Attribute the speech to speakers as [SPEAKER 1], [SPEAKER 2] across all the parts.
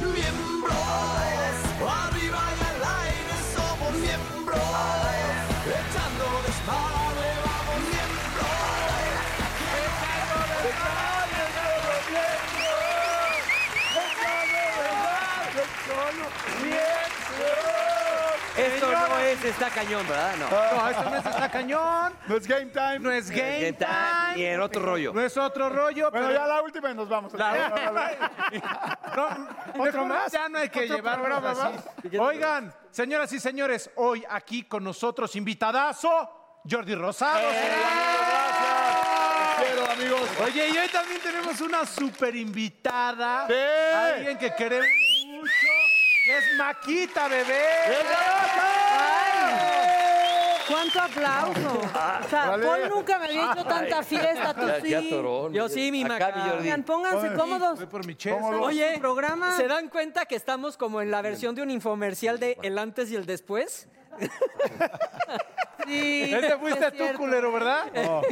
[SPEAKER 1] Miembros, arriba y al aire somos miembros, echando desmadre vamos miembros, echando desmadre somos miembros, echando desmadre somos miembros.
[SPEAKER 2] Esto no es está cañón, ¿verdad? No.
[SPEAKER 3] Ah. No, esto no es está cañón,
[SPEAKER 4] No es game time.
[SPEAKER 3] no es game
[SPEAKER 2] Está- Y
[SPEAKER 3] time,
[SPEAKER 2] el otro rollo.
[SPEAKER 3] no es otro rollo,
[SPEAKER 4] Bueno,
[SPEAKER 3] pero
[SPEAKER 4] ya la última y nos vamos.
[SPEAKER 3] no, mejor
[SPEAKER 4] más?
[SPEAKER 3] ya no hay que
[SPEAKER 4] ¿Otro
[SPEAKER 3] llevarnos
[SPEAKER 4] programa
[SPEAKER 3] así. Oigan, señoras y señores, hoy aquí con nosotros invitadazo Jordi Rosado.
[SPEAKER 4] Quiero, amigos.
[SPEAKER 3] Oye, y hoy también tenemos una super invitada,
[SPEAKER 4] Sí.
[SPEAKER 3] alguien que queremos mucho, y es Maquita, bebé.
[SPEAKER 5] ¡Cuánto aplauso!
[SPEAKER 2] Ah.
[SPEAKER 5] O sea, Paul nunca me había hecho tanta fiesta, tú sí.
[SPEAKER 2] Yo sí, mi Maca.
[SPEAKER 5] Oigan, pónganse cómodos.
[SPEAKER 3] Voy por mi chef.
[SPEAKER 6] Oye,
[SPEAKER 5] programa.
[SPEAKER 6] ¿se dan cuenta que estamos como en la versión de un infomercial de el antes y el después?
[SPEAKER 5] Sí,
[SPEAKER 3] Este
[SPEAKER 5] es
[SPEAKER 3] fuiste tú,
[SPEAKER 5] cierto. Oh.
[SPEAKER 3] culero, ¿verdad?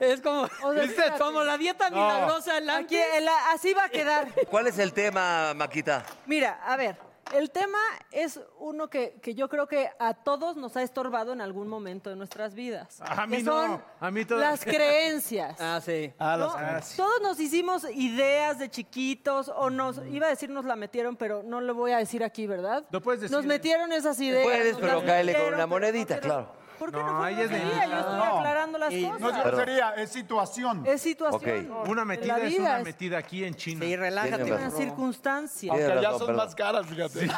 [SPEAKER 6] Es como,
[SPEAKER 5] ¿Viste?
[SPEAKER 6] como la dieta milagrosa, el
[SPEAKER 5] Aquí,
[SPEAKER 6] antes.
[SPEAKER 5] el- así va a quedar.
[SPEAKER 2] ¿Cuál es el tema, Maquita?
[SPEAKER 5] Mira, a ver, el tema es uno que, que yo creo que a todos nos ha estorbado en algún momento de nuestras vidas.
[SPEAKER 3] A mí
[SPEAKER 5] que
[SPEAKER 3] no,
[SPEAKER 5] son
[SPEAKER 3] a mí todavía.
[SPEAKER 5] Las creencias.
[SPEAKER 6] Ah, sí.
[SPEAKER 5] ¿no? Todos nos hicimos ideas de chiquitos o nos, iba a decir nos la metieron, pero no lo voy a decir aquí, ¿verdad?
[SPEAKER 3] No puedes decir.
[SPEAKER 5] Nos metieron esas ideas.
[SPEAKER 2] Puedes,
[SPEAKER 5] nos
[SPEAKER 2] pero
[SPEAKER 5] las
[SPEAKER 2] cáele con una
[SPEAKER 5] metieron, pero no
[SPEAKER 2] monedita,
[SPEAKER 5] quiero-
[SPEAKER 2] claro.
[SPEAKER 5] ¿Por qué no,
[SPEAKER 3] No,
[SPEAKER 5] fue
[SPEAKER 3] ella es de-
[SPEAKER 5] grosería? Yo estoy
[SPEAKER 3] No.
[SPEAKER 5] aclarando las cosas.
[SPEAKER 4] No es grosería, es situación.
[SPEAKER 5] Es situación.
[SPEAKER 2] Ok.
[SPEAKER 3] Una
[SPEAKER 5] En
[SPEAKER 3] metida
[SPEAKER 5] la
[SPEAKER 3] es una
[SPEAKER 5] vida
[SPEAKER 3] metida aquí en China.
[SPEAKER 6] Sí, relájate.
[SPEAKER 5] una circunstancia.
[SPEAKER 2] Tienes
[SPEAKER 4] Que ya
[SPEAKER 2] razón,
[SPEAKER 4] son
[SPEAKER 2] perdón.
[SPEAKER 4] más caras, fíjate.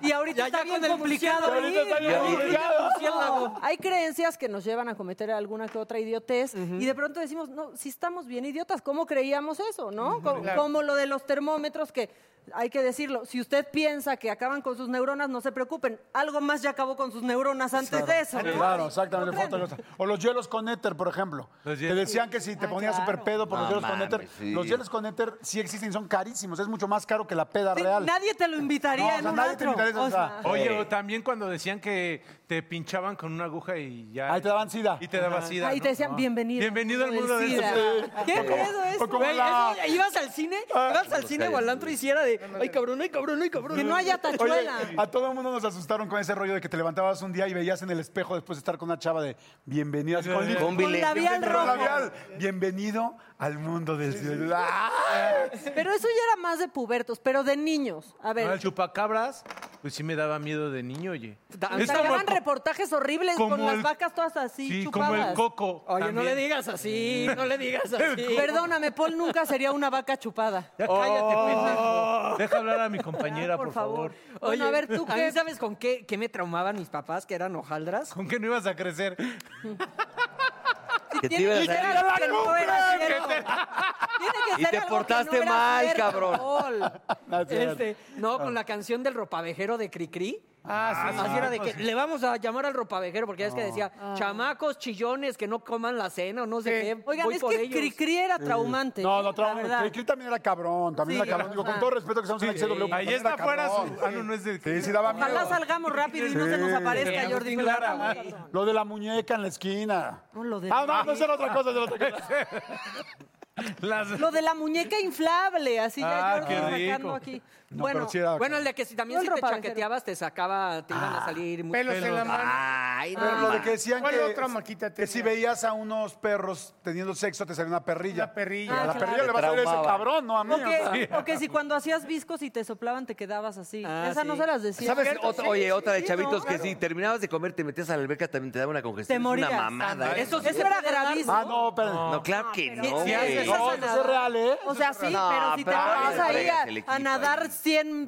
[SPEAKER 5] Y ahorita
[SPEAKER 6] Ya,
[SPEAKER 5] está
[SPEAKER 6] ya
[SPEAKER 5] bien
[SPEAKER 6] con el
[SPEAKER 5] complicado.
[SPEAKER 6] murciélago.
[SPEAKER 5] ahí.
[SPEAKER 4] está bien
[SPEAKER 5] Ya-
[SPEAKER 4] complicado.
[SPEAKER 5] No, hay creencias que nos llevan a cometer alguna que otra idiotez y de pronto decimos, no, si estamos bien idiotas, ¿cómo creíamos eso? ¿No? Co- Como lo de los termómetros que hay que decirlo, si usted piensa que acaban con sus neuronas, no se preocupen, algo más ya acabó con sus neuronas antes de eso. ¿no?
[SPEAKER 4] Claro, exactamente.
[SPEAKER 5] ¿No
[SPEAKER 4] fue
[SPEAKER 5] creen?
[SPEAKER 4] otra cosa. O los hielos con éter, por ejemplo.
[SPEAKER 3] Los
[SPEAKER 4] Que
[SPEAKER 3] hielos.
[SPEAKER 4] decían que si te
[SPEAKER 5] Ah,
[SPEAKER 4] ponías
[SPEAKER 5] claro.
[SPEAKER 4] súper pedo por los
[SPEAKER 2] No
[SPEAKER 4] hielos con
[SPEAKER 2] mames,
[SPEAKER 4] éter.
[SPEAKER 2] sí.
[SPEAKER 4] Los hielos con éter sí existen y son carísimos. Es mucho más caro que la peda
[SPEAKER 5] Sí,
[SPEAKER 4] real.
[SPEAKER 5] Nadie te lo invitaría
[SPEAKER 4] No, o
[SPEAKER 5] en
[SPEAKER 4] sea,
[SPEAKER 5] un
[SPEAKER 4] nadie te
[SPEAKER 5] antro,
[SPEAKER 4] invitaría, o
[SPEAKER 5] o
[SPEAKER 4] sea,
[SPEAKER 5] sea.
[SPEAKER 3] Oye, o también cuando decían que te pinchaban con una aguja y ya.
[SPEAKER 4] Ahí te daban sida.
[SPEAKER 3] Y te daba sida.
[SPEAKER 5] Ahí
[SPEAKER 3] ¿no?
[SPEAKER 5] te decían,
[SPEAKER 3] No.
[SPEAKER 5] bienvenido.
[SPEAKER 3] Bienvenido al mundo del
[SPEAKER 5] SIDA". ¿Qué pedo es?
[SPEAKER 4] O como
[SPEAKER 6] Güey,
[SPEAKER 4] la-
[SPEAKER 6] eso, ibas al cine,
[SPEAKER 3] Ah.
[SPEAKER 6] ibas
[SPEAKER 2] Pues
[SPEAKER 6] al cine o al antro y si era de, ay cabrón, ay cabrón, ay cabrón.
[SPEAKER 5] Que no haya
[SPEAKER 4] Oye,
[SPEAKER 5] tachuela.
[SPEAKER 4] a todo el mundo nos asustaron con ese rollo de que te levantabas un día y veías en el espejo después de estar con una chava de bienvenidas con lip-
[SPEAKER 2] Con bilé.
[SPEAKER 5] labial
[SPEAKER 4] Bienvenido,
[SPEAKER 5] rojo.
[SPEAKER 4] labial. Bienvenido al mundo del ciudad.
[SPEAKER 5] Pero eso ya era más de pubertos, pero de niños. A
[SPEAKER 3] No, el
[SPEAKER 5] ver,
[SPEAKER 3] chupacabras, pues sí me daba miedo de niño, oye.
[SPEAKER 5] nos sacaban reportajes horribles con
[SPEAKER 3] como
[SPEAKER 5] las
[SPEAKER 3] el-
[SPEAKER 5] vacas todas así
[SPEAKER 3] Sí,
[SPEAKER 5] chupadas.
[SPEAKER 3] como el coco.
[SPEAKER 6] Oye, no le
[SPEAKER 3] también.
[SPEAKER 6] digas así, no le digas así.
[SPEAKER 5] Perdóname, Paul nunca sería una vaca chupada.
[SPEAKER 3] Ya cállate, pendejo. Oh. Deja hablar a mi compañera, por, favor.
[SPEAKER 5] Ah, Bueno, a ver, ¿tú
[SPEAKER 6] a mí
[SPEAKER 5] qué?
[SPEAKER 6] sabes con qué, qué me traumaban mis papás, que eran hojaldras?
[SPEAKER 3] ¿Con qué no ibas a crecer?
[SPEAKER 2] Que te
[SPEAKER 5] Tiene
[SPEAKER 2] ibas
[SPEAKER 5] que
[SPEAKER 2] a-
[SPEAKER 5] ser algo que no era cierto. Tiene
[SPEAKER 2] Y
[SPEAKER 5] que ser
[SPEAKER 2] te
[SPEAKER 5] algo que
[SPEAKER 2] portaste
[SPEAKER 5] no era
[SPEAKER 2] mal,
[SPEAKER 5] cierto,
[SPEAKER 2] cabrón.
[SPEAKER 5] Paul.
[SPEAKER 6] Este, no, con la canción del ropavejero de Cricri.
[SPEAKER 3] Ah,
[SPEAKER 6] Así era de que le vamos a llamar al ropavejero, porque ya es que decía, chamacos, chillones, que no coman la cena o no sé qué.
[SPEAKER 5] Oigan,
[SPEAKER 6] voy
[SPEAKER 5] es
[SPEAKER 6] por
[SPEAKER 5] que
[SPEAKER 6] ellos".
[SPEAKER 5] Cricri era traumante.
[SPEAKER 4] No, no,
[SPEAKER 5] la
[SPEAKER 4] trauma.
[SPEAKER 5] verdad.
[SPEAKER 4] Cricri también era cabrón, también
[SPEAKER 5] Sí,
[SPEAKER 4] era cabrón. Digo,
[SPEAKER 5] ajá.
[SPEAKER 4] con todo respeto que estamos en la XW. pero
[SPEAKER 3] Ahí
[SPEAKER 4] también
[SPEAKER 3] está
[SPEAKER 4] era
[SPEAKER 3] afuera
[SPEAKER 4] cabrón.
[SPEAKER 3] su... Ah, no, no es de...
[SPEAKER 4] Sí, sí daba miedo.
[SPEAKER 5] Ojalá salgamos rápido y no se nos aparezca
[SPEAKER 6] Sí.
[SPEAKER 5] Jordi.
[SPEAKER 3] Clara,
[SPEAKER 5] Clara.
[SPEAKER 3] ay.
[SPEAKER 4] Lo de la muñeca en la esquina.
[SPEAKER 5] Ah, No, lo de-
[SPEAKER 4] Ah, no, no, esa era otra cosa, esa era otra cosa.
[SPEAKER 5] Lo de la muñeca inflable, así ya
[SPEAKER 3] Ah,
[SPEAKER 5] Jordi
[SPEAKER 3] qué
[SPEAKER 5] sacando
[SPEAKER 3] rico.
[SPEAKER 5] aquí.
[SPEAKER 4] No,
[SPEAKER 5] bueno,
[SPEAKER 4] pero sí era-
[SPEAKER 6] Bueno, el de que si también
[SPEAKER 5] No, el
[SPEAKER 6] si te
[SPEAKER 5] ropavejero.
[SPEAKER 6] chaqueteabas te sacaba, te iban a salir muchos
[SPEAKER 7] Pelos en la mano.
[SPEAKER 2] Ay, no.
[SPEAKER 4] Pero lo de que decían
[SPEAKER 7] ¿Cuál
[SPEAKER 4] que,
[SPEAKER 7] otra maquita
[SPEAKER 4] que si
[SPEAKER 7] tenía?
[SPEAKER 4] veías a unos perros teniendo sexo, te salía una perrilla.
[SPEAKER 7] Una perrilla.
[SPEAKER 4] A la
[SPEAKER 5] Ah,
[SPEAKER 4] perrilla
[SPEAKER 5] claro.
[SPEAKER 4] le va a salir ese
[SPEAKER 2] Traumaba.
[SPEAKER 4] cabrón, no a mí.
[SPEAKER 5] o
[SPEAKER 4] o sea.
[SPEAKER 5] que, o que si cuando hacías viscos y te soplaban te quedabas así.
[SPEAKER 6] Ah,
[SPEAKER 5] Esa no
[SPEAKER 6] sí.
[SPEAKER 5] se las decía.
[SPEAKER 2] ¿Sabes? Otra- oye, otra de
[SPEAKER 5] Sí,
[SPEAKER 2] chavitos
[SPEAKER 5] ¿no?
[SPEAKER 2] que si terminabas de comer, te metías a la alberca, también te daba una congestión.
[SPEAKER 5] Te
[SPEAKER 2] Es
[SPEAKER 5] morías.
[SPEAKER 2] Una mamada. ¿eh?
[SPEAKER 5] Eso, eso era gravísimo.
[SPEAKER 4] Ah, no, pero...
[SPEAKER 2] No, claro que no.
[SPEAKER 5] Sí, sí,
[SPEAKER 2] güey.
[SPEAKER 5] haces
[SPEAKER 2] No,
[SPEAKER 5] esa
[SPEAKER 4] eso es
[SPEAKER 5] nadada.
[SPEAKER 4] real, ¿eh?
[SPEAKER 5] O sea, sí,
[SPEAKER 2] No,
[SPEAKER 5] pero si te
[SPEAKER 2] pero ahí
[SPEAKER 5] vas ahí a,
[SPEAKER 2] entregas el equipo ¿eh?
[SPEAKER 5] a nadar
[SPEAKER 2] ahí.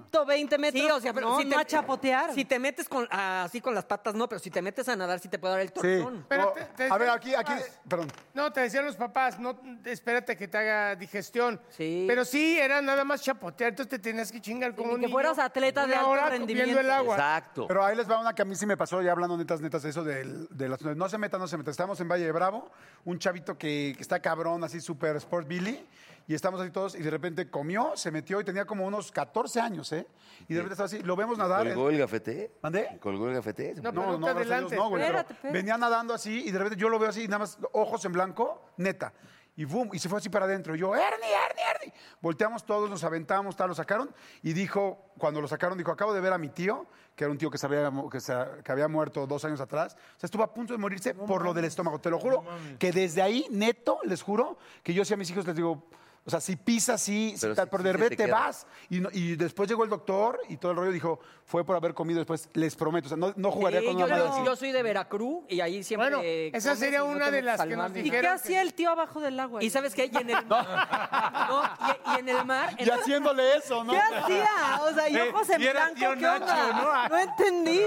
[SPEAKER 5] 120 metros,
[SPEAKER 6] Sí, o sea, pero
[SPEAKER 5] no,
[SPEAKER 6] si te,
[SPEAKER 5] no a chapotear.
[SPEAKER 6] Si te metes con, así con las patas, no, pero si te metes a nadar, sí te puede dar el
[SPEAKER 4] Sí.
[SPEAKER 6] torzón.
[SPEAKER 7] Pero
[SPEAKER 4] No,
[SPEAKER 7] te- te
[SPEAKER 4] a ver,
[SPEAKER 7] decían
[SPEAKER 4] aquí, aquí,
[SPEAKER 7] los papás.
[SPEAKER 4] perdón.
[SPEAKER 7] No, te decían los papás, no, espérate que te haga digestión.
[SPEAKER 6] Sí.
[SPEAKER 7] Pero sí, era nada más chapotear, entonces te tenías que chingar como
[SPEAKER 5] ni
[SPEAKER 7] un
[SPEAKER 5] que
[SPEAKER 7] niño
[SPEAKER 5] fueras atleta de
[SPEAKER 7] una
[SPEAKER 5] alto
[SPEAKER 7] hora
[SPEAKER 5] rendimiento.
[SPEAKER 7] viendo el agua.
[SPEAKER 2] Exacto.
[SPEAKER 4] Pero ahí les va una que a mí sí me pasó, ya hablando netas, netas, eso del, del asunto de no se meta, no se meta. Estamos en Valle de Bravo, un chavito que, que está cabrón, así super sport Billy, y estamos así todos, y de repente comió, se metió y tenía como unos 14 años, ¿eh? Y de repente estaba así, lo vemos nadar.
[SPEAKER 2] ¿Colgó el gafete?
[SPEAKER 4] ¿eh? ¿Mandé?
[SPEAKER 2] ¿Colgó el gafete?
[SPEAKER 7] No,
[SPEAKER 4] No, no,
[SPEAKER 7] Pelota
[SPEAKER 4] gracias a Dios
[SPEAKER 7] adelante.
[SPEAKER 4] no, güey. pero
[SPEAKER 5] Espérate, espérate.
[SPEAKER 4] Venía nadando así y de repente yo lo veo así, nada más ojos en blanco, neta. Y boom, y se fue así para adentro. Y yo, Ernie, Ernie, Ernie. Volteamos todos, nos aventamos, tal, lo sacaron. Y dijo, cuando lo sacaron, dijo, acabo de ver a mi tío, que era un tío que, se había, mu- que, se- que había muerto dos años atrás. O sea, estuvo a punto de morirse por lo del estómago. Te lo juro, que desde ahí, neto, les juro, que yo sí a mis hijos les digo, o sea, si pisas, sí, sí
[SPEAKER 2] Pero
[SPEAKER 4] tal,
[SPEAKER 2] sí-
[SPEAKER 4] pero
[SPEAKER 2] sí
[SPEAKER 4] de
[SPEAKER 2] se te
[SPEAKER 4] repente te
[SPEAKER 2] queda.
[SPEAKER 4] vas. Y, no- y después llegó el doctor y todo el rollo dijo, fue por haber comido después, les prometo. O sea, no, no jugaría
[SPEAKER 6] Sí,
[SPEAKER 4] con
[SPEAKER 6] yo,
[SPEAKER 4] una madre
[SPEAKER 6] yo-
[SPEAKER 4] así.
[SPEAKER 6] yo soy de Veracruz y ahí siempre.
[SPEAKER 7] Bueno, esa
[SPEAKER 6] comes
[SPEAKER 7] sería
[SPEAKER 6] y no
[SPEAKER 7] una
[SPEAKER 6] te
[SPEAKER 7] de
[SPEAKER 6] metes
[SPEAKER 7] las
[SPEAKER 6] al
[SPEAKER 7] que nos
[SPEAKER 6] mame.
[SPEAKER 5] ¿Y qué
[SPEAKER 7] dijeron que-
[SPEAKER 5] hacía el tío abajo del agua?
[SPEAKER 6] Y sabes qué, y en el mar, no, y, y en el mar,
[SPEAKER 4] Y haciéndole eso, ¿no?
[SPEAKER 5] ¿Qué hacía? O sea, y
[SPEAKER 3] Eh,
[SPEAKER 5] ojos en
[SPEAKER 3] y era
[SPEAKER 5] blanco,
[SPEAKER 3] tío
[SPEAKER 5] ¿qué
[SPEAKER 3] Nacho,
[SPEAKER 5] onda?
[SPEAKER 3] ¿no? Ah.
[SPEAKER 5] No entendí.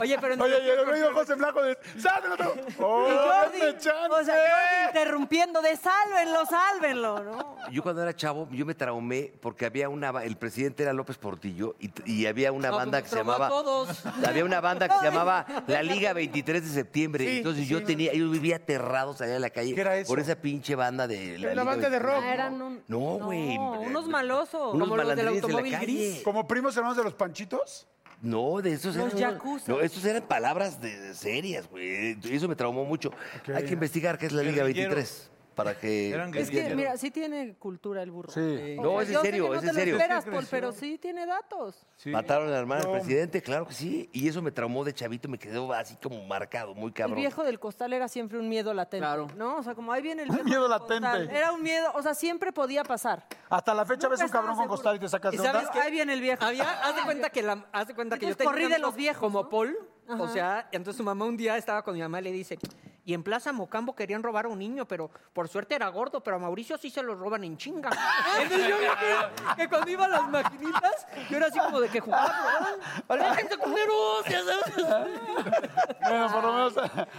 [SPEAKER 6] oye, pero en
[SPEAKER 4] Oye, y el rollo José Blanco de, ¡sábelo! ¡Oh,
[SPEAKER 5] Y Jordi,
[SPEAKER 4] dame chance!
[SPEAKER 5] o sea, Jordi interrumpiendo de sálvenlo, sálvenlo, ¿no?
[SPEAKER 2] Yo cuando era chavo, yo me traumé porque había una... ba- El presidente era López Portillo y, y había una
[SPEAKER 6] No,
[SPEAKER 2] banda
[SPEAKER 6] pues,
[SPEAKER 2] que se
[SPEAKER 6] nos traumó
[SPEAKER 2] llamaba...
[SPEAKER 6] a todos.
[SPEAKER 2] Había una banda que se llamaba La Liga 23 de Septiembre.
[SPEAKER 7] Sí,
[SPEAKER 2] Entonces yo
[SPEAKER 7] sí.
[SPEAKER 2] tenía... Yo vivía aterrado, salía de la calle
[SPEAKER 4] ¿Qué era eso?
[SPEAKER 2] por esa pinche banda de...
[SPEAKER 7] Era una banda de
[SPEAKER 2] 23.
[SPEAKER 7] rock.
[SPEAKER 5] Ah, eran un-
[SPEAKER 2] No, güey.
[SPEAKER 5] unos malosos.
[SPEAKER 2] Unos
[SPEAKER 6] Como los del
[SPEAKER 2] malandrines en la
[SPEAKER 6] automóvil
[SPEAKER 2] calle.
[SPEAKER 6] gris.
[SPEAKER 4] Como primos hermanos de los panchitos.
[SPEAKER 2] No, de esos
[SPEAKER 5] Los
[SPEAKER 2] eran.
[SPEAKER 5] yakuza.
[SPEAKER 2] No, esos eran palabras de, de serias, güey. Eso me traumó mucho. Hay que investigar qué es la Liga 23 para que.
[SPEAKER 3] Eran
[SPEAKER 5] Es que,
[SPEAKER 2] entiendan.
[SPEAKER 5] mira, sí tiene cultura el burro.
[SPEAKER 4] Sí.
[SPEAKER 2] No, es en
[SPEAKER 5] yo sé que
[SPEAKER 2] serio,
[SPEAKER 5] no
[SPEAKER 2] es
[SPEAKER 5] te
[SPEAKER 2] en
[SPEAKER 5] lo
[SPEAKER 2] serio.
[SPEAKER 5] esperas, Paul, pero sí tiene datos.
[SPEAKER 2] Mataron a la hermana del presidente, claro que sí. Y eso me traumó de chavito, me quedó así como marcado, muy cabrón.
[SPEAKER 5] El viejo del costal era siempre un miedo latente.
[SPEAKER 6] Claro.
[SPEAKER 5] ¿No? O sea, como ahí viene el viejo.
[SPEAKER 4] miedo
[SPEAKER 5] del
[SPEAKER 4] latente.
[SPEAKER 5] costal. Era un miedo, o sea, siempre podía pasar.
[SPEAKER 4] Hasta la fecha ves
[SPEAKER 5] Nunca
[SPEAKER 4] un cabrón
[SPEAKER 5] estaba
[SPEAKER 4] con costal y te sacas
[SPEAKER 6] ¿Y
[SPEAKER 4] de
[SPEAKER 6] sabes
[SPEAKER 4] onda.
[SPEAKER 6] qué?
[SPEAKER 5] Ahí viene el viejo.
[SPEAKER 6] Había, haz de cuenta que, la, haz de cuenta que yo
[SPEAKER 5] Entonces,
[SPEAKER 6] tenía
[SPEAKER 5] corrí
[SPEAKER 6] un
[SPEAKER 5] de
[SPEAKER 6] amigo
[SPEAKER 5] los viejos,
[SPEAKER 6] como
[SPEAKER 5] ¿no?
[SPEAKER 6] Paul, o
[SPEAKER 5] Ajá.
[SPEAKER 6] sea, entonces su mamá un día estaba con mi mamá y le dice, y en Plaza Mocambo querían robar a un niño, pero por suerte era gordo, pero a Mauricio sí se lo roban en chinga. Entonces yo me acuerdo que cuando iba a las maquinitas, yo era así como de que jugaba, pero, "Ay, déjense comer, o sea, ¿sabes?
[SPEAKER 4] Bueno, por lo menos...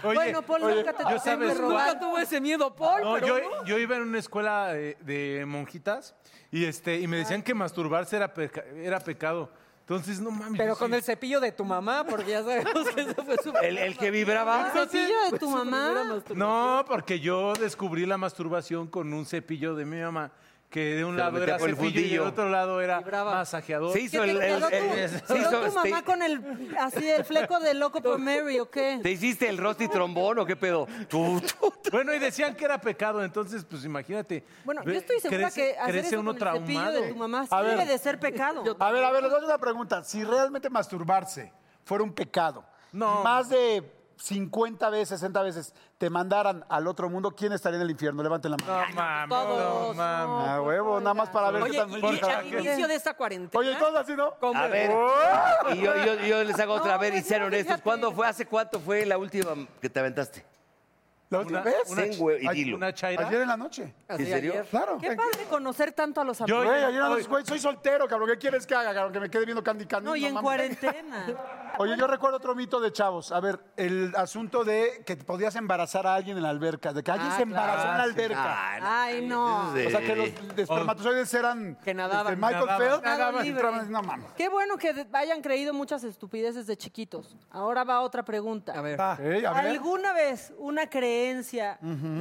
[SPEAKER 5] bueno, Paul, nunca te
[SPEAKER 3] yo
[SPEAKER 5] tocó
[SPEAKER 3] sabes-
[SPEAKER 6] Nunca
[SPEAKER 5] de robar.
[SPEAKER 6] tuvo ese miedo, Paul,
[SPEAKER 3] No,
[SPEAKER 6] pero
[SPEAKER 3] yo,
[SPEAKER 6] no.
[SPEAKER 3] yo iba en una escuela eh, de, monjitas y, este, y me decían que masturbarse era, peca- era pecado. Entonces, no mames.
[SPEAKER 6] Pero
[SPEAKER 3] yo
[SPEAKER 6] con
[SPEAKER 3] sí-
[SPEAKER 6] el cepillo de tu mamá, porque ya sabemos que ese fue su...
[SPEAKER 2] El, el que vibraba.
[SPEAKER 5] ¿El cepillo de tu mamá?
[SPEAKER 3] No, porque yo descubrí la masturbación con un cepillo de mi mamá, que de un
[SPEAKER 2] Se lo
[SPEAKER 3] lado
[SPEAKER 2] metía
[SPEAKER 3] era
[SPEAKER 2] por el
[SPEAKER 3] cepillo y del
[SPEAKER 2] fundillo.
[SPEAKER 3] otro lado era
[SPEAKER 6] Vibraba.
[SPEAKER 3] masajeador.
[SPEAKER 2] Se
[SPEAKER 5] ¿Qué
[SPEAKER 2] hizo el.
[SPEAKER 5] te
[SPEAKER 2] el- el-
[SPEAKER 5] quedó tu,
[SPEAKER 2] se
[SPEAKER 5] quedó
[SPEAKER 2] hizo- este,
[SPEAKER 5] tu mamá
[SPEAKER 2] te-
[SPEAKER 5] con el, así, el fleco de loco por Mary o qué?
[SPEAKER 2] ¿Te hiciste el rosti trombón o qué pedo? Tú, tú, tú.
[SPEAKER 3] Bueno, y decían que era pecado, entonces, pues imagínate.
[SPEAKER 5] Bueno, yo
[SPEAKER 3] Ve-
[SPEAKER 5] estoy segura
[SPEAKER 3] crece-
[SPEAKER 5] que hacer
[SPEAKER 3] crece
[SPEAKER 5] eso
[SPEAKER 3] uno
[SPEAKER 5] con el cepillo
[SPEAKER 3] traumado.
[SPEAKER 5] de tu mamá sí
[SPEAKER 4] A ver.
[SPEAKER 5] debe de ser pecado.
[SPEAKER 4] A ver, a ver, les voy a hacer una pregunta. Si realmente masturbarse fuera un pecado,
[SPEAKER 3] No.
[SPEAKER 4] más de 50 veces, 60 veces, te mandaran al otro mundo, ¿quién estaría en el infierno? Levanten la mano.
[SPEAKER 3] No mames, no
[SPEAKER 6] todos,
[SPEAKER 3] mames.
[SPEAKER 4] Ah, huevo, nada más para Ah, ver qué
[SPEAKER 6] Oye,
[SPEAKER 4] tan
[SPEAKER 6] y,
[SPEAKER 4] feliz
[SPEAKER 6] y al
[SPEAKER 4] está.
[SPEAKER 6] inicio de esta cuarentena...
[SPEAKER 4] Oye, ¿y todos así, no? ¡Oh!
[SPEAKER 6] como-
[SPEAKER 2] A ver. Y yo, yo- yo les hago otra
[SPEAKER 5] Oh. No,
[SPEAKER 2] vez y
[SPEAKER 5] pues,
[SPEAKER 2] sean
[SPEAKER 5] no,
[SPEAKER 2] honestos.
[SPEAKER 5] fíjate.
[SPEAKER 2] ¿Cuándo fue? ¿Hace cuánto fue la última que te aventaste?
[SPEAKER 4] ¿La última
[SPEAKER 3] Una-
[SPEAKER 4] vez?
[SPEAKER 3] una-
[SPEAKER 2] Sí, güey, y
[SPEAKER 3] ay,
[SPEAKER 2] dilo.
[SPEAKER 3] una chaira.
[SPEAKER 4] Ayer en la noche.
[SPEAKER 6] Así
[SPEAKER 2] ¿En serio?
[SPEAKER 6] ayer.
[SPEAKER 4] Claro.
[SPEAKER 5] Qué padre conocer tanto a los
[SPEAKER 3] Yo-
[SPEAKER 5] amigos.
[SPEAKER 4] Güey, ayer en la
[SPEAKER 3] Oye,
[SPEAKER 4] noche, güey, soy soltero, cabrón. ¿Qué quieres que haga, cabrón? Que me quede viendo Candy Candy.
[SPEAKER 5] No, y en
[SPEAKER 4] mames.
[SPEAKER 5] cuarentena.
[SPEAKER 4] Oye, yo recuerdo otro mito de chavos. A ver, el asunto de que podías embarazar a alguien en la alberca. De que alguien se embarazó en la alberca.
[SPEAKER 2] Ah,
[SPEAKER 5] Ay, Ah, no.
[SPEAKER 2] no.
[SPEAKER 4] O sea, que los espermatozoides eran...
[SPEAKER 6] Que nadaban,
[SPEAKER 4] este, Michael
[SPEAKER 3] nadaban.
[SPEAKER 4] Phelps.
[SPEAKER 5] Nada
[SPEAKER 4] y
[SPEAKER 5] libre.
[SPEAKER 4] entraban- No, mames.
[SPEAKER 5] Qué bueno que de- hayan creído muchas estupideces de chiquitos. Ahora va otra pregunta.
[SPEAKER 6] A ver.
[SPEAKER 4] Ey, a ver.
[SPEAKER 5] ¿Alguna vez una creencia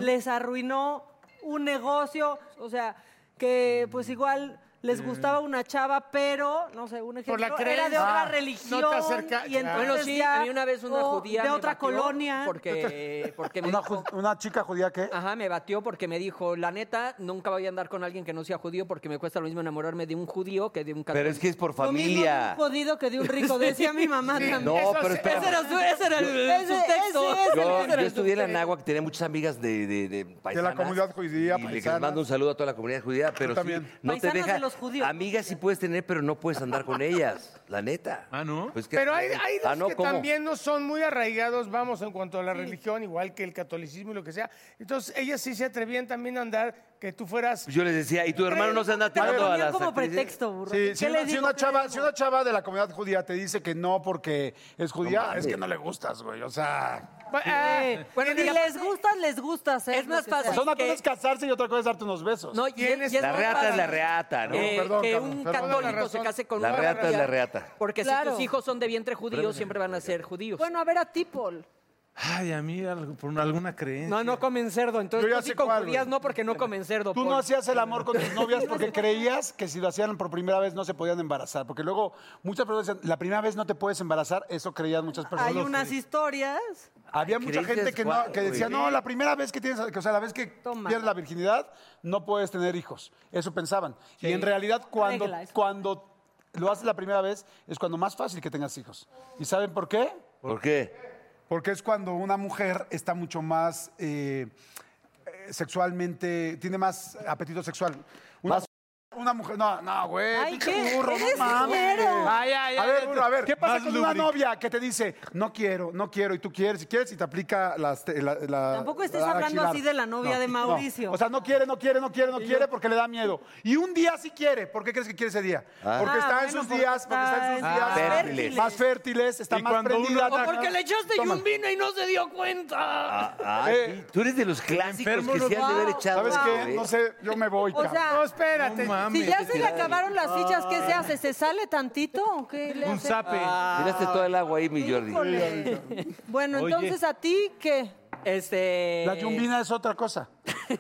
[SPEAKER 5] les arruinó un negocio? O sea, que pues igual les gustaba una chava, pero, no sé, un ejemplo,
[SPEAKER 7] la
[SPEAKER 5] era de
[SPEAKER 7] creencia.
[SPEAKER 5] otra
[SPEAKER 7] Ah, no te
[SPEAKER 5] religión.
[SPEAKER 7] acerca-
[SPEAKER 5] y entonces
[SPEAKER 7] Bueno,
[SPEAKER 6] sí,
[SPEAKER 5] ya-
[SPEAKER 6] a mí una vez una
[SPEAKER 5] o
[SPEAKER 6] judía
[SPEAKER 5] De
[SPEAKER 6] me
[SPEAKER 5] otra
[SPEAKER 6] batió
[SPEAKER 5] colonia.
[SPEAKER 6] Porque, porque me
[SPEAKER 4] ¿Una,
[SPEAKER 6] dijo-
[SPEAKER 4] ju- una chica judía qué?
[SPEAKER 6] Ajá, me batió porque me dijo, la neta, nunca voy a andar con alguien que no sea judío porque me cuesta lo mismo enamorarme de un judío que de un
[SPEAKER 2] Pero
[SPEAKER 6] católico.
[SPEAKER 2] es que es por
[SPEAKER 5] Lo mismo de un
[SPEAKER 2] familia.
[SPEAKER 5] jodido que de un rico, decía mi mamá también.
[SPEAKER 2] No,
[SPEAKER 7] Eso
[SPEAKER 2] pero
[SPEAKER 7] sí.
[SPEAKER 2] espera.
[SPEAKER 6] Ese era su, ese era el,
[SPEAKER 5] Ese-
[SPEAKER 6] subtexto.
[SPEAKER 5] ese es el-
[SPEAKER 2] Yo,
[SPEAKER 5] ese
[SPEAKER 2] yo
[SPEAKER 5] era el
[SPEAKER 2] estudié en la
[SPEAKER 5] subtexto.
[SPEAKER 2] Anáhuac, tenía muchas amigas de, de, de paisanas.
[SPEAKER 4] comunidad judía,
[SPEAKER 2] y les
[SPEAKER 4] paisanas.
[SPEAKER 2] mando un saludo a toda la comunidad judía, pero sí,
[SPEAKER 4] también.
[SPEAKER 2] no te
[SPEAKER 5] Paisanas
[SPEAKER 2] deja.
[SPEAKER 5] de los judíos.
[SPEAKER 2] Amigas sí puedes tener, pero no puedes andar con ellas, la neta.
[SPEAKER 3] Ah, ¿no?
[SPEAKER 2] Pues que-
[SPEAKER 7] Pero hay, hay dos
[SPEAKER 2] Ah, ¿no?
[SPEAKER 7] que
[SPEAKER 2] ¿Cómo?
[SPEAKER 7] también no son muy arraigados, vamos, en cuanto a la religión, igual que el catolicismo y lo que sea. Entonces, ellas sí se atrevían también a andar que tú fueras...
[SPEAKER 2] Pues Yo les decía, ¿y tu hermano no se anda
[SPEAKER 5] Te lo
[SPEAKER 2] tirando a
[SPEAKER 5] ponían
[SPEAKER 2] las
[SPEAKER 5] como
[SPEAKER 2] actrices?
[SPEAKER 5] pretexto, burro.
[SPEAKER 4] Sí,
[SPEAKER 5] ¿Qué
[SPEAKER 4] si,
[SPEAKER 5] le
[SPEAKER 4] una, si
[SPEAKER 5] digo?
[SPEAKER 4] una
[SPEAKER 5] ¿Qué le
[SPEAKER 4] chava,
[SPEAKER 5] digo?
[SPEAKER 4] si una chava de la comunidad judía te dice que no porque es judía, es que no le gustas, güey. O sea,
[SPEAKER 7] Ba- ah,
[SPEAKER 6] Bueno,
[SPEAKER 5] Si
[SPEAKER 6] mira,
[SPEAKER 5] eh, les gustas, les gustas.
[SPEAKER 6] Es más fácil.
[SPEAKER 4] son una cosa
[SPEAKER 6] que-
[SPEAKER 4] es casarse y otra cosa es darte unos besos.
[SPEAKER 6] No, y-
[SPEAKER 7] ¿Quién
[SPEAKER 6] y
[SPEAKER 7] es-
[SPEAKER 2] La
[SPEAKER 6] más
[SPEAKER 2] reata es la
[SPEAKER 6] fácil,
[SPEAKER 2] reata, ¿no?
[SPEAKER 6] eh,
[SPEAKER 4] perdón,
[SPEAKER 6] que
[SPEAKER 4] Carlos,
[SPEAKER 6] un
[SPEAKER 4] perdón.
[SPEAKER 7] Toda la
[SPEAKER 6] católico
[SPEAKER 7] razón.
[SPEAKER 6] se case con
[SPEAKER 2] La
[SPEAKER 6] una
[SPEAKER 2] reata es
[SPEAKER 6] judía,
[SPEAKER 2] la reata.
[SPEAKER 6] Porque si
[SPEAKER 5] Claro.
[SPEAKER 6] tus hijos son de vientre judío, siempre van a ser judíos.
[SPEAKER 5] Bueno, a ver a ti, Paul.
[SPEAKER 3] Ay, a mí algo- por alguna creencia.
[SPEAKER 6] no, no comen cerdo. Entonces,
[SPEAKER 4] Yo ya
[SPEAKER 2] pues,
[SPEAKER 6] tú sí
[SPEAKER 4] sé
[SPEAKER 6] con
[SPEAKER 4] cuál,
[SPEAKER 6] judías
[SPEAKER 4] güey.
[SPEAKER 6] no, porque no comen cerdo. pues.
[SPEAKER 4] Tú no
[SPEAKER 6] Paul.
[SPEAKER 4] hacías el amor con tus novias porque creías que si lo hacían por primera vez no se podían embarazar. Porque luego muchas personas decían, la primera vez no te puedes embarazar, eso creían muchas personas.
[SPEAKER 5] Hay unas historias.
[SPEAKER 4] Había
[SPEAKER 2] Ay,
[SPEAKER 4] mucha
[SPEAKER 2] ¿crees
[SPEAKER 4] gente
[SPEAKER 2] es
[SPEAKER 4] que, no-
[SPEAKER 2] cuál,
[SPEAKER 4] que decía,
[SPEAKER 2] güey?
[SPEAKER 4] no, la primera vez que tienes, que, o sea, la vez que
[SPEAKER 5] Toma.
[SPEAKER 4] pierdes la virginidad, no puedes tener hijos. Eso pensaban. Y en realidad, cuando,
[SPEAKER 5] Regla, eso.
[SPEAKER 4] cuando lo haces la primera vez, es cuando más fácil que tengas hijos. ¿Y saben por qué?
[SPEAKER 2] ¿Por qué?
[SPEAKER 4] Porque es cuando una mujer está mucho más eh, eh, sexualmente, tiene más apetito sexual. Una, una mujer, no, no, güey,
[SPEAKER 5] Ay,
[SPEAKER 4] Eh, pinche
[SPEAKER 5] ¿qué?
[SPEAKER 4] burro,
[SPEAKER 5] Eres
[SPEAKER 4] no mames.
[SPEAKER 5] culero.
[SPEAKER 4] Ay, ay, a ver, burro, a ver, ¿qué pasa
[SPEAKER 3] Más
[SPEAKER 4] con una
[SPEAKER 3] lubric.
[SPEAKER 4] novia que te dice, no quiero, no quiero, y tú quieres, y quieres, y te aplica las te- la, la-
[SPEAKER 5] Tampoco estés
[SPEAKER 4] la
[SPEAKER 5] hablando
[SPEAKER 4] axilar?
[SPEAKER 5] así de la novia de Mauricio.
[SPEAKER 4] O sea, no quiere, no quiere, no quiere, no quiere porque le da miedo. Y un día sí quiere. ¿Por qué crees que quiere ese día? Porque
[SPEAKER 5] Ah,
[SPEAKER 4] está en
[SPEAKER 5] bueno,
[SPEAKER 4] sus
[SPEAKER 5] porque
[SPEAKER 4] días, porque está en sus días
[SPEAKER 5] está
[SPEAKER 2] fértiles.
[SPEAKER 4] más fértiles, está
[SPEAKER 3] Y
[SPEAKER 4] más
[SPEAKER 3] cuando uno-
[SPEAKER 4] prendida.
[SPEAKER 3] O
[SPEAKER 6] Porque le echaste
[SPEAKER 4] Toma.
[SPEAKER 6] yumbina y no se dio cuenta.
[SPEAKER 2] Ah, ah,
[SPEAKER 4] Eh,
[SPEAKER 2] sí, tú eres de los clásicos
[SPEAKER 3] enfermo
[SPEAKER 2] que
[SPEAKER 3] no
[SPEAKER 2] se han de haber
[SPEAKER 5] va.
[SPEAKER 2] echado. ¿eh?
[SPEAKER 4] ¿Sabes qué?
[SPEAKER 2] güey.
[SPEAKER 4] No sé, yo me voy.
[SPEAKER 5] O
[SPEAKER 4] cabrón.
[SPEAKER 5] sea,
[SPEAKER 7] No, espérate.
[SPEAKER 3] No mames.
[SPEAKER 5] si ya se le acabaron las fichas, ¿qué se hace? ¿Se sale tantito o qué le
[SPEAKER 3] Un
[SPEAKER 5] hace?
[SPEAKER 3] zape.
[SPEAKER 2] Tiraste Ah. este todo el agua ahí, mi Jordi.
[SPEAKER 5] Híjole. Bueno, entonces a ti, ¿qué?
[SPEAKER 6] Este.
[SPEAKER 4] la yumbina es otra cosa.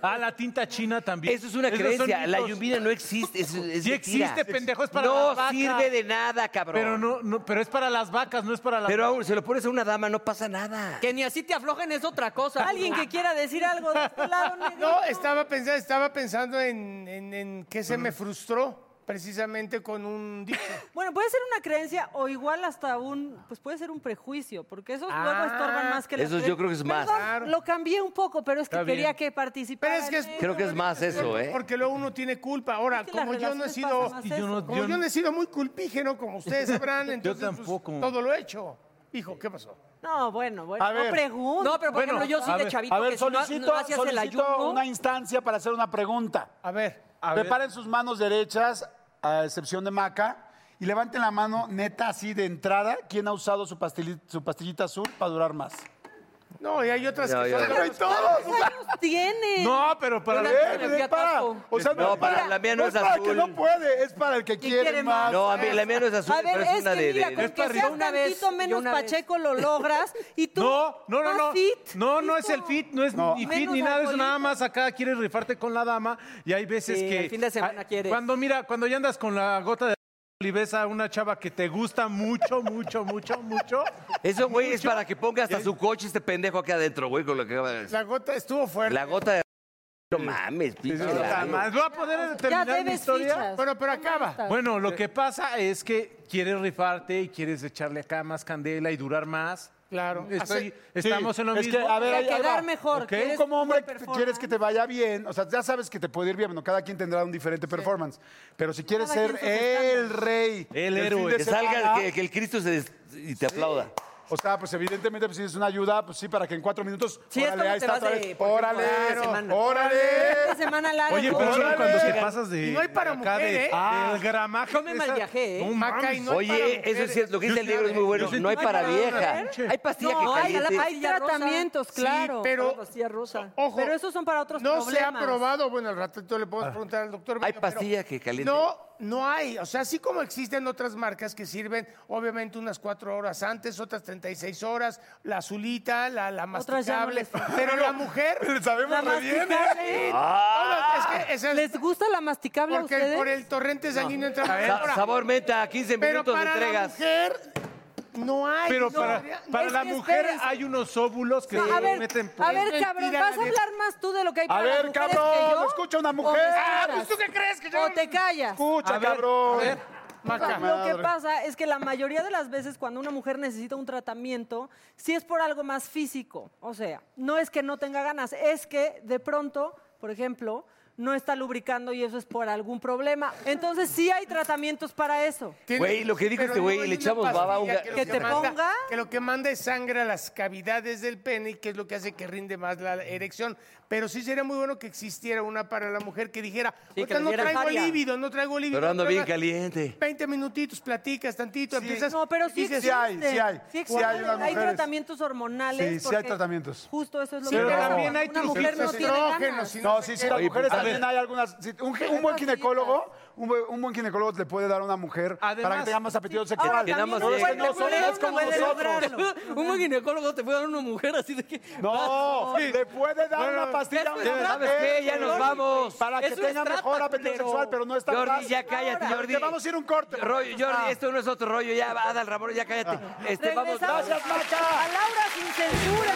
[SPEAKER 3] Ah, la tinta china también.
[SPEAKER 2] Eso es una
[SPEAKER 3] Esos son
[SPEAKER 2] creencia. La
[SPEAKER 3] mitos.
[SPEAKER 2] yumbina no existe. Es, es
[SPEAKER 3] Sí
[SPEAKER 2] mentira.
[SPEAKER 3] existe, pendejo, es para
[SPEAKER 2] No
[SPEAKER 3] las vacas.
[SPEAKER 2] sirve de nada, cabrón.
[SPEAKER 3] Pero no, no, pero es para las vacas, no es para las
[SPEAKER 2] Pero aún se lo pones a una dama, no pasa nada.
[SPEAKER 6] Que ni así te aflojen es otra cosa.
[SPEAKER 5] Alguien que quiera decir algo de este lado. negrito.
[SPEAKER 7] No, estaba pensando, estaba pensando en, en, en que se me frustró precisamente con un dicho.
[SPEAKER 5] Bueno, puede ser una creencia o igual hasta un, pues puede ser un prejuicio, porque esos
[SPEAKER 6] Ah.
[SPEAKER 5] luego estorban más que las
[SPEAKER 2] esos yo
[SPEAKER 5] creencias.
[SPEAKER 2] creo que es más.
[SPEAKER 5] Perdón, Lo cambié un poco, pero es que
[SPEAKER 3] Está bien.
[SPEAKER 5] quería que participara.
[SPEAKER 7] Pero es que es-
[SPEAKER 5] en-
[SPEAKER 2] Creo que es más eso, ¿eh?
[SPEAKER 7] Porque luego uno tiene culpa. Ahora,
[SPEAKER 5] Es que
[SPEAKER 7] como
[SPEAKER 5] las
[SPEAKER 7] yo no he
[SPEAKER 5] relaciones
[SPEAKER 7] sido,
[SPEAKER 5] pasan más
[SPEAKER 3] Y yo no-
[SPEAKER 5] eso.
[SPEAKER 7] como yo no he sido muy culpígeno, como ustedes sabrán, entonces pues,
[SPEAKER 3] tampoco.
[SPEAKER 7] todo lo he hecho. Hijo, ¿qué pasó?
[SPEAKER 5] No, bueno, bueno,
[SPEAKER 4] A
[SPEAKER 5] no
[SPEAKER 4] ver.
[SPEAKER 5] pregunto.
[SPEAKER 6] No, pero por
[SPEAKER 3] Bueno,
[SPEAKER 6] ejemplo, yo soy
[SPEAKER 3] a
[SPEAKER 6] de
[SPEAKER 3] ver,
[SPEAKER 6] chavito
[SPEAKER 4] A ver,
[SPEAKER 6] que si no-
[SPEAKER 4] solicito,
[SPEAKER 6] no, hacías el
[SPEAKER 4] solicito
[SPEAKER 6] ayuno.
[SPEAKER 4] una instancia para hacer una pregunta.
[SPEAKER 7] A ver.
[SPEAKER 4] Preparen sus manos derechas, a excepción de Maca, y levanten la mano neta así de entrada. ¿Quién ha usado su, pastili- su pastillita azul para durar más?
[SPEAKER 7] No, y hay otras
[SPEAKER 2] No,
[SPEAKER 7] que
[SPEAKER 2] yo-
[SPEAKER 7] son...
[SPEAKER 2] Pero hay
[SPEAKER 5] ¿Cuántos años tienes?
[SPEAKER 3] No, pero para
[SPEAKER 6] Yo
[SPEAKER 3] ver.
[SPEAKER 6] la-
[SPEAKER 4] Eh,
[SPEAKER 6] me fui a
[SPEAKER 4] para-
[SPEAKER 6] Costco.
[SPEAKER 4] o sea,
[SPEAKER 2] No, para
[SPEAKER 4] mira,
[SPEAKER 2] la mía no es
[SPEAKER 4] para el que
[SPEAKER 2] azul.
[SPEAKER 4] no puede, es para el que quiere,
[SPEAKER 5] quiere
[SPEAKER 4] más.
[SPEAKER 5] más?
[SPEAKER 2] No, a mí la mía no es azul,
[SPEAKER 5] A ver,
[SPEAKER 2] pero
[SPEAKER 5] es,
[SPEAKER 2] es, una
[SPEAKER 5] que
[SPEAKER 2] de.
[SPEAKER 5] mira,
[SPEAKER 2] de-
[SPEAKER 5] con
[SPEAKER 3] Eh, es
[SPEAKER 5] que
[SPEAKER 3] para
[SPEAKER 5] seas
[SPEAKER 3] arriba.
[SPEAKER 6] Una vez,
[SPEAKER 5] tantito
[SPEAKER 6] yo
[SPEAKER 5] menos
[SPEAKER 6] una vez.
[SPEAKER 5] pacheco lo logras y tú
[SPEAKER 3] No, no, no,
[SPEAKER 5] más
[SPEAKER 3] no.
[SPEAKER 5] fit.
[SPEAKER 3] no, no es el fit, no es
[SPEAKER 4] No.
[SPEAKER 3] ni fit
[SPEAKER 5] Menos
[SPEAKER 3] ni nada, es
[SPEAKER 5] alcoholismo.
[SPEAKER 3] nada más acá quieres rifarte con la dama y hay veces
[SPEAKER 6] Sí,
[SPEAKER 3] que
[SPEAKER 6] el fin de semana
[SPEAKER 3] Ah,
[SPEAKER 6] quieres.
[SPEAKER 3] Cuando mira, cuando ya andas con la gota de y ves a una chava que te gusta mucho, mucho, mucho, mucho.
[SPEAKER 2] Eso, güey, es para que ponga hasta su coche este pendejo aquí adentro, güey, con lo que acaba de decir.
[SPEAKER 7] La gota estuvo fuerte.
[SPEAKER 2] La gota de. No mames, pinche.
[SPEAKER 3] Puta
[SPEAKER 2] la-
[SPEAKER 3] madre, ¿Voy a poder
[SPEAKER 5] Ya
[SPEAKER 3] terminar mi
[SPEAKER 5] debes
[SPEAKER 3] historia?
[SPEAKER 5] fichas.
[SPEAKER 7] Bueno, pero acaba. Eh,
[SPEAKER 3] Bueno, lo que pasa es que quieres rifarte y quieres echarle acá más candela y durar más.
[SPEAKER 7] Claro.
[SPEAKER 3] Estoy-
[SPEAKER 7] Hace-
[SPEAKER 3] estamos en lo
[SPEAKER 4] es
[SPEAKER 3] mismo.
[SPEAKER 4] Que, a ver,
[SPEAKER 5] Para
[SPEAKER 4] ahí- ahí
[SPEAKER 5] quedar
[SPEAKER 4] va.
[SPEAKER 5] mejor,
[SPEAKER 4] Ok.
[SPEAKER 5] quieres
[SPEAKER 4] Tú como hombre
[SPEAKER 5] una performance.
[SPEAKER 4] quieres que te vaya bien, o sea, ya sabes que te puede ir bien, bueno, cada quien tendrá un diferente performance, pero si quieres
[SPEAKER 5] Cada
[SPEAKER 4] ser
[SPEAKER 5] quien sus
[SPEAKER 4] el
[SPEAKER 5] estándares.
[SPEAKER 4] rey,
[SPEAKER 3] El
[SPEAKER 4] del
[SPEAKER 3] héroe.
[SPEAKER 4] fin de
[SPEAKER 2] Que salga,
[SPEAKER 4] semana,
[SPEAKER 2] que, que el Cristo se des- y te aplauda.
[SPEAKER 4] O sea, pues evidentemente pues, si es una ayuda, pues sí, para que en cuatro minutos,
[SPEAKER 6] Sí, es
[SPEAKER 4] órale,
[SPEAKER 6] como
[SPEAKER 4] ahí
[SPEAKER 6] te
[SPEAKER 4] está
[SPEAKER 6] vas
[SPEAKER 4] otra
[SPEAKER 6] de,
[SPEAKER 4] vez,
[SPEAKER 6] por ejemplo,
[SPEAKER 4] órale,
[SPEAKER 6] a la semana.
[SPEAKER 5] Esta
[SPEAKER 4] órale.
[SPEAKER 5] semana larga.
[SPEAKER 3] Oye, pero
[SPEAKER 4] Órale.
[SPEAKER 3] eso cuando te pasas de.
[SPEAKER 7] Y no hay para
[SPEAKER 3] de acá
[SPEAKER 7] mujer,
[SPEAKER 3] de-
[SPEAKER 7] ¿eh?
[SPEAKER 3] del gramaje.
[SPEAKER 6] Yo me
[SPEAKER 3] de esa-
[SPEAKER 6] malviajé, ¿eh?
[SPEAKER 3] No
[SPEAKER 7] Maca,
[SPEAKER 3] mames.
[SPEAKER 7] y no hay para
[SPEAKER 2] Oye, eso
[SPEAKER 7] mujeres.
[SPEAKER 2] es cierto. Lo que
[SPEAKER 3] Yo
[SPEAKER 2] dice el
[SPEAKER 3] sí,
[SPEAKER 2] libro es muy
[SPEAKER 3] yo
[SPEAKER 2] bueno.
[SPEAKER 3] sí
[SPEAKER 2] No hay
[SPEAKER 3] tuve
[SPEAKER 2] para
[SPEAKER 3] una
[SPEAKER 2] vieja.
[SPEAKER 3] mujer.
[SPEAKER 2] Hay pastillas que
[SPEAKER 5] No, hay,
[SPEAKER 2] caliente.
[SPEAKER 5] hay
[SPEAKER 6] Pastilla rosa.
[SPEAKER 5] tratamientos,
[SPEAKER 7] Sí,
[SPEAKER 5] claro.
[SPEAKER 7] pero-
[SPEAKER 6] Una pastilla rosa.
[SPEAKER 7] Ojo,
[SPEAKER 5] Pero esos son para otros
[SPEAKER 7] no se
[SPEAKER 5] problemas.
[SPEAKER 7] ha probado. Bueno, al ratito le podemos preguntar al doctor.
[SPEAKER 2] Ah. Hay
[SPEAKER 7] Bello,
[SPEAKER 2] pastilla
[SPEAKER 7] pero
[SPEAKER 2] que caliente.
[SPEAKER 7] No, no hay. O sea, así como existen otras marcas que sirven, obviamente, unas cuatro horas antes, otras 46 horas, la azulita, la, la
[SPEAKER 5] Otras ya no
[SPEAKER 7] masticable.
[SPEAKER 5] les sirven.
[SPEAKER 7] Pero la mujer.
[SPEAKER 5] La masticable.
[SPEAKER 7] Todas, es que esa es-
[SPEAKER 5] ¿eh? ¿Les gusta la masticable a
[SPEAKER 7] porque
[SPEAKER 5] ustedes?
[SPEAKER 7] por el torrente sanguíneo entra
[SPEAKER 3] A ver,
[SPEAKER 7] ahora,
[SPEAKER 2] sabor meta, 15
[SPEAKER 7] Pero
[SPEAKER 2] minutos
[SPEAKER 7] para la
[SPEAKER 2] entregas.
[SPEAKER 7] mujer no hay.
[SPEAKER 3] Pero
[SPEAKER 7] no,
[SPEAKER 3] para,
[SPEAKER 7] no,
[SPEAKER 3] para
[SPEAKER 7] es
[SPEAKER 3] la
[SPEAKER 7] que
[SPEAKER 3] mujer
[SPEAKER 7] espérense.
[SPEAKER 3] hay unos óvulos que
[SPEAKER 5] No, a
[SPEAKER 3] se
[SPEAKER 5] ver,
[SPEAKER 3] meten por...
[SPEAKER 5] a ver,
[SPEAKER 7] Mentira,
[SPEAKER 5] cabrón, ¿vas a
[SPEAKER 7] nadie-
[SPEAKER 5] hablar más tú de lo que hay para
[SPEAKER 4] ver,
[SPEAKER 5] las mujeres
[SPEAKER 4] cabrón,
[SPEAKER 5] que yo?
[SPEAKER 4] escucha una
[SPEAKER 5] ¿O me
[SPEAKER 4] mujer.
[SPEAKER 5] escuchas?
[SPEAKER 4] Ah, pues, ¿tú qué crees que yo-
[SPEAKER 5] O te callas.
[SPEAKER 4] Escucha,
[SPEAKER 3] A ver,
[SPEAKER 4] cabrón.
[SPEAKER 3] a ver.
[SPEAKER 7] Maca.
[SPEAKER 5] Pues, Lo que pasa es que la mayoría de las veces cuando una mujer necesita un tratamiento, sí es por algo más físico. O sea, no es que no tenga ganas, es que de pronto, por ejemplo, no está lubricando y eso es por algún problema. Entonces sí hay tratamientos para eso.
[SPEAKER 7] Tiene-
[SPEAKER 2] Güey, lo que dijo
[SPEAKER 7] pero
[SPEAKER 2] este güey,
[SPEAKER 7] no hay
[SPEAKER 2] le
[SPEAKER 7] una
[SPEAKER 2] echamos baba a un
[SPEAKER 7] pastilla
[SPEAKER 2] ga-
[SPEAKER 7] lo
[SPEAKER 5] Que te
[SPEAKER 7] manda-
[SPEAKER 5] ponga.
[SPEAKER 7] Que lo que manda es sangre a las cavidades del pene y que es lo que hace que rinde más la erección. Pero sí sería muy bueno que existiera una para la mujer que dijera,
[SPEAKER 6] que
[SPEAKER 7] "Ahorita
[SPEAKER 6] le
[SPEAKER 7] no
[SPEAKER 6] diera
[SPEAKER 7] traigo
[SPEAKER 6] varia".
[SPEAKER 7] líbido, no traigo líbido.
[SPEAKER 2] Pero ando
[SPEAKER 7] no
[SPEAKER 2] bien
[SPEAKER 7] traigo-
[SPEAKER 2] caliente.
[SPEAKER 7] 20 minutitos, platicas tantito, empiezas...
[SPEAKER 5] No, pero sí,
[SPEAKER 7] dices,
[SPEAKER 4] sí hay, sí hay, sí hay
[SPEAKER 5] existen.
[SPEAKER 4] unas
[SPEAKER 5] Hay
[SPEAKER 4] mujeres.
[SPEAKER 5] tratamientos hormonales.
[SPEAKER 4] Sí, sí hay
[SPEAKER 5] porque
[SPEAKER 4] tratamientos.
[SPEAKER 5] Justo eso es lo
[SPEAKER 7] Sí,
[SPEAKER 5] que
[SPEAKER 7] pero
[SPEAKER 5] pasa.
[SPEAKER 7] también
[SPEAKER 3] hay
[SPEAKER 5] Una mujer no
[SPEAKER 7] truquitos,
[SPEAKER 5] tiene
[SPEAKER 7] estrógenos,
[SPEAKER 5] ganas.
[SPEAKER 7] sí,
[SPEAKER 4] No, sí, sí, las
[SPEAKER 2] Oye,
[SPEAKER 4] mujeres
[SPEAKER 2] pues, a
[SPEAKER 4] también hay algunas. sí, un, ge- un buen ginecólogo, un, buen- un buen ginecólogo le puede dar a una mujer para que
[SPEAKER 3] Además-
[SPEAKER 4] tenga más apetito sexual.
[SPEAKER 5] Ahora,
[SPEAKER 2] Que nada más
[SPEAKER 5] también un
[SPEAKER 2] llegue.
[SPEAKER 5] buen
[SPEAKER 2] No, son
[SPEAKER 5] culero
[SPEAKER 4] hombres como
[SPEAKER 5] puede
[SPEAKER 4] nosotros.
[SPEAKER 5] lograrlo.
[SPEAKER 6] Un buen ginecólogo te puede dar una mujer así de que.
[SPEAKER 4] No,
[SPEAKER 3] Sí.
[SPEAKER 4] le puede dar una pastilla.
[SPEAKER 6] eso es
[SPEAKER 2] ¿Sabes qué? Ya nos vamos.
[SPEAKER 4] Para que
[SPEAKER 6] Eso es
[SPEAKER 4] tenga
[SPEAKER 6] trata,
[SPEAKER 4] mejor apetito
[SPEAKER 6] pero-
[SPEAKER 4] sexual, pero no está
[SPEAKER 2] Jordi,
[SPEAKER 4] fácil.
[SPEAKER 2] ya cállate,
[SPEAKER 4] Ahora,
[SPEAKER 2] Jordi.
[SPEAKER 4] Te vamos a ir un corte.
[SPEAKER 2] Rollo, Jordi, esto no es otro rollo, ya, Adal Ramón, ya cállate.
[SPEAKER 4] Ah.
[SPEAKER 2] Este, vamos,
[SPEAKER 5] Regresamos
[SPEAKER 2] gracias.
[SPEAKER 5] A Laura sin censura.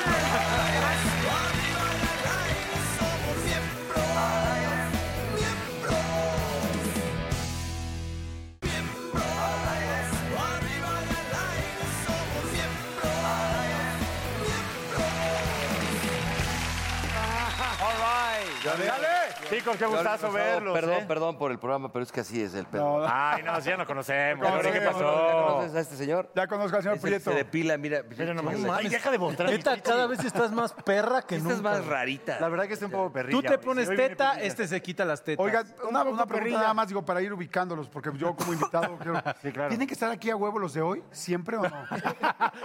[SPEAKER 8] Chicos, qué
[SPEAKER 2] Jordi,
[SPEAKER 8] gustazo
[SPEAKER 2] por favor,
[SPEAKER 8] verlos.
[SPEAKER 2] Perdón,
[SPEAKER 8] ¿eh?
[SPEAKER 2] perdón por el programa, pero es que así es el pedo. Ah,
[SPEAKER 8] Ay, no, si ya nos conocemos.
[SPEAKER 4] No
[SPEAKER 8] Ahora, ¿Qué
[SPEAKER 4] conocemos,
[SPEAKER 8] pasó?
[SPEAKER 2] ¿Conoces a este señor?
[SPEAKER 4] Ya conozco al señor
[SPEAKER 2] Es el que
[SPEAKER 4] Prieto.
[SPEAKER 2] se depila, mira.
[SPEAKER 8] Mira nomás.
[SPEAKER 2] Chale.
[SPEAKER 8] Ay, deja de mostrar. mis
[SPEAKER 3] Neta,
[SPEAKER 8] chichis.
[SPEAKER 3] cada vez estás más perra que
[SPEAKER 2] Esta
[SPEAKER 3] nunca.
[SPEAKER 2] es más rarita.
[SPEAKER 8] La verdad que está un poco perrilla.
[SPEAKER 3] Tú te
[SPEAKER 8] güey.
[SPEAKER 3] pones
[SPEAKER 8] Sí, hoy viene
[SPEAKER 3] teta,
[SPEAKER 8] perrilla.
[SPEAKER 3] este se quita las tetas.
[SPEAKER 4] Oiga, una, una pregunta
[SPEAKER 8] perrilla.
[SPEAKER 4] nada más, digo, para ir ubicándolos, porque yo como invitado quiero...
[SPEAKER 8] Sí, claro.
[SPEAKER 4] ¿Tienen que estar aquí a huevo los de hoy? ¿Siempre o no?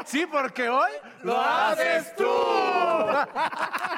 [SPEAKER 3] Sí, porque hoy...
[SPEAKER 2] ¡Lo haces tú!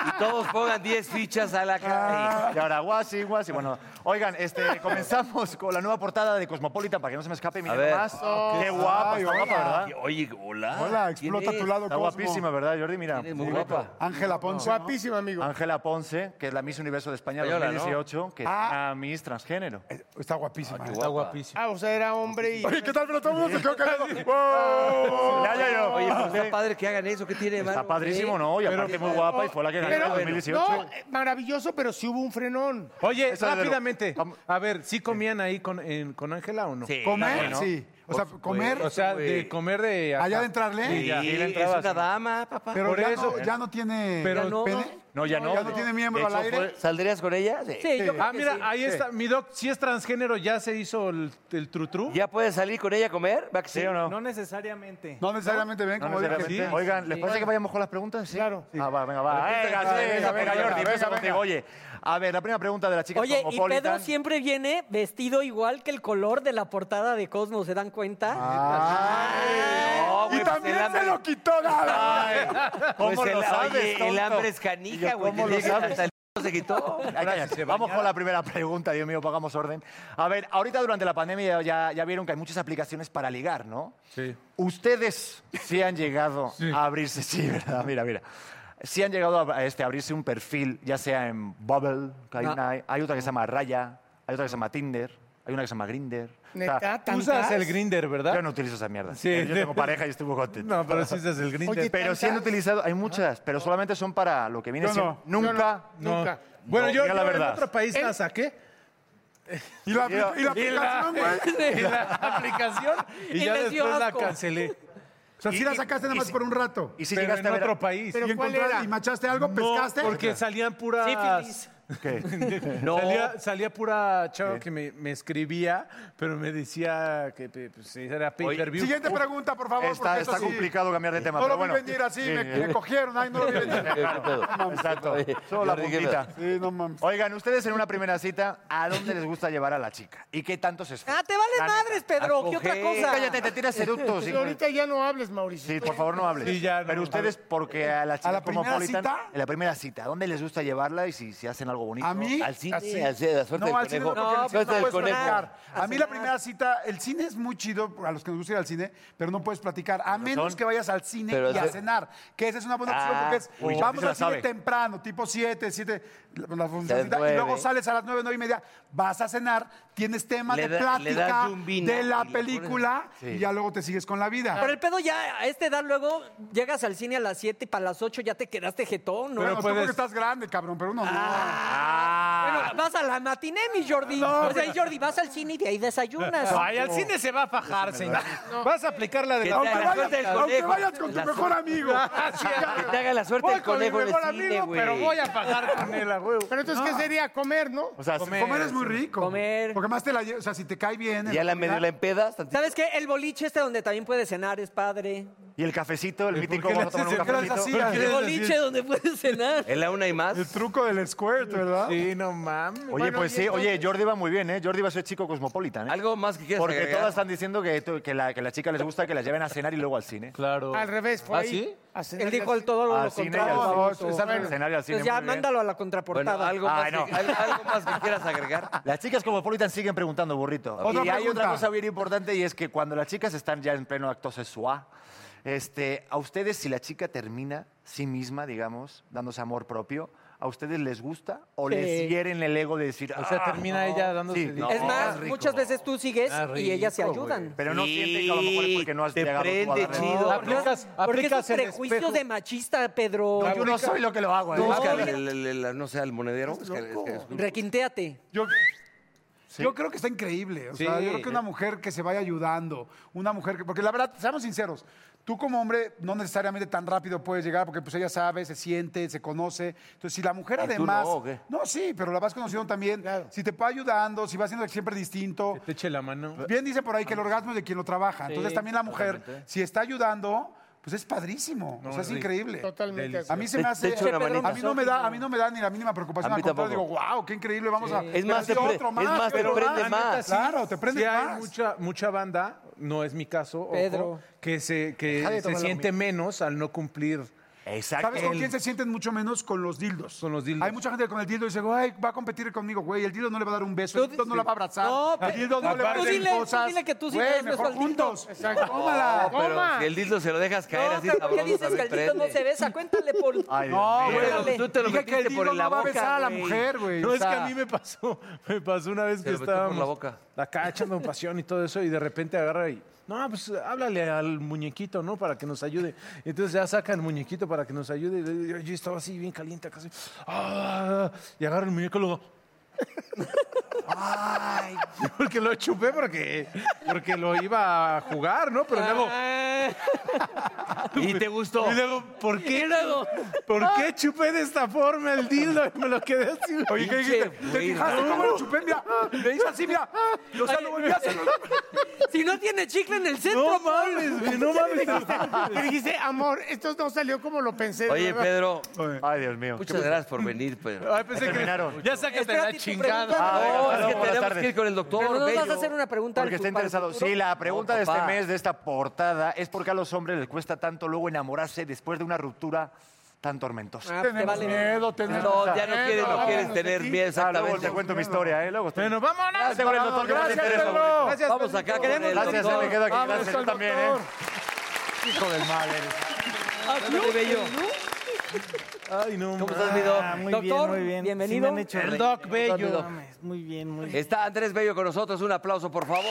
[SPEAKER 2] Y todos pongan 10 fichas a la cara.
[SPEAKER 8] Y ahora, guasi, guasi. Bueno, oigan, este, comenzamos con la nueva portada de Cosmopolitan para que no se me escape. Mira
[SPEAKER 2] A ver. Oh,
[SPEAKER 8] más. Qué guapa, está
[SPEAKER 4] Ay,
[SPEAKER 8] guapa, ¿verdad?
[SPEAKER 2] Y, Oye, hola.
[SPEAKER 4] Hola,
[SPEAKER 2] ¿Quién
[SPEAKER 4] explota
[SPEAKER 2] es?
[SPEAKER 4] tu lado,
[SPEAKER 8] Está
[SPEAKER 4] Cosmo.
[SPEAKER 8] guapísima, ¿verdad, Jordi? Mira.
[SPEAKER 2] Eres muy guapa.
[SPEAKER 4] Ángela Ponce. ¿no?
[SPEAKER 7] Guapísima, amigo.
[SPEAKER 8] Ángela Ponce, que es la Miss Universo de España
[SPEAKER 2] Española, ¿no?
[SPEAKER 8] 2018, que es una Miss transgénero.
[SPEAKER 4] Ah. Eh, Está guapísima.
[SPEAKER 3] Está guapísimo.
[SPEAKER 7] Ah, o sea, era hombre y...
[SPEAKER 4] Oye, ¿qué tal? Pero todo el mundo se quedó callado.
[SPEAKER 8] Ya, ya, ya.
[SPEAKER 2] Oye, pero
[SPEAKER 8] Sí.
[SPEAKER 2] está padre que hagan eso. ¿Qué tiene de malo?
[SPEAKER 8] Está padrísimo, ¿no? Y aparte muy guapa y fue la que ganó en
[SPEAKER 7] Pero,
[SPEAKER 8] 2018.
[SPEAKER 7] no, eh, maravilloso, pero sí hubo un frenón.
[SPEAKER 3] Oye,
[SPEAKER 8] Esa de lo-
[SPEAKER 3] rápidamente,
[SPEAKER 8] Vamos.
[SPEAKER 3] a ver, ¿sí comían ahí con en- con Ángela o no?
[SPEAKER 2] Sí.
[SPEAKER 4] ¿Comer?
[SPEAKER 8] ¿no?
[SPEAKER 4] Sí. O sea, comer,
[SPEAKER 3] O sea, de
[SPEAKER 2] Güey.
[SPEAKER 3] comer de...
[SPEAKER 4] allá de entrarle.
[SPEAKER 2] Sí,
[SPEAKER 8] ya. Sí, le
[SPEAKER 2] es
[SPEAKER 8] entrabas,
[SPEAKER 2] una
[SPEAKER 8] sí.
[SPEAKER 2] dama, papá.
[SPEAKER 4] Pero
[SPEAKER 3] Por
[SPEAKER 4] ya,
[SPEAKER 3] eso-
[SPEAKER 4] no, ya no tiene
[SPEAKER 3] Pero no-
[SPEAKER 4] pene.
[SPEAKER 8] No, ya no.
[SPEAKER 4] Ya no tiene miembro
[SPEAKER 8] De hecho,
[SPEAKER 4] al aire.
[SPEAKER 8] fue-
[SPEAKER 2] ¿Saldrías con ella? Sí.
[SPEAKER 3] Ah, mira, ahí está. Mi doc, si es transgénero, ya se hizo el, el trutru.
[SPEAKER 2] ¿Ya puedes salir con ella a comer? ¿Va que sí?
[SPEAKER 8] ¿Sí o no?
[SPEAKER 3] necesariamente.
[SPEAKER 4] No necesariamente ven,
[SPEAKER 8] No
[SPEAKER 4] como dije.
[SPEAKER 8] necesariamente.
[SPEAKER 3] sí.
[SPEAKER 8] Oigan, ¿les parece que vayamos con las preguntas? Sí. Claro. Ah, va, venga, va. Venga, sí, venga, venga, Jordi, empieza contigo. Oye, a ver, la primera pregunta de la chica
[SPEAKER 6] Oye, y
[SPEAKER 8] Cosmopolitan.
[SPEAKER 6] Pedro siempre viene vestido igual que el color de la portada de Cosmos, ¿se dan cuenta?
[SPEAKER 2] No, güey,
[SPEAKER 4] Y
[SPEAKER 2] pues el
[SPEAKER 4] también se
[SPEAKER 2] hambre-
[SPEAKER 4] lo quitó nada.
[SPEAKER 8] Ay,
[SPEAKER 2] pues
[SPEAKER 8] ¿Cómo lo
[SPEAKER 2] el-
[SPEAKER 8] sabes,
[SPEAKER 2] oye, el
[SPEAKER 8] tonto?
[SPEAKER 2] hambre es canija, güey.
[SPEAKER 8] ¿cómo
[SPEAKER 2] te
[SPEAKER 8] lo
[SPEAKER 2] dije,
[SPEAKER 8] sabes?
[SPEAKER 2] hasta el se quitó.
[SPEAKER 8] Ay, cállate. Vamos con la primera pregunta, Dios mío, pagamos orden. A ver, ahorita durante la pandemia ya, ya vieron que hay muchas aplicaciones para ligar, ¿no?
[SPEAKER 3] Sí.
[SPEAKER 8] Ustedes sí han llegado a abrirse, sí, ¿verdad? Mira, mira. Sí han llegado a este, a abrirse un perfil, ya sea en Bubble, que hay,
[SPEAKER 6] No.
[SPEAKER 8] una- hay otra que se llama Raya, hay otra que se llama Tinder, hay una que se llama Grinder.
[SPEAKER 7] Neta,
[SPEAKER 3] Ah, Usas
[SPEAKER 7] tantas.
[SPEAKER 3] el grinder, ¿verdad?
[SPEAKER 8] yo no utilizo esa mierda. Eh,
[SPEAKER 3] Sí.
[SPEAKER 8] Yo tengo pareja y estuve contento.
[SPEAKER 3] No, pero sí usas el grinder.
[SPEAKER 7] Oye,
[SPEAKER 8] Pero sí han
[SPEAKER 7] tantas.
[SPEAKER 8] utilizado, hay muchas, pero solamente son para lo que viene
[SPEAKER 4] Yo
[SPEAKER 8] siendo.
[SPEAKER 4] no.
[SPEAKER 8] Nunca.
[SPEAKER 3] No.
[SPEAKER 7] nunca.
[SPEAKER 3] Bueno,
[SPEAKER 8] No,
[SPEAKER 3] yo,
[SPEAKER 8] diga la
[SPEAKER 3] yo en
[SPEAKER 8] verdad.
[SPEAKER 3] otro país la saqué.
[SPEAKER 4] Y la, y la aplicación, güey.
[SPEAKER 3] Y la aplicación y,
[SPEAKER 6] Y
[SPEAKER 3] ya
[SPEAKER 6] les dio
[SPEAKER 3] después la
[SPEAKER 6] asco.
[SPEAKER 3] cancelé.
[SPEAKER 4] O sea, sí
[SPEAKER 8] Y-
[SPEAKER 4] la
[SPEAKER 8] y-
[SPEAKER 4] sacaste nada
[SPEAKER 8] y
[SPEAKER 4] más
[SPEAKER 8] si-
[SPEAKER 4] por un rato.
[SPEAKER 8] Y si
[SPEAKER 3] pero
[SPEAKER 8] llegaste
[SPEAKER 3] en
[SPEAKER 8] a ver.
[SPEAKER 3] otro país.
[SPEAKER 4] y, encontraste- y machaste algo,
[SPEAKER 3] No,
[SPEAKER 4] pescaste.
[SPEAKER 3] porque salían puras...
[SPEAKER 6] Sífilis.
[SPEAKER 8] ¿Qué?
[SPEAKER 2] No.
[SPEAKER 3] Salía, salía pura chava que me, me escribía, pero me decía que pe- pues, era pay per view.
[SPEAKER 4] Siguiente pregunta, por favor.
[SPEAKER 8] Está,
[SPEAKER 4] porque eso
[SPEAKER 8] está
[SPEAKER 4] sí,
[SPEAKER 8] complicado cambiar de tema.
[SPEAKER 4] No
[SPEAKER 8] pero
[SPEAKER 4] lo
[SPEAKER 8] bueno.
[SPEAKER 4] vi venir así,
[SPEAKER 8] Sí,
[SPEAKER 4] me,
[SPEAKER 8] sí,
[SPEAKER 4] me cogieron. Ay, no lo vi venir.
[SPEAKER 8] Exacto.
[SPEAKER 2] Oye,
[SPEAKER 8] Solo la
[SPEAKER 2] Jordi, ¿qué
[SPEAKER 8] puntita.
[SPEAKER 4] Sí, no mames.
[SPEAKER 8] Oigan, ustedes en una primera cita, ¿a dónde les gusta llevar a la chica? ¿Y qué tanto se esfuerzan?
[SPEAKER 6] Ah, te vales
[SPEAKER 8] La neta.
[SPEAKER 6] madres, Pedro, ¿qué otra
[SPEAKER 2] coger.
[SPEAKER 6] cosa?
[SPEAKER 8] Cállate, te tiras seductos.
[SPEAKER 7] Pero Pues ahorita ya no hables, Mauricio.
[SPEAKER 8] Sí, por favor, no hables.
[SPEAKER 3] Sí, ya, no.
[SPEAKER 8] Pero ustedes, porque a la chica
[SPEAKER 4] Eh, la primera
[SPEAKER 8] cosmopolitan-
[SPEAKER 4] cita?
[SPEAKER 8] En la primera cita, ¿dónde les gusta llevarla y si, si hacen algo algo bonito.
[SPEAKER 4] A mí,
[SPEAKER 8] Al cine,
[SPEAKER 4] así.
[SPEAKER 8] al cine, la suerte
[SPEAKER 4] no,
[SPEAKER 8] del
[SPEAKER 4] al cine
[SPEAKER 8] conejo. pues, La
[SPEAKER 4] no, porque al cine
[SPEAKER 8] suerte
[SPEAKER 4] no
[SPEAKER 8] del
[SPEAKER 4] puedes
[SPEAKER 8] conejo.
[SPEAKER 4] platicar. A mí la primera cita, el cine es muy chido a los que nos gusta ir al cine, pero no puedes platicar, a menos que vayas al cine
[SPEAKER 8] Pero
[SPEAKER 4] y a
[SPEAKER 8] eso-
[SPEAKER 4] cenar, que esa es una buena opción
[SPEAKER 8] Ah,
[SPEAKER 4] porque es,
[SPEAKER 8] uy, Chapi
[SPEAKER 4] vamos
[SPEAKER 8] se la
[SPEAKER 4] al cine
[SPEAKER 8] sabe.
[SPEAKER 4] temprano, tipo 7, 7, la, la funcioncita, y
[SPEAKER 2] nueve.
[SPEAKER 4] luego sales a las 9, 9 y media, vas a cenar, tienes tema
[SPEAKER 2] Le
[SPEAKER 4] de
[SPEAKER 2] da- le das
[SPEAKER 4] plática
[SPEAKER 2] de un vino
[SPEAKER 4] de la
[SPEAKER 2] y le pones-
[SPEAKER 4] película
[SPEAKER 2] Sí.
[SPEAKER 4] y ya luego te sigues con la vida.
[SPEAKER 6] Pero el pedo ya, a esta edad luego llegas al cine a las 7 y para las 8 ya te quedaste jetón, ¿no?
[SPEAKER 4] Bueno, tú porque estás grande, cabrón, pero uno no.
[SPEAKER 9] Ah.
[SPEAKER 6] Bueno, vas a la matiné, mi Jordi. o sea, Jordi, vas al cine y de ahí desayunas.
[SPEAKER 9] No, ay, al cine se va a fajar, señor. Vas a aplicar la de
[SPEAKER 6] Que
[SPEAKER 9] la
[SPEAKER 6] te haga la
[SPEAKER 4] suerte del Aunque conejo. vayas con tu mejor amigo.
[SPEAKER 9] Que
[SPEAKER 2] te haga la suerte
[SPEAKER 7] Voy
[SPEAKER 2] del
[SPEAKER 7] con mi
[SPEAKER 2] conejo en el
[SPEAKER 7] mejor
[SPEAKER 2] cine,
[SPEAKER 7] amigo,
[SPEAKER 2] güey.
[SPEAKER 7] pero voy a
[SPEAKER 3] pagar con él, a huevo.
[SPEAKER 7] Pero entonces, ¿qué sería? Comer, ¿no?
[SPEAKER 2] O sea,
[SPEAKER 4] comer, es muy rico. Comer. Porque más te la lle- O sea, si te cae bien. en
[SPEAKER 2] Ya la medio
[SPEAKER 4] comida-
[SPEAKER 2] la empedas.
[SPEAKER 6] ¿Sabes qué? El boliche este donde también puedes cenar es padre.
[SPEAKER 8] Y el cafecito, el mítico,
[SPEAKER 4] qué le
[SPEAKER 8] vamos a tomar un
[SPEAKER 4] haces- qué le haces
[SPEAKER 8] cafecito.
[SPEAKER 4] así?
[SPEAKER 6] El boliche donde puedes cenar.
[SPEAKER 2] ¿En la una y más?
[SPEAKER 4] El truco del squirt, ¿verdad?
[SPEAKER 3] Sí, no mames.
[SPEAKER 7] Mm,
[SPEAKER 8] Oye, pues sí, oye, Jordi va muy bien, ¿eh? Jordi va a ser chico cosmopolitan, ¿eh?
[SPEAKER 2] Algo más que quieras
[SPEAKER 8] Porque
[SPEAKER 2] agregar?
[SPEAKER 8] todas están diciendo que, to- que la, que las chicas les gusta que las lleven a cenar y luego al cine.
[SPEAKER 3] Claro.
[SPEAKER 7] Al revés, fue
[SPEAKER 3] ¿Ah,
[SPEAKER 7] ahí.
[SPEAKER 3] sí?
[SPEAKER 7] a cenar
[SPEAKER 6] Él
[SPEAKER 7] y
[SPEAKER 6] dijo
[SPEAKER 7] al
[SPEAKER 6] el todo lo
[SPEAKER 8] Al cine y al
[SPEAKER 6] contrario.
[SPEAKER 8] cine.
[SPEAKER 6] famoso.
[SPEAKER 8] Es al escenario al cine,
[SPEAKER 6] Pues ya
[SPEAKER 8] muy bien.
[SPEAKER 6] mándalo a la
[SPEAKER 2] Bueno,
[SPEAKER 6] contraportada.
[SPEAKER 2] algo,
[SPEAKER 8] Ay,
[SPEAKER 2] más que,
[SPEAKER 8] no.
[SPEAKER 2] al- algo más que quieras agregar.
[SPEAKER 8] Las chicas cosmopolitan siguen preguntando, burrito.
[SPEAKER 4] Otra
[SPEAKER 8] y hay
[SPEAKER 4] pregunta.
[SPEAKER 8] otra cosa bien importante y es que cuando las chicas están ya en pleno acto sexual, este, a ustedes, si la chica termina sí misma, digamos, dándose amor propio, ¿a ustedes les gusta o
[SPEAKER 6] Sí.
[SPEAKER 8] les hieren el ego de decir...
[SPEAKER 3] O sea,
[SPEAKER 8] "Ah,
[SPEAKER 3] termina
[SPEAKER 8] no"?
[SPEAKER 3] ella dándose
[SPEAKER 8] Sí,
[SPEAKER 3] el-
[SPEAKER 8] no,
[SPEAKER 6] es más,
[SPEAKER 8] es rico.
[SPEAKER 6] muchas veces tú sigues
[SPEAKER 3] Ah,
[SPEAKER 6] y ellas se
[SPEAKER 3] rico,
[SPEAKER 6] ayudan.
[SPEAKER 8] Pero no
[SPEAKER 2] Sí,
[SPEAKER 8] siente que a lo mejor es porque no has
[SPEAKER 2] te
[SPEAKER 8] llegado tú a
[SPEAKER 2] prende
[SPEAKER 8] darle-
[SPEAKER 2] chido.
[SPEAKER 6] No,
[SPEAKER 3] Aplicas-
[SPEAKER 6] porque eso es
[SPEAKER 3] aplicas el
[SPEAKER 6] prejuicio
[SPEAKER 3] espejo.
[SPEAKER 6] de machista, Pedro.
[SPEAKER 8] No, yo no soy lo que lo hago. ¿eh?
[SPEAKER 2] Busca el- el- el- el- no sé, al monedero. busca el- es que-
[SPEAKER 6] eh, Requintéate.
[SPEAKER 4] Yo, yo creo que está increíble. O sea,
[SPEAKER 3] Sí.
[SPEAKER 4] yo creo que una mujer que se vaya ayudando, una mujer que. Porque la verdad, seamos sinceros, tú como hombre no necesariamente tan rápido puedes llegar porque pues ella sabe, se siente, se conoce. Entonces, si la mujer
[SPEAKER 8] tú
[SPEAKER 4] además.
[SPEAKER 8] no, o qué?
[SPEAKER 4] no, sí, pero la vas conociendo también. Si te va ayudando, si va haciendo siempre distinto.
[SPEAKER 3] Te eche la mano.
[SPEAKER 4] Bien dice por ahí que el orgasmo es de quien lo trabaja. Entonces, también la mujer, si está ayudando. Pues es padrísimo, o sea, es
[SPEAKER 3] rico.
[SPEAKER 4] increíble.
[SPEAKER 7] Totalmente.
[SPEAKER 4] A mí se
[SPEAKER 2] Te-
[SPEAKER 4] me hace.
[SPEAKER 2] te echo una manita.
[SPEAKER 4] a mí no me da, a mí no me da ni la mínima preocupación.
[SPEAKER 2] A mí
[SPEAKER 4] Al contrario,
[SPEAKER 2] tampoco.
[SPEAKER 4] digo, wow, qué increíble, vamos a.
[SPEAKER 2] Es más,
[SPEAKER 4] pero
[SPEAKER 2] te
[SPEAKER 4] sí,
[SPEAKER 2] pre- es más, te
[SPEAKER 4] pero
[SPEAKER 2] prende
[SPEAKER 4] ah,
[SPEAKER 2] más.
[SPEAKER 4] Claro, te prende
[SPEAKER 3] Sí, hay
[SPEAKER 4] más.
[SPEAKER 3] mucha, mucha banda, no es mi caso, ojo,
[SPEAKER 6] Pedro.
[SPEAKER 3] que se,
[SPEAKER 4] Deja de
[SPEAKER 3] que se
[SPEAKER 4] tomarlo,
[SPEAKER 3] siente menos al no cumplir.
[SPEAKER 8] Exacto.
[SPEAKER 4] ¿Sabes con quién se sienten mucho menos? Con los dildos.
[SPEAKER 3] Con los dildos.
[SPEAKER 4] Hay mucha gente que con el dildo dice, güey, va a competir conmigo, güey. El dildo no le va a dar un beso, el dildo no la va a abrazar.
[SPEAKER 6] No,
[SPEAKER 4] el
[SPEAKER 6] pero-
[SPEAKER 4] dildo no,
[SPEAKER 6] no,
[SPEAKER 4] le va a
[SPEAKER 6] tú
[SPEAKER 4] decir
[SPEAKER 6] dile- tú
[SPEAKER 4] cosas.
[SPEAKER 6] dile que tú sí
[SPEAKER 4] Güey,
[SPEAKER 6] le das beso
[SPEAKER 4] mejor
[SPEAKER 6] al dildo.
[SPEAKER 4] juntos. Tómala.
[SPEAKER 2] No, pero
[SPEAKER 7] Toma.
[SPEAKER 2] si el dildo se lo dejas caer
[SPEAKER 6] No,
[SPEAKER 2] así
[SPEAKER 6] pero ¿por qué
[SPEAKER 2] sabroso,
[SPEAKER 6] dices que
[SPEAKER 2] también
[SPEAKER 6] el dildo no
[SPEAKER 2] prende.
[SPEAKER 6] se besa? Cuéntale por...
[SPEAKER 8] Ay, Dios
[SPEAKER 4] No,
[SPEAKER 8] mío.
[SPEAKER 4] güey.
[SPEAKER 2] Pero tú te lo
[SPEAKER 4] Dije que el
[SPEAKER 2] metiste
[SPEAKER 4] dildo
[SPEAKER 2] por la
[SPEAKER 4] no va a besar
[SPEAKER 2] boca,
[SPEAKER 4] a la
[SPEAKER 2] güey.
[SPEAKER 4] mujer, güey.
[SPEAKER 3] No,
[SPEAKER 4] o
[SPEAKER 3] es que
[SPEAKER 4] sea,
[SPEAKER 3] a mí me pasó, me pasó una vez
[SPEAKER 2] Se
[SPEAKER 3] que
[SPEAKER 2] lo metió por la
[SPEAKER 3] estábamos
[SPEAKER 2] boca.
[SPEAKER 3] acá echando pasión y todo eso y de repente agarra y, no, pues háblale al muñequito, ¿no? Para que nos ayude. Entonces ya saca el muñequito para que nos ayude. y Yo, yo estaba así bien caliente, casi. ¡ah! y agarra el muñeco y luego... Ay, porque lo chupé porque, porque lo iba a jugar, ¿no? Pero luego...
[SPEAKER 4] Ah.
[SPEAKER 2] ¿Y te gustó?
[SPEAKER 3] Y luego, ¿por qué? ¿Por qué chupé de esta forma el dildo? Y me lo quedé así.
[SPEAKER 4] Oye, ¿qué dijiste? ¿Te fijaste cómo lo chupé? Mira, le hice así, mira. O sea, lo volví a hacer.
[SPEAKER 6] Si no tiene chicle en el
[SPEAKER 3] No
[SPEAKER 6] centro,
[SPEAKER 3] mames, güey, no mames.
[SPEAKER 7] Le dijiste, amor, esto no salió como lo pensé.
[SPEAKER 2] Oye,
[SPEAKER 7] ¿verdad?
[SPEAKER 2] Pedro,
[SPEAKER 8] Ay, Dios mío.
[SPEAKER 2] muchas gracias por venir, Pedro.
[SPEAKER 3] Ay, pensé que... Ya sácate
[SPEAKER 6] Espérate,
[SPEAKER 3] la
[SPEAKER 6] tu
[SPEAKER 3] chingada.
[SPEAKER 6] pregunta.
[SPEAKER 8] Ah, venga,
[SPEAKER 2] No,
[SPEAKER 8] hasta luego, buenas
[SPEAKER 2] es que tenemos
[SPEAKER 8] tardes.
[SPEAKER 2] que ir con el doctor.
[SPEAKER 6] Pero nos vas a
[SPEAKER 2] bello.
[SPEAKER 6] hacer una pregunta.
[SPEAKER 8] Porque
[SPEAKER 6] al-
[SPEAKER 8] está
[SPEAKER 6] para el
[SPEAKER 8] interesado.
[SPEAKER 6] futuro.
[SPEAKER 8] Sí, la pregunta
[SPEAKER 2] No,
[SPEAKER 8] de este
[SPEAKER 2] papá.
[SPEAKER 8] mes, de esta portada, es por qué a los hombres les cuesta tanto luego enamorarse después de una ruptura tan tormentosa.
[SPEAKER 6] Ah, te vale.
[SPEAKER 4] miedo, tenemos
[SPEAKER 2] pues, No, ya no quieres, no quieres tener bien,
[SPEAKER 8] Ah, luego te
[SPEAKER 2] exactamente.
[SPEAKER 8] cuento mi historia, ¿eh? Luego estoy...
[SPEAKER 3] Bueno, vámonos.
[SPEAKER 8] Gracias, con el doctor, que más te
[SPEAKER 4] Gracias,
[SPEAKER 8] interesa,
[SPEAKER 4] Pedro.
[SPEAKER 8] bonito.
[SPEAKER 3] Gracias,
[SPEAKER 2] Vamos acá con el
[SPEAKER 8] Gracias, se me
[SPEAKER 2] doctor.
[SPEAKER 8] quedo aquí.
[SPEAKER 4] Vamos
[SPEAKER 8] Gracias,
[SPEAKER 4] con
[SPEAKER 8] tú
[SPEAKER 4] el
[SPEAKER 8] también, ¿eh?
[SPEAKER 4] doctor.
[SPEAKER 8] Hijo del mal eres.
[SPEAKER 2] Ándale, bello.
[SPEAKER 3] Ay, no
[SPEAKER 2] ¿Cómo estás, mi doc?
[SPEAKER 9] muy
[SPEAKER 6] Doctor,
[SPEAKER 9] bien, muy bien.
[SPEAKER 6] bienvenido.
[SPEAKER 9] Sí me han hecho
[SPEAKER 2] El
[SPEAKER 9] reír.
[SPEAKER 2] Doc Bello.
[SPEAKER 9] No mames, Muy bien, muy bien.
[SPEAKER 2] Está Andrés Bello con nosotros. Un aplauso, por favor.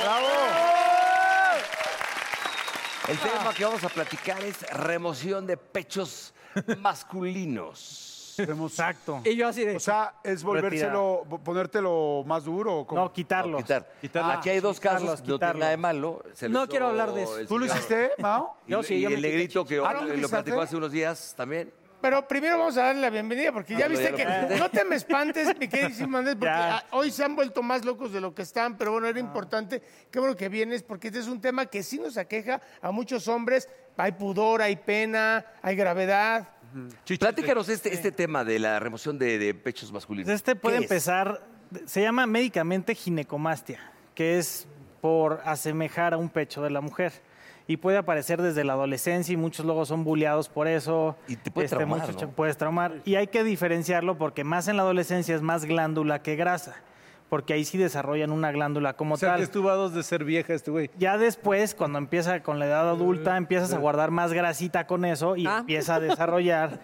[SPEAKER 2] El tema que vamos a platicar es remoción de pechos masculinos.
[SPEAKER 9] Exacto.
[SPEAKER 6] Y yo así de...
[SPEAKER 4] O sea, es volvérselo, ponértelo más duro. o cómo?
[SPEAKER 9] No, quitarlo.
[SPEAKER 2] Quitar.
[SPEAKER 9] Quitarlo. Ah,
[SPEAKER 2] Aquí hay dos
[SPEAKER 9] Quitarlo,
[SPEAKER 2] casos, no tiene
[SPEAKER 9] quitarlo.
[SPEAKER 2] nada de malo. se lo
[SPEAKER 6] No
[SPEAKER 2] hizo
[SPEAKER 6] quiero hablar de eso.
[SPEAKER 2] el
[SPEAKER 4] ¿Tú lo
[SPEAKER 2] señor-
[SPEAKER 4] hiciste, Mao?
[SPEAKER 2] Y,
[SPEAKER 9] Yo sí,
[SPEAKER 2] y
[SPEAKER 9] yo me
[SPEAKER 2] el
[SPEAKER 9] quité
[SPEAKER 2] negrito que
[SPEAKER 4] Ah, ¿no lo
[SPEAKER 2] lo
[SPEAKER 4] quitaste?
[SPEAKER 2] platicó hace unos días también.
[SPEAKER 7] Pero primero vamos a darle la bienvenida, porque ya
[SPEAKER 2] Ah,
[SPEAKER 7] viste
[SPEAKER 2] ya
[SPEAKER 7] que
[SPEAKER 2] lo presenté.
[SPEAKER 7] no te me espantes, mi queridísimo Andrés, porque
[SPEAKER 9] Ya.
[SPEAKER 7] ah, hoy se han vuelto más locos de lo que están, pero bueno, era importante. Qué bueno que vienes, porque este es un tema que sí nos aqueja a muchos hombres. Hay pudor, hay pena, hay gravedad.
[SPEAKER 2] Platícanos este, este tema de la remoción de, de pechos masculinos.
[SPEAKER 9] Este puede
[SPEAKER 2] ¿Qué es?
[SPEAKER 9] empezar, se llama médicamente ginecomastia, que es por asemejar a un pecho de la mujer. y puede aparecer desde la adolescencia y muchos luego son buleados por eso. Y te
[SPEAKER 2] puede traumar,
[SPEAKER 9] muchos
[SPEAKER 2] ¿no?
[SPEAKER 9] cha- puedes traumar. Y hay que diferenciarlo porque más en la adolescencia es más glándula que grasa. Porque ahí sí desarrollan una glándula como
[SPEAKER 3] O sea,
[SPEAKER 9] tal.
[SPEAKER 3] que estuvo a dos de ser vieja este güey.
[SPEAKER 9] Ya después, cuando empieza con la edad adulta, empiezas a guardar más grasita con eso
[SPEAKER 3] Ah.
[SPEAKER 9] y empieza a desarrollar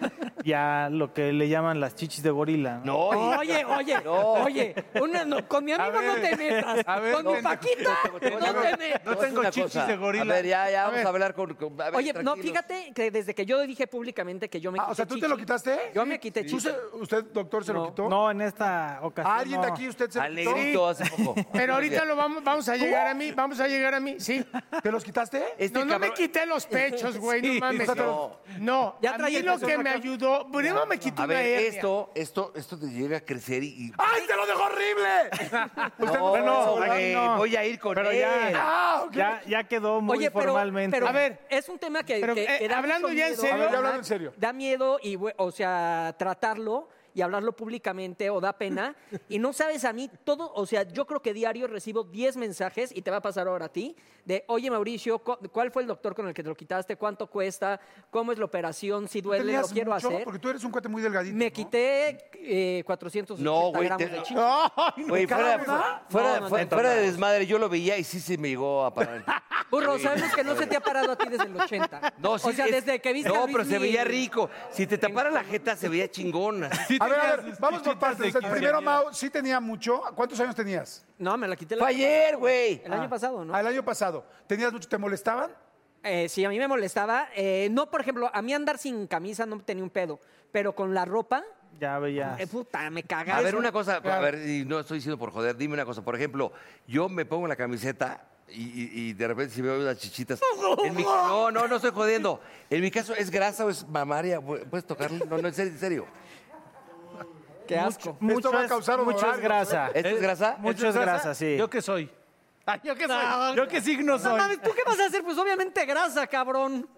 [SPEAKER 9] ya lo que le llaman las chichis de gorila. ¿no?
[SPEAKER 6] Oye, oye, oye. una- no, con mi amigo no te metas.
[SPEAKER 9] a ver,
[SPEAKER 6] con mi
[SPEAKER 9] pendejo,
[SPEAKER 6] Paquita no te metas.
[SPEAKER 2] A ver, ya, ya, vamos a, hablar con...
[SPEAKER 6] Oye, no, fíjate que desde que yo dije públicamente que yo
[SPEAKER 8] Ah,
[SPEAKER 6] me quité
[SPEAKER 4] o sea, ¿tú te lo quitaste?
[SPEAKER 6] Yo me quité
[SPEAKER 4] ¿Tú
[SPEAKER 6] chichi.
[SPEAKER 4] se- ¿Usted, doctor, se lo quitó?
[SPEAKER 9] No, en esta ocasión.
[SPEAKER 4] ¿Alguien de aquí usted se lo quitó?
[SPEAKER 2] Alegrito hace poco.
[SPEAKER 7] Pero ahorita lo vamos, vamos a llegar a mí, vamos a llegar a mí, sí.
[SPEAKER 4] ¿Te los quitaste?
[SPEAKER 7] no, no me quité los pechos, güey,
[SPEAKER 2] Sí,
[SPEAKER 7] no mames.
[SPEAKER 2] o sea, te
[SPEAKER 7] No,
[SPEAKER 2] los-
[SPEAKER 7] no.
[SPEAKER 2] Ya
[SPEAKER 7] a
[SPEAKER 2] traía
[SPEAKER 7] mí
[SPEAKER 2] el
[SPEAKER 7] lo
[SPEAKER 2] pezón
[SPEAKER 7] que
[SPEAKER 2] acá.
[SPEAKER 7] me ayudó, primero me quitó
[SPEAKER 2] A
[SPEAKER 7] una
[SPEAKER 2] ver,
[SPEAKER 7] hernia.
[SPEAKER 2] esto, esto, esto te llega a crecer y... y-
[SPEAKER 4] ¡Ay, te lo dejó horrible!
[SPEAKER 10] Pues
[SPEAKER 2] No, güey, voy a ir con
[SPEAKER 9] Pero
[SPEAKER 2] él.
[SPEAKER 9] ya,
[SPEAKER 4] Ah,
[SPEAKER 9] ya, ya quedó muy
[SPEAKER 6] Oye, pero,
[SPEAKER 9] formalmente.
[SPEAKER 6] pero es un tema que,
[SPEAKER 7] Pero,
[SPEAKER 6] que-
[SPEAKER 7] eh,
[SPEAKER 6] que da
[SPEAKER 7] hablando
[SPEAKER 6] mucho
[SPEAKER 7] ya en
[SPEAKER 6] miedo,
[SPEAKER 7] serio. A ver, ya
[SPEAKER 6] ¿verdad?
[SPEAKER 7] hablando en serio.
[SPEAKER 6] Da miedo y, güey, o sea, tratarlo y hablarlo públicamente o da pena. y no sabes a mí todo, o sea, yo creo que diario recibo 10 mensajes y te va a pasar ahora a ti de, oye, Mauricio, cu- ¿cuál fue el doctor con el que te lo quitaste? ¿Cuánto cuesta? ¿Cómo es la operación? Si duele, lo
[SPEAKER 4] ¿Tenías
[SPEAKER 6] quiero
[SPEAKER 4] mucho?
[SPEAKER 6] hacer.
[SPEAKER 4] Porque tú eres un cuate muy delgadito.
[SPEAKER 6] Me quité eh, 480
[SPEAKER 2] No, güey,
[SPEAKER 6] gramos
[SPEAKER 2] te-
[SPEAKER 6] de chicha.
[SPEAKER 4] ¡Ay,
[SPEAKER 2] Güey, fuera,
[SPEAKER 4] cabrón,
[SPEAKER 2] fuera,
[SPEAKER 4] ¿ah?
[SPEAKER 2] fuera-
[SPEAKER 6] No, no,
[SPEAKER 2] fuera-
[SPEAKER 6] no, no.
[SPEAKER 2] fuera de desmadre, yo lo veía y sí se me llegó a parar.
[SPEAKER 6] Burro, sabemos que no se te ha parado a ti desde el 80.
[SPEAKER 2] No, sí,
[SPEAKER 6] o sea,
[SPEAKER 2] es-
[SPEAKER 6] desde que viste a
[SPEAKER 2] No,
[SPEAKER 6] Luis
[SPEAKER 2] pero se veía
[SPEAKER 6] Miguel.
[SPEAKER 2] rico. Si te tapara la jeta, se veía chingona.
[SPEAKER 4] A ver, a ver, vamos por partes. O sea, primero, Mau, sí tenía mucho. ¿Cuántos años tenías?
[SPEAKER 6] No, me la quité la
[SPEAKER 2] Fue ayer, güey.
[SPEAKER 6] El año pasado, ¿no?
[SPEAKER 4] Al año pasado. ¿Tenías mucho? ¿Te molestaban?
[SPEAKER 6] Eh, sí, a mí me molestaba. Eh, no, por ejemplo, a mí andar sin camisa no tenía un pedo, pero con la ropa,
[SPEAKER 9] Ya veías.
[SPEAKER 6] eh, puta, me cagaba.
[SPEAKER 2] A ver, una cosa, a ver, y no estoy diciendo por joder, dime una cosa. Por ejemplo, yo me pongo la camiseta y, y- y de repente si veo unas chichitas. en mi- no, no, no estoy jodiendo. En mi caso, ¿es grasa o es mamaria? ¿Puedes tocarla? No, no, en serio, en serio.
[SPEAKER 6] Qué asco.
[SPEAKER 9] Mucho
[SPEAKER 4] Esto va a
[SPEAKER 9] es-
[SPEAKER 4] causar
[SPEAKER 9] mucho es
[SPEAKER 4] honorarios.
[SPEAKER 9] grasa.
[SPEAKER 2] ¿Esto es grasa?
[SPEAKER 9] Mucho es grasa, sí.
[SPEAKER 3] ¿Yo qué soy?
[SPEAKER 9] Ay, yo qué soy. Yo qué signo
[SPEAKER 6] No
[SPEAKER 9] soy.
[SPEAKER 6] mames, ¿tú qué vas a hacer? Pues obviamente grasa, cabrón.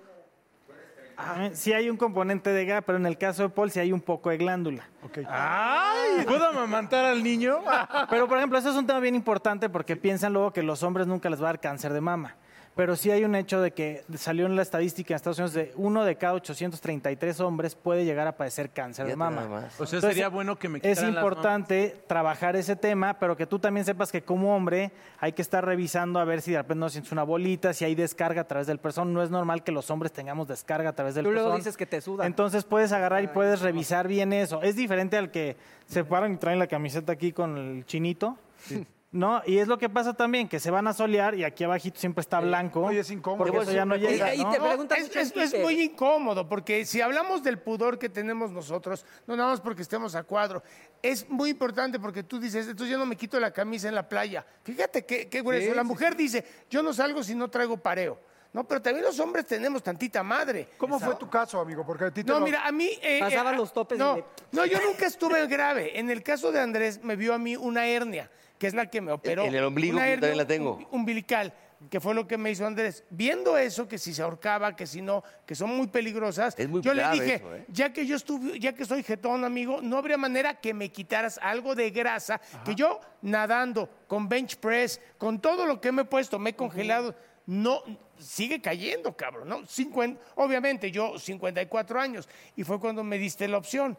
[SPEAKER 9] Ah, Sí hay un componente de gas, pero en el caso de Paul sí hay un poco de glándula.
[SPEAKER 3] ¡Ay! ¿Puedo amamantar al niño?
[SPEAKER 9] Pero, por ejemplo, eso es un tema bien importante porque piensan luego que los hombres nunca les va a dar cáncer de mama. Pero sí hay un hecho de que salió en la estadística en Estados Unidos de uno de cada 833 hombres puede llegar a padecer cáncer de
[SPEAKER 2] Fíjate
[SPEAKER 9] mama.
[SPEAKER 2] nada más.
[SPEAKER 3] O sea,
[SPEAKER 9] Entonces,
[SPEAKER 3] sería bueno que me
[SPEAKER 9] Es
[SPEAKER 3] quitaran las
[SPEAKER 9] importante trabajar ese tema, pero que tú también sepas que como hombre hay que estar revisando a ver si de repente no sientes una bolita, si hay descarga a través del pezón. No es normal que los hombres tengamos descarga a través del
[SPEAKER 6] Tú
[SPEAKER 9] pezón.
[SPEAKER 6] luego dices que te suda.
[SPEAKER 9] Entonces puedes agarrar y puedes revisar bien eso. Es diferente al que se paran y traen la camiseta aquí con el chinito. ¿No? Y es lo que pasa también, que se van a solear y aquí abajito siempre está blanco.
[SPEAKER 4] Oye, es incómodo.
[SPEAKER 9] Porque
[SPEAKER 4] Te voy a
[SPEAKER 9] eso
[SPEAKER 4] decir
[SPEAKER 9] ya no
[SPEAKER 4] una cosa.
[SPEAKER 9] llega,
[SPEAKER 6] Y- y
[SPEAKER 9] ¿no?
[SPEAKER 6] te
[SPEAKER 7] No,
[SPEAKER 6] preguntan
[SPEAKER 7] es,
[SPEAKER 6] mucho en
[SPEAKER 7] es- es
[SPEAKER 6] Twitter.
[SPEAKER 7] muy incómodo, porque si hablamos del pudor que tenemos nosotros, no nada más porque estemos a cuadro, es muy importante porque tú dices, entonces yo no me quito la camisa en la playa. Fíjate qué, qué grueso. la mujer dice, yo no salgo si no traigo pareo. No, pero también los hombres tenemos tantita madre.
[SPEAKER 4] ¿Cómo fue tu caso, amigo? Porque a ti te
[SPEAKER 7] No,
[SPEAKER 4] lo-
[SPEAKER 7] mira, a mí... eh, eh,
[SPEAKER 6] Pasaban los topes
[SPEAKER 7] No,
[SPEAKER 6] de-
[SPEAKER 7] no, yo nunca estuve grave. En el caso de Andrés, me vio a mí una hernia, que es la que me operó.
[SPEAKER 2] En el ombligo,
[SPEAKER 7] Una
[SPEAKER 2] yo también la
[SPEAKER 7] hernia
[SPEAKER 2] tengo.
[SPEAKER 7] umbi- Umbilical, que fue lo que me hizo Andrés. Viendo eso, que si se ahorcaba, que si no, que son muy peligrosas,
[SPEAKER 2] Es muy
[SPEAKER 7] yo le
[SPEAKER 2] grave
[SPEAKER 7] dije,
[SPEAKER 2] eso, ¿eh?
[SPEAKER 7] ya que yo estuve, ya que soy jetón, amigo, no habría manera que me quitaras algo de grasa, que yo nadando, con bench press, con todo lo que me he puesto, me he congelado, no, sigue cayendo, cabrón, ¿no? 50, obviamente, yo 54 años, y fue cuando me diste la opción.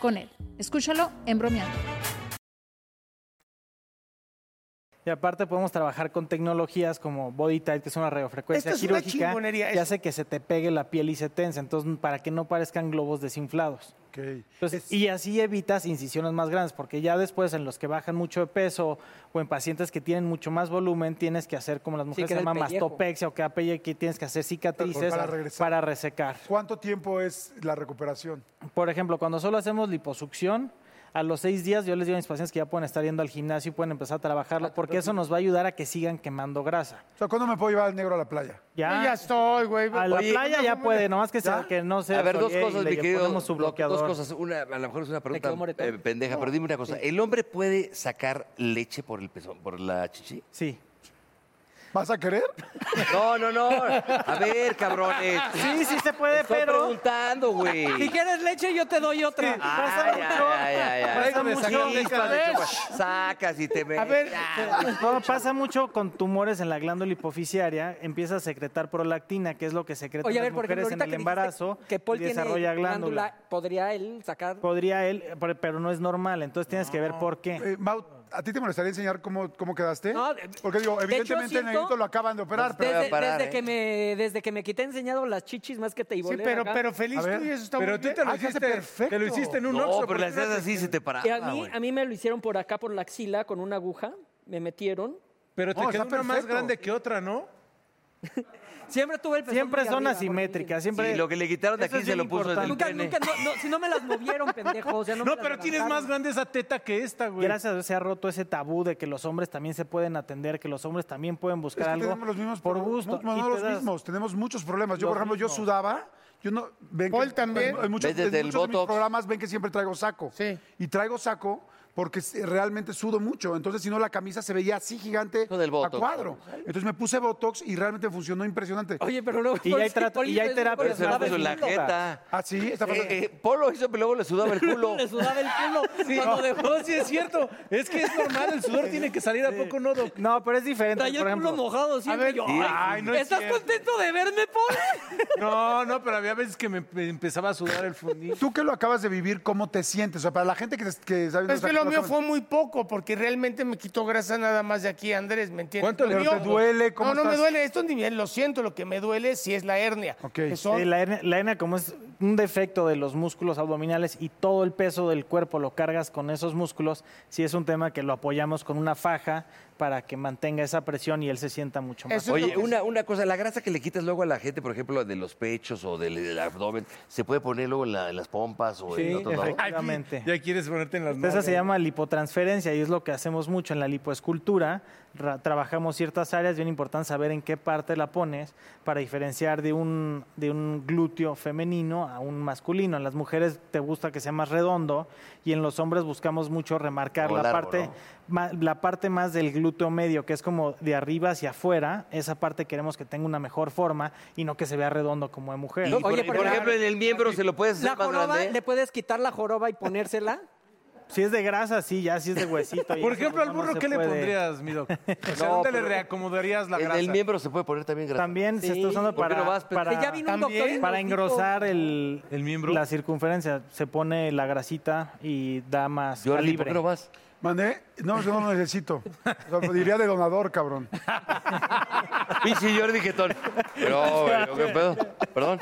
[SPEAKER 11] con él. Escúchalo en bromeando.
[SPEAKER 9] Y aparte podemos trabajar con tecnologías como Body Tight, que es una radiofrecuencia
[SPEAKER 7] Esto es una
[SPEAKER 9] quirúrgica
[SPEAKER 7] chingonería,
[SPEAKER 9] que
[SPEAKER 7] es-
[SPEAKER 9] hace que se te pegue la piel y se tense, entonces para que no parezcan globos desinflados. Entonces, Y así evitas incisiones más grandes, porque ya después en los que bajan mucho de peso o en pacientes que tienen mucho más volumen, tienes que hacer como las mujeres
[SPEAKER 4] queda
[SPEAKER 9] se
[SPEAKER 4] el
[SPEAKER 9] llama
[SPEAKER 4] pellejo.
[SPEAKER 9] mastopexia o que que tienes que hacer cicatrices
[SPEAKER 4] Para regresar.
[SPEAKER 9] para resecar.
[SPEAKER 4] ¿Cuánto tiempo es la recuperación?
[SPEAKER 9] Por ejemplo, cuando solo hacemos liposucción, a los seis días yo les digo a mis pacientes que ya pueden estar yendo al gimnasio y pueden empezar a
[SPEAKER 6] Ah,
[SPEAKER 9] trabajarlo, porque eso nos va a ayudar a que sigan quemando grasa.
[SPEAKER 4] O sea, ¿cuándo me puedo llevar al negro a la playa?
[SPEAKER 9] Ya.
[SPEAKER 7] Yo ya estoy, güey.
[SPEAKER 9] A la
[SPEAKER 7] Oye,
[SPEAKER 9] playa ya
[SPEAKER 7] ¿cómo
[SPEAKER 9] puede,
[SPEAKER 7] me-
[SPEAKER 9] nomás que, sea, que no se
[SPEAKER 2] A ver, dos
[SPEAKER 9] asolee y
[SPEAKER 2] cosas,
[SPEAKER 9] le
[SPEAKER 2] mi querido.
[SPEAKER 9] ponemos su
[SPEAKER 2] do- Dos
[SPEAKER 9] bloqueador.
[SPEAKER 2] cosas. Una, a lo mejor es una pregunta
[SPEAKER 9] quedó moretón?
[SPEAKER 2] eh, pendeja,
[SPEAKER 9] No,
[SPEAKER 2] pero dime una cosa.
[SPEAKER 9] sí.
[SPEAKER 2] ¿El hombre puede sacar leche por el pezón, por la chichi?
[SPEAKER 9] Sí.
[SPEAKER 4] ¿Vas a querer?
[SPEAKER 2] No, no, no. A ver, cabrones.
[SPEAKER 9] Sí, sí se puede,
[SPEAKER 2] Estoy
[SPEAKER 9] pero-
[SPEAKER 2] preguntando, güey.
[SPEAKER 6] Si quieres leche, yo te doy otra.
[SPEAKER 2] Ay, ay, ay, ay, ay.
[SPEAKER 9] Pasa
[SPEAKER 2] Déjame
[SPEAKER 9] mucho.
[SPEAKER 2] sacar leche,
[SPEAKER 9] A ver.
[SPEAKER 2] pues. Sacas y te metes.
[SPEAKER 9] A ver, no, pasa mucho con tumores en la glándula hipoficiaria, empieza a secretar prolactina, que es lo que secretan
[SPEAKER 6] Oye, a
[SPEAKER 9] las
[SPEAKER 6] ver, por
[SPEAKER 9] mujeres
[SPEAKER 6] ejemplo,
[SPEAKER 9] en
[SPEAKER 6] ahorita
[SPEAKER 9] el
[SPEAKER 6] que
[SPEAKER 9] embarazo
[SPEAKER 6] dijiste que Paul
[SPEAKER 9] y desarrolla
[SPEAKER 6] tiene
[SPEAKER 9] glándula.
[SPEAKER 6] ¿podría él sacar?
[SPEAKER 9] Podría él, eh, pero- pero no es normal, entonces tienes que ver por qué.
[SPEAKER 4] Eh, Mau, ¿a ti te molestaría enseñar cómo, cómo quedaste?
[SPEAKER 6] No, de-
[SPEAKER 4] Porque digo,
[SPEAKER 6] de hecho,
[SPEAKER 4] evidentemente
[SPEAKER 6] siento-
[SPEAKER 4] el negrito lo acaban de operar, pero...
[SPEAKER 6] desde,
[SPEAKER 2] ¿eh?
[SPEAKER 6] desde que me, desde que me quité he enseñado las chichis más que te
[SPEAKER 7] Sí, pero, pero feliz
[SPEAKER 4] A ver,
[SPEAKER 7] tú y eso está
[SPEAKER 3] pero
[SPEAKER 7] muy
[SPEAKER 3] tú
[SPEAKER 7] bien.
[SPEAKER 3] te lo
[SPEAKER 7] Ah, se hace
[SPEAKER 3] hiciste-
[SPEAKER 7] perfecto.
[SPEAKER 3] te lo hiciste en un
[SPEAKER 2] No,
[SPEAKER 3] Oxxo, ¿por
[SPEAKER 2] pero
[SPEAKER 3] qué
[SPEAKER 2] las
[SPEAKER 3] no
[SPEAKER 2] haces
[SPEAKER 3] te-
[SPEAKER 2] así, se te paraba,
[SPEAKER 6] Y a mí,
[SPEAKER 2] güey.
[SPEAKER 6] a mí me lo hicieron por acá, por la axila, con una aguja. Me metieron.
[SPEAKER 3] Pero te
[SPEAKER 4] No,
[SPEAKER 3] queda
[SPEAKER 4] está
[SPEAKER 3] una más
[SPEAKER 4] perfecto.
[SPEAKER 3] grande que otra, ¿no?
[SPEAKER 6] Siempre tuve el pezón
[SPEAKER 9] Siempre
[SPEAKER 6] muy
[SPEAKER 9] son
[SPEAKER 6] arriba,
[SPEAKER 9] asimétricas, siempre...
[SPEAKER 2] Sí, lo que le quitaron de
[SPEAKER 9] Eso
[SPEAKER 2] aquí
[SPEAKER 9] es
[SPEAKER 2] se
[SPEAKER 9] bien
[SPEAKER 2] lo puso desde el
[SPEAKER 6] Nunca,
[SPEAKER 2] pene.
[SPEAKER 6] nunca, no, no, si no me las movieron, pendejo. O sea, no,
[SPEAKER 3] No,
[SPEAKER 6] me las
[SPEAKER 3] pero tienes
[SPEAKER 6] levantaron.
[SPEAKER 3] más grande esa teta que esta, güey.
[SPEAKER 9] Gracias a Dios se ha roto ese tabú de que los hombres también se pueden atender, que los hombres también pueden buscar
[SPEAKER 4] Es que
[SPEAKER 9] algo
[SPEAKER 4] tenemos los mismos
[SPEAKER 9] por
[SPEAKER 4] pro-
[SPEAKER 9] gusto.
[SPEAKER 4] No,
[SPEAKER 9] y
[SPEAKER 4] no
[SPEAKER 9] te
[SPEAKER 4] los
[SPEAKER 9] das-
[SPEAKER 4] mismos, tenemos muchos problemas. Yo,
[SPEAKER 9] Los
[SPEAKER 4] por ejemplo, yo
[SPEAKER 9] mismos.
[SPEAKER 4] sudaba. Yo no, ven
[SPEAKER 7] Paul
[SPEAKER 4] que,
[SPEAKER 7] también.
[SPEAKER 4] En, en muchos,
[SPEAKER 2] Ves desde el
[SPEAKER 4] en muchos de mis
[SPEAKER 2] Botox.
[SPEAKER 4] programas ven que siempre traigo saco.
[SPEAKER 7] Sí.
[SPEAKER 4] Y traigo saco porque s- realmente sudo mucho. Entonces, si no, la camisa se veía así gigante
[SPEAKER 2] Eso del Botox.
[SPEAKER 4] a cuadro. Entonces, me puse Botox y realmente funcionó impresionante.
[SPEAKER 6] Oye, pero luego.
[SPEAKER 9] Y ya hay trata- y ya hay terapias
[SPEAKER 2] Pero se lo
[SPEAKER 9] Estaba
[SPEAKER 2] puso en la
[SPEAKER 9] desnudo.
[SPEAKER 2] jeta.
[SPEAKER 4] ¿Ah, sí? Está pasando-
[SPEAKER 2] Eh, eh, Polo hizo, pero luego le sudaba el culo.
[SPEAKER 6] Le sudaba el culo. cuando dejó.
[SPEAKER 3] No, sí es cierto. Es que es normal, el sudor tiene que salir a poco, no, Doc?
[SPEAKER 9] No, pero es diferente.
[SPEAKER 6] Traía
[SPEAKER 9] por
[SPEAKER 6] el culo
[SPEAKER 9] ejemplo,
[SPEAKER 6] mojado siempre. yo,
[SPEAKER 2] sí,
[SPEAKER 6] ay,
[SPEAKER 3] ay, no es
[SPEAKER 6] ¿Estás
[SPEAKER 3] cierto.
[SPEAKER 6] contento de verme, Paul?
[SPEAKER 3] No, no, pero había veces que me, me empezaba a sudar el fundillo.
[SPEAKER 4] Tú que lo acabas de vivir, ¿cómo te sientes? O sea, para la gente que, que sabe...
[SPEAKER 7] Es que lo mío fue muy poco, porque realmente me quitó grasa nada más de aquí, Andrés, ¿me entiendes?
[SPEAKER 3] ¿Cuánto
[SPEAKER 7] Lo
[SPEAKER 3] le-
[SPEAKER 7] mío-
[SPEAKER 4] te duele? ¿Cómo
[SPEAKER 7] No, no me
[SPEAKER 4] estás?
[SPEAKER 7] duele, esto ni bien, lo siento, lo que me duele sí es la hernia.
[SPEAKER 4] Ok.
[SPEAKER 7] que son-
[SPEAKER 9] Sí, Este, la, hernia, la hernia como es un defecto de los músculos abdominales y todo el peso del cuerpo lo cargas con esos músculos, sí es un tema que lo apoyamos con una faja para que mantenga esa presión y él se sienta mucho más.
[SPEAKER 7] Eso es lo
[SPEAKER 2] Oye,
[SPEAKER 7] que-
[SPEAKER 2] una, una cosa, la grasa que le quitas luego a la gente, por ejemplo, de los pechos o del, del abdomen, ¿se puede poner luego en, la- en las pompas o en otro lado?
[SPEAKER 9] efectivamente.
[SPEAKER 3] Ya quieres ponerte en las
[SPEAKER 9] Esa
[SPEAKER 3] nalgas.
[SPEAKER 9] se llama lipotransferencia y es lo que hacemos mucho en la lipoescultura. Ra- trabajamos ciertas áreas, bien importante saber en qué parte la pones para diferenciar de un, de un glúteo femenino a un masculino. En las mujeres te gusta que sea más redondo y en los hombres buscamos mucho remarcar
[SPEAKER 2] Como
[SPEAKER 9] la,
[SPEAKER 2] largo,
[SPEAKER 9] parte,
[SPEAKER 2] ¿no?
[SPEAKER 9] ma- la parte más del glúteo medio, que es como de arriba hacia afuera. Esa parte queremos que tenga una mejor forma y no que se vea redondo como de mujer.
[SPEAKER 2] Y por,
[SPEAKER 6] Oye,
[SPEAKER 2] y
[SPEAKER 6] pero
[SPEAKER 2] por
[SPEAKER 6] la-
[SPEAKER 2] ejemplo, en el miembro se lo puedes
[SPEAKER 6] La
[SPEAKER 2] hacer más
[SPEAKER 6] joroba,
[SPEAKER 2] grande. ¿eh?
[SPEAKER 6] ¿le puedes quitar la joroba y ponérsela?
[SPEAKER 9] Si es de grasa, sí, ya si es de huesito. y
[SPEAKER 3] Por
[SPEAKER 9] eso,
[SPEAKER 3] ejemplo, al
[SPEAKER 9] pues, no, no
[SPEAKER 3] burro,
[SPEAKER 9] se
[SPEAKER 3] ¿qué le
[SPEAKER 9] puede.
[SPEAKER 3] pondrías, mi Doc? O sea,
[SPEAKER 2] No,
[SPEAKER 3] ¿dónde le
[SPEAKER 2] pero-
[SPEAKER 3] reacomodarías la
[SPEAKER 2] En
[SPEAKER 3] grasa?
[SPEAKER 2] el miembro se puede poner también grasa.
[SPEAKER 9] También se está usando
[SPEAKER 2] ¿Por qué
[SPEAKER 9] para,
[SPEAKER 2] no vas, Pepe?
[SPEAKER 9] para-
[SPEAKER 6] Ya vino un
[SPEAKER 9] también
[SPEAKER 6] doctor y nos
[SPEAKER 9] para
[SPEAKER 6] dijo-
[SPEAKER 9] engrosar el,
[SPEAKER 3] ¿El miembro?
[SPEAKER 9] la circunferencia. Se pone la grasita y da más
[SPEAKER 2] Jordi, ¿por
[SPEAKER 9] calibre.
[SPEAKER 2] qué no vas?
[SPEAKER 4] ¿Mandé? No, yo no lo necesito. O sea, diría de donador, cabrón.
[SPEAKER 2] Pinche Jordi Getón. Pero, güey, ¿qué pedo? Perdón.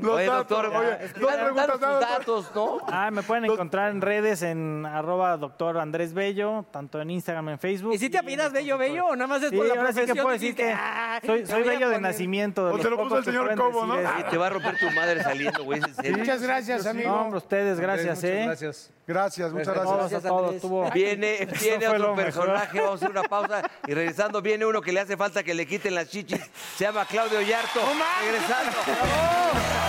[SPEAKER 4] Los
[SPEAKER 2] Oye,
[SPEAKER 4] datos,
[SPEAKER 2] doctor, ah,
[SPEAKER 4] oye,
[SPEAKER 2] ya,
[SPEAKER 4] dos
[SPEAKER 2] danos
[SPEAKER 4] preguntas
[SPEAKER 2] tus
[SPEAKER 4] nada, doctor.
[SPEAKER 2] datos, ¿no?
[SPEAKER 9] Ah, me pueden encontrar en redes en arroba doctor Andrés Bello, tanto en Instagram, en Facebook.
[SPEAKER 6] ¿Y si te apellidas Bello Bello o nada más es
[SPEAKER 9] Sí,
[SPEAKER 6] por la
[SPEAKER 9] ahora sí
[SPEAKER 6] profesión?
[SPEAKER 9] que puedo decir
[SPEAKER 6] dijiste,
[SPEAKER 9] que
[SPEAKER 6] "Ah,
[SPEAKER 9] soy,
[SPEAKER 6] me
[SPEAKER 9] soy
[SPEAKER 6] voy a
[SPEAKER 9] bello de
[SPEAKER 6] poner"?
[SPEAKER 9] nacimiento. de
[SPEAKER 6] O
[SPEAKER 9] los
[SPEAKER 6] te lo puso
[SPEAKER 9] pocos
[SPEAKER 6] el
[SPEAKER 9] que
[SPEAKER 6] señor
[SPEAKER 9] pueden
[SPEAKER 6] Cobo, ¿no?
[SPEAKER 9] decir eso.
[SPEAKER 2] Oye, te va a romper tu madre saliendo, güey. ¿es en serio?
[SPEAKER 7] Muchas gracias, amigo.
[SPEAKER 9] No, hombre, ustedes, gracias,
[SPEAKER 7] Andrés, muchas
[SPEAKER 9] ¿eh?
[SPEAKER 7] gracias.
[SPEAKER 4] Gracias,
[SPEAKER 9] muchas gracias. Gracias a todos, estuvo-
[SPEAKER 2] Viene,
[SPEAKER 9] Eso
[SPEAKER 2] eh, viene
[SPEAKER 9] fue
[SPEAKER 2] otro
[SPEAKER 9] lo mejor.
[SPEAKER 2] personaje, vamos a hacer una pausa. Y regresando, viene uno que le hace falta que le quiten las chichis. Se llama Claudio Yarto. regresando.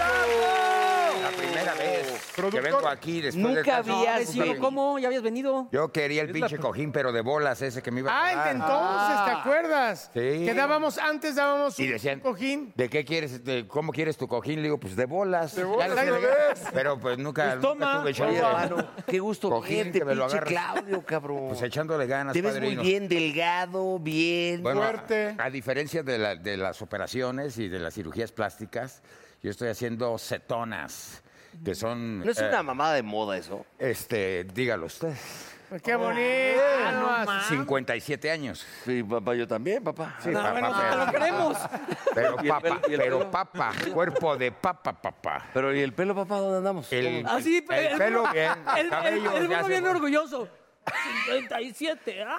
[SPEAKER 12] La primera vez que vengo aquí después del
[SPEAKER 6] Nunca
[SPEAKER 12] caso-
[SPEAKER 6] habías
[SPEAKER 12] No,
[SPEAKER 6] sido. ¿Cómo? ¿Ya habías venido?
[SPEAKER 12] Yo quería el
[SPEAKER 6] Es la
[SPEAKER 12] pinche
[SPEAKER 6] pr-
[SPEAKER 12] cojín, pero de bolas ese que me iba a
[SPEAKER 7] Ah, el de
[SPEAKER 12] dar.
[SPEAKER 7] entonces, ¿te acuerdas?
[SPEAKER 12] Sí.
[SPEAKER 7] Que dábamos, antes dábamos
[SPEAKER 12] Y
[SPEAKER 7] un
[SPEAKER 12] decían,
[SPEAKER 7] cojín.
[SPEAKER 12] ¿de qué quieres? de ¿Cómo quieres tu cojín? Le digo, pues de bolas.
[SPEAKER 7] De
[SPEAKER 12] Ya
[SPEAKER 7] bolas,
[SPEAKER 12] les
[SPEAKER 7] ¿no
[SPEAKER 12] dije,
[SPEAKER 7] ves?
[SPEAKER 12] Pero pues nunca,
[SPEAKER 7] Pues
[SPEAKER 12] nunca
[SPEAKER 7] toma,
[SPEAKER 12] tuve
[SPEAKER 2] Oye,
[SPEAKER 12] chance.
[SPEAKER 2] hermano, qué gusto
[SPEAKER 12] Cojín,
[SPEAKER 2] verte,
[SPEAKER 12] que me lo
[SPEAKER 2] pinche
[SPEAKER 12] agarres.
[SPEAKER 2] Claudio, cabrón.
[SPEAKER 12] Pues echándole ganas,
[SPEAKER 2] Te ves
[SPEAKER 12] padrino.
[SPEAKER 2] muy bien, delgado, bien.
[SPEAKER 12] Bueno, a- A, diferencia de, la- de las operaciones y de las cirugías plásticas, yo estoy haciendo cetonas, que son...
[SPEAKER 2] ¿No es
[SPEAKER 12] eh,
[SPEAKER 2] una mamada de moda eso?
[SPEAKER 12] Este, dígalo usted.
[SPEAKER 7] pues, ¡Qué bonito! Ah, no más.
[SPEAKER 12] 57 años.
[SPEAKER 2] Sí, papá, yo también, papá.
[SPEAKER 12] Sí, papá, pero-
[SPEAKER 7] queremos.
[SPEAKER 12] Pero
[SPEAKER 2] ¿Y el
[SPEAKER 12] papa,
[SPEAKER 2] pelo- y el
[SPEAKER 12] pero
[SPEAKER 2] pelo?
[SPEAKER 12] papa, cuerpo de papa, papá.
[SPEAKER 2] Pero ¿y el pelo, papá, dónde andamos?
[SPEAKER 12] El,
[SPEAKER 6] Ah, sí,
[SPEAKER 12] el pelo bien, el,
[SPEAKER 6] El,
[SPEAKER 12] cabello
[SPEAKER 6] el, el
[SPEAKER 12] ya
[SPEAKER 6] burro
[SPEAKER 12] se
[SPEAKER 6] bien
[SPEAKER 12] fue.
[SPEAKER 6] orgulloso. 57 años.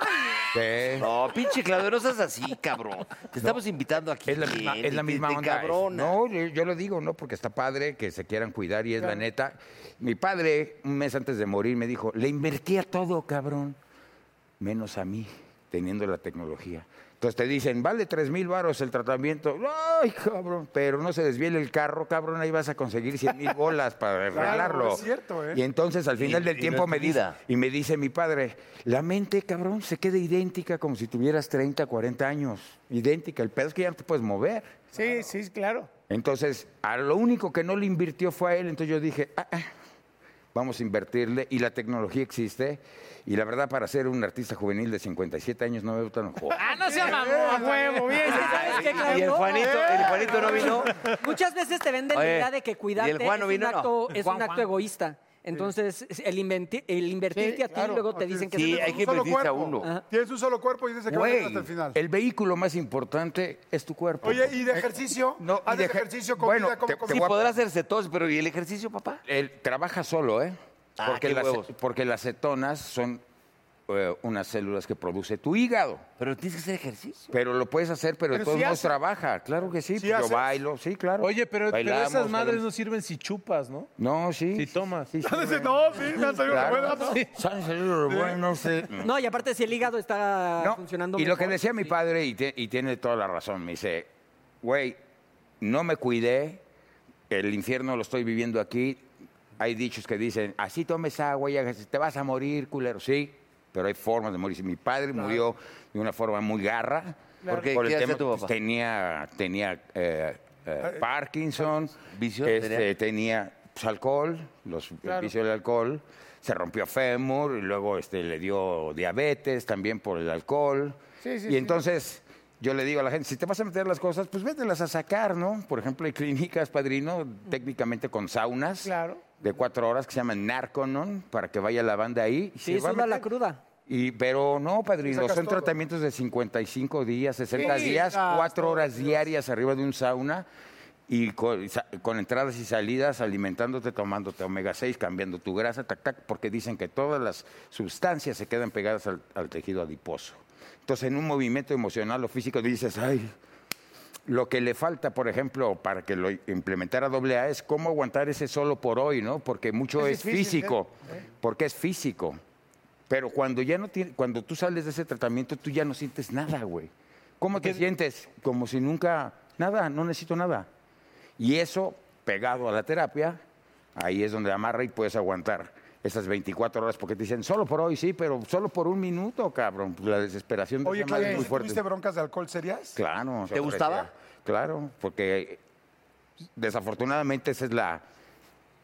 [SPEAKER 12] Sí.
[SPEAKER 2] No, pinche Claudio, no seas así, cabrón. Te estamos invitando aquí.
[SPEAKER 12] Es la misma, es la misma onda.
[SPEAKER 2] Cabrona.
[SPEAKER 12] No, yo, yo lo digo, ¿no? Porque está padre que se quieran cuidar y es la neta. Mi padre, un mes antes de morir, me dijo, le invertí a todo, cabrón, menos a mí, teniendo la tecnología. Entonces te dicen, vale tres mil varos el tratamiento. Ay, cabrón, pero no se desviele el carro, cabrón, ahí vas a conseguir 100 mil bolas para arreglarlo.
[SPEAKER 4] es cierto, ¿eh?
[SPEAKER 12] Y entonces al final
[SPEAKER 2] Y-
[SPEAKER 12] del
[SPEAKER 2] y no
[SPEAKER 12] tiempo
[SPEAKER 2] es
[SPEAKER 12] me
[SPEAKER 2] tu
[SPEAKER 12] dice,
[SPEAKER 2] vida.
[SPEAKER 12] y me dice mi padre, la mente, cabrón, se queda idéntica como si tuvieras 30, 40 años. Idéntica. El pedo es que ya no te puedes mover.
[SPEAKER 7] Sí, sí, claro.
[SPEAKER 12] Entonces, a lo único que no le invirtió fue a él. Entonces yo dije, "Ah, ah, vamos a invertirle. Y la tecnología existe. Y la verdad, para ser un artista juvenil de 57 años, no me gusta tan joven.
[SPEAKER 6] Ah, no sea
[SPEAKER 7] ¡A
[SPEAKER 6] mamón.
[SPEAKER 7] huevo! Bien,
[SPEAKER 6] Es que, ¿sabes qué, Claudio?
[SPEAKER 2] Y el Juanito, el Juanito no vino.
[SPEAKER 6] Muchas veces te venden la
[SPEAKER 2] Oye,
[SPEAKER 6] idea de que cuidarte
[SPEAKER 2] ¿y el Juan no
[SPEAKER 6] es, un
[SPEAKER 2] vino?
[SPEAKER 6] acto, es
[SPEAKER 2] Juan,
[SPEAKER 6] un acto
[SPEAKER 2] Juan.
[SPEAKER 6] egoísta. Entonces, el, inventi- el invertirte a ti
[SPEAKER 4] claro,
[SPEAKER 6] luego te
[SPEAKER 4] así
[SPEAKER 6] dicen
[SPEAKER 4] es.
[SPEAKER 6] que
[SPEAKER 2] Sí,
[SPEAKER 6] es un-
[SPEAKER 2] hay que
[SPEAKER 4] Solo
[SPEAKER 2] invertirse a
[SPEAKER 4] cuerpo.
[SPEAKER 2] uno.
[SPEAKER 4] Tienes un solo cuerpo y dices que va a
[SPEAKER 12] Güey,
[SPEAKER 4] llegar hasta el final.
[SPEAKER 12] el vehículo más importante es tu cuerpo.
[SPEAKER 4] Oye, ¿y de ejercicio?
[SPEAKER 12] No, y de
[SPEAKER 4] ¿Haces
[SPEAKER 12] ejer-
[SPEAKER 4] ejercicio con
[SPEAKER 12] bueno,
[SPEAKER 4] vida? ¿Cómo
[SPEAKER 12] te- te
[SPEAKER 4] comes?
[SPEAKER 2] Sí,
[SPEAKER 12] voy a-
[SPEAKER 2] podrá hacerse tos, pero ¿y el ejercicio, papá?
[SPEAKER 12] Él trabaja solo, ¿eh?
[SPEAKER 2] Ah,
[SPEAKER 12] porque,
[SPEAKER 2] qué
[SPEAKER 12] las,
[SPEAKER 2] huevos.
[SPEAKER 12] porque las cetonas son eh, unas células que produce tu hígado.
[SPEAKER 2] Pero tienes que hacer ejercicio.
[SPEAKER 12] Pero lo puedes hacer, pero, de
[SPEAKER 7] Pero
[SPEAKER 12] todos
[SPEAKER 7] sí
[SPEAKER 12] modos
[SPEAKER 7] hace.
[SPEAKER 12] trabaja. Claro que sí.
[SPEAKER 4] Sí
[SPEAKER 12] yo
[SPEAKER 4] haces.
[SPEAKER 12] bailo, sí, claro.
[SPEAKER 3] Oye, pero, pero esas
[SPEAKER 12] Bailamos,
[SPEAKER 3] madres
[SPEAKER 12] bailamos.
[SPEAKER 3] no sirven si chupas, ¿no?
[SPEAKER 12] No, sí.
[SPEAKER 3] Si tomas.
[SPEAKER 12] sí, sí,
[SPEAKER 4] Dices, no, sí, me han salido
[SPEAKER 12] claro.
[SPEAKER 4] buenas.
[SPEAKER 12] Sí. Han salido los buenos, sí.
[SPEAKER 6] No, y aparte, si el hígado está
[SPEAKER 12] No,
[SPEAKER 6] funcionando
[SPEAKER 12] Y lo que
[SPEAKER 6] mejor,
[SPEAKER 12] decía mi
[SPEAKER 6] sí.
[SPEAKER 12] padre, y, te- y tiene toda la razón, me dice, güey, no me cuidé, el infierno lo estoy viviendo aquí. Hay dichos que dicen, así tomes agua y hagas- te vas a morir, culero. Sí, pero hay formas de morir. Mi padre murió de una forma muy garra.
[SPEAKER 2] ¿Por qué?
[SPEAKER 12] Por
[SPEAKER 2] ¿Qué
[SPEAKER 12] el tema,
[SPEAKER 2] hacía tu
[SPEAKER 12] pues,
[SPEAKER 2] papá? Ah,
[SPEAKER 12] tenía, tenía eh, eh, Parkinson,
[SPEAKER 2] eh, ¿Vicio?
[SPEAKER 12] este,
[SPEAKER 2] ¿Tenía?
[SPEAKER 12] tenía, pues, alcohol, los, el vicio del alcohol, se rompió fémur y luego este, le dio diabetes también por el alcohol.
[SPEAKER 7] Sí, sí,
[SPEAKER 12] y
[SPEAKER 7] sí.
[SPEAKER 12] entonces yo le digo a la gente, si te vas a meter las cosas, pues vételas a sacar, ¿no? Por ejemplo, hay clínicas, padrino, técnicamente con saunas.
[SPEAKER 7] Claro.
[SPEAKER 12] De cuatro horas que se llaman Narconon, para que vaya la banda ahí.
[SPEAKER 6] Sí,
[SPEAKER 12] va a
[SPEAKER 6] suda la
[SPEAKER 12] meter.
[SPEAKER 6] cruda.
[SPEAKER 12] Y, pero no, padrino,
[SPEAKER 4] Sacas
[SPEAKER 12] son
[SPEAKER 4] todo.
[SPEAKER 12] tratamientos de 55 días, 60
[SPEAKER 7] Sí,
[SPEAKER 12] días,
[SPEAKER 7] sacas
[SPEAKER 12] cuatro
[SPEAKER 7] todo,
[SPEAKER 12] horas diarias arriba de un sauna y con, sa- con entradas y salidas, alimentándote, tomándote omega 6, cambiando tu grasa, tac, tac, porque dicen que todas las sustancias se quedan pegadas al, al tejido adiposo. Entonces, en un movimiento emocional o físico dices, ay, lo que le falta, por ejemplo, para que lo implementara AA es cómo aguantar ese solo por hoy, ¿no? Porque mucho
[SPEAKER 7] Es
[SPEAKER 12] es,
[SPEAKER 4] ¿eh?
[SPEAKER 7] difícil,
[SPEAKER 12] físico, porque es físico. Pero cuando ya no tiene, cuando tú sales de ese tratamiento, tú ya no sientes nada, güey. ¿Cómo te sientes? Como si nunca nada, no necesito nada. Y eso pegado a la terapia, ahí es donde amarra y puedes aguantar esas 24 horas porque te dicen solo por hoy, sí, pero solo por un minuto, cabrón. La desesperación de
[SPEAKER 4] Oye,
[SPEAKER 12] esa madre
[SPEAKER 4] Claudio,
[SPEAKER 12] es muy
[SPEAKER 4] ¿tú
[SPEAKER 12] fuerte.
[SPEAKER 4] ¿tuviste broncas de alcohol serias?
[SPEAKER 12] Claro.
[SPEAKER 2] ¿Te gustaba?
[SPEAKER 12] Claro, porque desafortunadamente ese es la,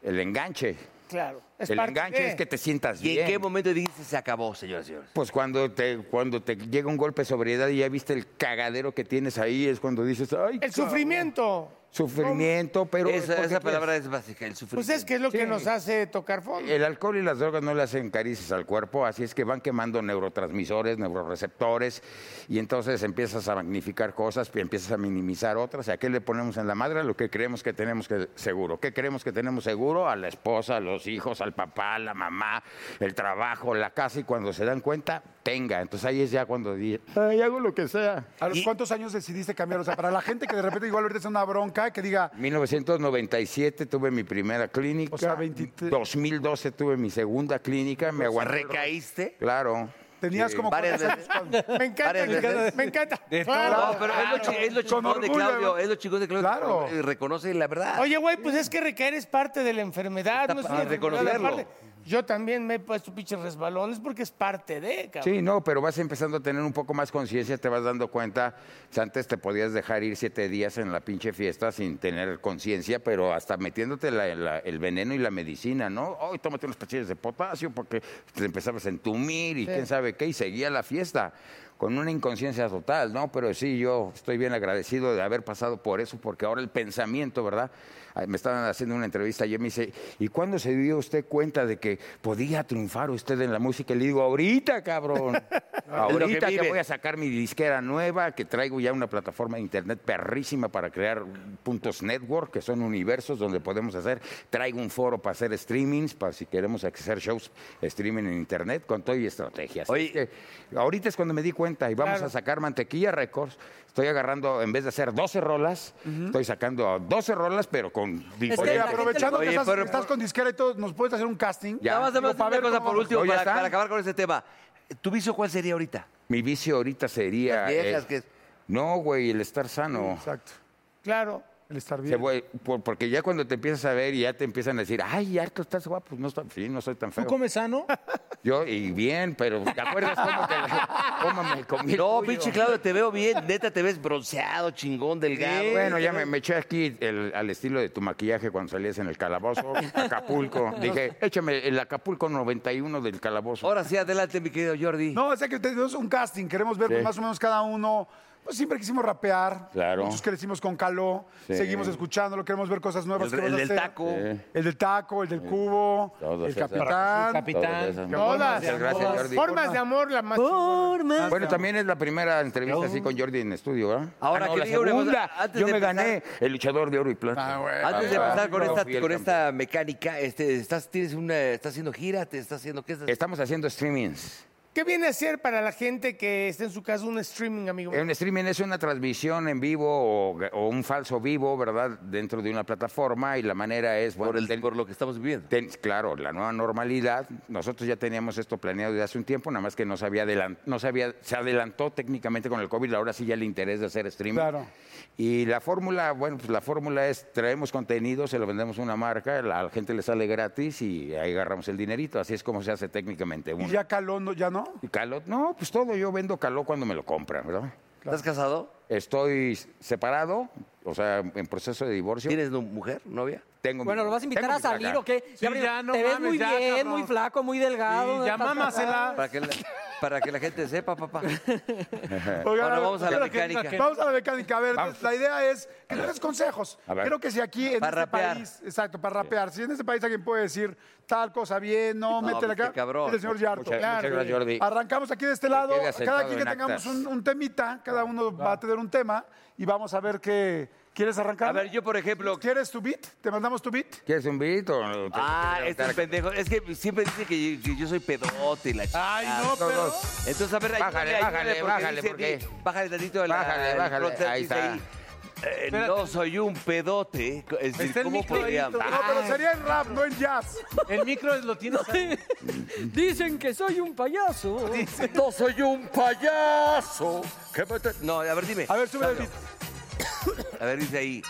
[SPEAKER 12] el enganche.
[SPEAKER 7] Claro. es
[SPEAKER 12] el
[SPEAKER 7] parte
[SPEAKER 12] enganche
[SPEAKER 7] de-
[SPEAKER 12] es que te sientas
[SPEAKER 2] ¿Y
[SPEAKER 12] bien.
[SPEAKER 2] en qué momento dijiste se acabó, señoras y señores?
[SPEAKER 12] Pues cuando te, cuando te llega un golpe de sobriedad y ya viste el cagadero que tienes ahí, es cuando dices, ay,
[SPEAKER 7] El
[SPEAKER 12] cabrón".
[SPEAKER 7] sufrimiento.
[SPEAKER 12] Sufrimiento, pero...
[SPEAKER 2] Esa-
[SPEAKER 12] porque,
[SPEAKER 2] esa
[SPEAKER 12] pues,
[SPEAKER 2] palabra es básica, el sufrimiento.
[SPEAKER 7] Pues es que es lo que
[SPEAKER 12] Sí.
[SPEAKER 7] nos hace tocar fondo.
[SPEAKER 12] El alcohol y las drogas no le hacen caricias al cuerpo, así es que van quemando neurotransmisores, neuroreceptores, y entonces empiezas a magnificar cosas, y empiezas a minimizar otras. ¿Y a qué le ponemos en la madre? Lo que creemos que tenemos que seguro. ¿Qué creemos que tenemos seguro? A la esposa, a los hijos, al papá, a la mamá, el trabajo, la casa, y cuando se dan cuenta, tenga. Entonces ahí es ya cuando di- ay, hago lo que sea.
[SPEAKER 4] ¿A los
[SPEAKER 12] Y-
[SPEAKER 4] cuántos años decidiste cambiar? O sea, para la gente que de repente igual ahorita es una bronca, que diga,
[SPEAKER 12] 1997 tuve mi primera clínica.
[SPEAKER 4] O sea, 23.
[SPEAKER 12] 2012 tuve mi segunda clínica. Me aguanté.
[SPEAKER 2] ¿Recaíste?
[SPEAKER 12] Claro.
[SPEAKER 4] Tenías
[SPEAKER 12] Sí.
[SPEAKER 4] como
[SPEAKER 2] Varias
[SPEAKER 4] 40
[SPEAKER 2] veces.
[SPEAKER 4] años cuando-
[SPEAKER 7] Me encanta,
[SPEAKER 2] Varias
[SPEAKER 7] me encanta,
[SPEAKER 2] veces.
[SPEAKER 7] me encanta.
[SPEAKER 3] De
[SPEAKER 7] Claro.
[SPEAKER 2] No, pero es lo, chi- es lo
[SPEAKER 4] Con
[SPEAKER 2] chingón de
[SPEAKER 4] orgullo,
[SPEAKER 2] Claudio,
[SPEAKER 4] ¿eh?
[SPEAKER 2] es lo chingón de Claudio.
[SPEAKER 4] Claro.
[SPEAKER 2] que Reconoce la verdad.
[SPEAKER 7] Oye, güey, pues es que recaer es parte de la enfermedad. No es una
[SPEAKER 2] padre
[SPEAKER 7] enfermedad
[SPEAKER 2] reconocerlo.
[SPEAKER 7] aparte. Yo también me he puesto pinches resbalones porque es parte de, cabrón.
[SPEAKER 12] Sí, no, pero vas empezando a tener un poco más conciencia, te vas dando cuenta. O sea, Antes te podías dejar ir siete días en la pinche fiesta sin tener conciencia, pero hasta metiéndote la- la- el veneno y la medicina, ¿no? Hoy tómate unas pastillas de potasio porque te empezabas a entumir y quién sabe qué, y seguía la fiesta con una inconsciencia total, ¿no? Pero sí, yo estoy bien agradecido de haber pasado por eso, porque ahora el pensamiento, ¿verdad? Ah, Me estaban haciendo una entrevista y me dice, ¿y cuándo se dio usted cuenta de que podía triunfar usted en la música? Y le digo, ahorita, cabrón.
[SPEAKER 2] Es lo que
[SPEAKER 12] Ah, ahorita que,
[SPEAKER 2] vive.
[SPEAKER 12] voy a sacar mi disquera nueva, que traigo ya una plataforma de internet perrísima para crear puntos network, que son universos donde podemos hacer. Traigo un foro para hacer streamings, para si queremos hacer shows, streaming en internet, con todo y estrategias.
[SPEAKER 2] Oye,
[SPEAKER 12] Es que- Ahorita es cuando me di cuenta y vamos a sacar Mantequilla Records. Estoy agarrando, en vez de hacer 12 rolas, estoy sacando 12 rolas, pero con...
[SPEAKER 4] Oye,
[SPEAKER 5] la gente
[SPEAKER 4] aprovechando
[SPEAKER 2] le-
[SPEAKER 4] que
[SPEAKER 2] Oye,
[SPEAKER 4] estás,
[SPEAKER 2] pero-
[SPEAKER 4] estás con disquera y todo, ¿nos puedes hacer un casting?
[SPEAKER 12] Ya.
[SPEAKER 2] Nada más, nada más
[SPEAKER 4] Digo, para
[SPEAKER 2] una
[SPEAKER 4] ver
[SPEAKER 2] cosa
[SPEAKER 4] cómo
[SPEAKER 2] por
[SPEAKER 4] vamos.
[SPEAKER 2] último,
[SPEAKER 12] No, ya
[SPEAKER 2] para,
[SPEAKER 12] está.
[SPEAKER 2] para acabar con este tema. ¿Tu vicio cuál sería ahorita?
[SPEAKER 12] Mi vicio ahorita sería...
[SPEAKER 2] Las viejas que-
[SPEAKER 12] No, güey, el estar sano.
[SPEAKER 4] Exacto.
[SPEAKER 7] Claro.
[SPEAKER 4] El estar
[SPEAKER 12] Se
[SPEAKER 4] bien.
[SPEAKER 12] fue- por- porque ya cuando te empiezas a ver y ya te empiezan a decir, ay, harto, estás guapo, pues no, está- sí, no soy tan feo.
[SPEAKER 3] ¿Tú comes sano?
[SPEAKER 12] Yo, y bien, pero ¿te acuerdas cómo te cómo me comí el
[SPEAKER 2] No,
[SPEAKER 12] tuyo?
[SPEAKER 2] pinche Claudio, te veo bien. Neta, te ves bronceado, chingón, delgado.
[SPEAKER 12] Ah, Bueno, ya me, me eché aquí el- al estilo de tu maquillaje cuando salías en el calabozo, Acapulco. Dije, échame el Acapulco 91 del calabozo.
[SPEAKER 2] Ahora sí, adelante, mi querido Jordi.
[SPEAKER 4] No, o sea que tenemos un casting, queremos ver pues, más o menos cada uno. Pues siempre quisimos rapear.
[SPEAKER 12] Claro.
[SPEAKER 4] Muchos crecimos con Caló,
[SPEAKER 12] Sí.
[SPEAKER 4] seguimos escuchándolo, queremos ver cosas nuevas.
[SPEAKER 2] El-
[SPEAKER 4] que
[SPEAKER 2] el
[SPEAKER 4] vas a
[SPEAKER 2] del
[SPEAKER 4] hacer.
[SPEAKER 2] taco.
[SPEAKER 12] Sí.
[SPEAKER 4] El del taco, el del cubo,
[SPEAKER 12] Todos
[SPEAKER 4] el
[SPEAKER 12] esos.
[SPEAKER 4] capitán.
[SPEAKER 12] Todas esas,
[SPEAKER 3] Capitán.
[SPEAKER 12] ¿no?
[SPEAKER 7] Todas.
[SPEAKER 12] Muchas gracias, Jordi.
[SPEAKER 7] Formas de amor, la más.
[SPEAKER 5] Formas.
[SPEAKER 12] Bueno, también es la primera entrevista así con Jordi en estudio, ¿verdad?
[SPEAKER 2] Ahora,
[SPEAKER 12] Ah, no,
[SPEAKER 2] que
[SPEAKER 12] la
[SPEAKER 2] diga una cosa,
[SPEAKER 12] segunda.
[SPEAKER 2] antes
[SPEAKER 12] Yo
[SPEAKER 2] de
[SPEAKER 12] me
[SPEAKER 2] empezar-
[SPEAKER 12] gané el luchador de oro y plata.
[SPEAKER 2] Antes de
[SPEAKER 12] Ah,
[SPEAKER 2] empezar con
[SPEAKER 12] yo
[SPEAKER 2] esta,
[SPEAKER 12] fui el
[SPEAKER 2] con
[SPEAKER 12] campeón.
[SPEAKER 2] esta mecánica, este, estás, tienes una, estás haciendo gira, te estás haciendo qué estás-
[SPEAKER 12] Estamos haciendo streamings.
[SPEAKER 7] ¿Qué viene a ser para la gente que está en su casa un streaming, amigo?
[SPEAKER 12] Un streaming es una transmisión en vivo o, o un falso vivo, ¿verdad? Dentro de una plataforma y la manera es... bueno,
[SPEAKER 2] por, el-
[SPEAKER 12] ten-
[SPEAKER 2] por lo que estamos viviendo.
[SPEAKER 12] ten- claro, la nueva normalidad. Nosotros ya teníamos esto planeado desde hace un tiempo, nada más que no se había adelan- no se había- se adelantó técnicamente con el COVID, ahora sí ya le interesa hacer streaming.
[SPEAKER 4] Claro.
[SPEAKER 12] Y la fórmula, bueno, pues la fórmula es traemos contenido, se lo vendemos a una marca, la, la gente le sale gratis y ahí agarramos el dinerito. Así es como se hace técnicamente.
[SPEAKER 4] Y
[SPEAKER 12] uno.
[SPEAKER 4] ya Caló, no- ¿ya no?
[SPEAKER 12] ¿Y caló? No, pues todo, yo vendo caló cuando me lo compran, ¿verdad?
[SPEAKER 2] ¿Estás casado?
[SPEAKER 12] Estoy separado, o sea, en proceso de divorcio.
[SPEAKER 2] ¿Tienes nu- mujer, novia?
[SPEAKER 12] Tengo mi-
[SPEAKER 6] Bueno, ¿lo vas a invitar
[SPEAKER 12] tengo
[SPEAKER 6] a
[SPEAKER 12] mi flaca.
[SPEAKER 6] salir o qué?
[SPEAKER 3] Sí, ya, no
[SPEAKER 6] te ves
[SPEAKER 3] mames,
[SPEAKER 6] muy
[SPEAKER 3] ya,
[SPEAKER 6] bien,
[SPEAKER 3] cabrón.
[SPEAKER 6] muy flaco, muy delgado.
[SPEAKER 3] Sí, ya mámasela.
[SPEAKER 2] Para que la, para que la gente sepa, papá.
[SPEAKER 4] Oigan,
[SPEAKER 2] Bueno, vamos a la
[SPEAKER 4] creo que-
[SPEAKER 2] mecánica.
[SPEAKER 4] Vamos a la mecánica. A ver,
[SPEAKER 12] Vamos.
[SPEAKER 4] la idea es que nos des consejos.
[SPEAKER 12] A ver.
[SPEAKER 4] Creo que si aquí en
[SPEAKER 2] Para
[SPEAKER 4] este
[SPEAKER 2] rapear.
[SPEAKER 4] país, exacto, para rapear, si en este país alguien puede decir tal cosa bien, no,
[SPEAKER 2] No,
[SPEAKER 4] métela
[SPEAKER 2] pues,
[SPEAKER 4] acá,
[SPEAKER 2] qué cabrón.
[SPEAKER 4] es el señor Yarto.
[SPEAKER 12] Muchas- muchas gracias, Jordi.
[SPEAKER 4] Arrancamos aquí de este lado,
[SPEAKER 12] quede asentado
[SPEAKER 4] cada quien que
[SPEAKER 12] en
[SPEAKER 4] tengamos
[SPEAKER 12] actas.
[SPEAKER 4] un, un temita, cada uno va a tener un tema y vamos a ver qué quieres arrancar.
[SPEAKER 2] A ver, yo, por ejemplo-
[SPEAKER 4] ¿Quieres tu beat? ¿Te mandamos tu beat?
[SPEAKER 12] ¿Quieres un beat o-
[SPEAKER 2] Ah,
[SPEAKER 12] te-
[SPEAKER 2] este es pendejo. Es que siempre dice que yo, que yo soy pedote y la chica.
[SPEAKER 12] Ay, no, pero...
[SPEAKER 2] Entonces, a ver, ayúdame,
[SPEAKER 12] Bájale,
[SPEAKER 2] ayúdame,
[SPEAKER 12] bájale,
[SPEAKER 2] porque
[SPEAKER 12] bájale,
[SPEAKER 2] dice
[SPEAKER 12] porque-
[SPEAKER 2] di- Bájale tantito de la...
[SPEAKER 12] Bájale,
[SPEAKER 2] el
[SPEAKER 12] bájale,
[SPEAKER 2] frontera,
[SPEAKER 12] ahí
[SPEAKER 2] dice
[SPEAKER 12] está.
[SPEAKER 2] eh, no soy un pedote. Es decir, ¿cómo podríamos?
[SPEAKER 4] No, pero sería en rap, no en jazz.
[SPEAKER 3] El micro lo tienes ahí.
[SPEAKER 6] Dicen que soy un payaso.
[SPEAKER 2] No soy un payaso. ¿Qué pasa? No, a ver, dime.
[SPEAKER 4] A ver, sube el beat.
[SPEAKER 2] A ver, Ah, dice ahí.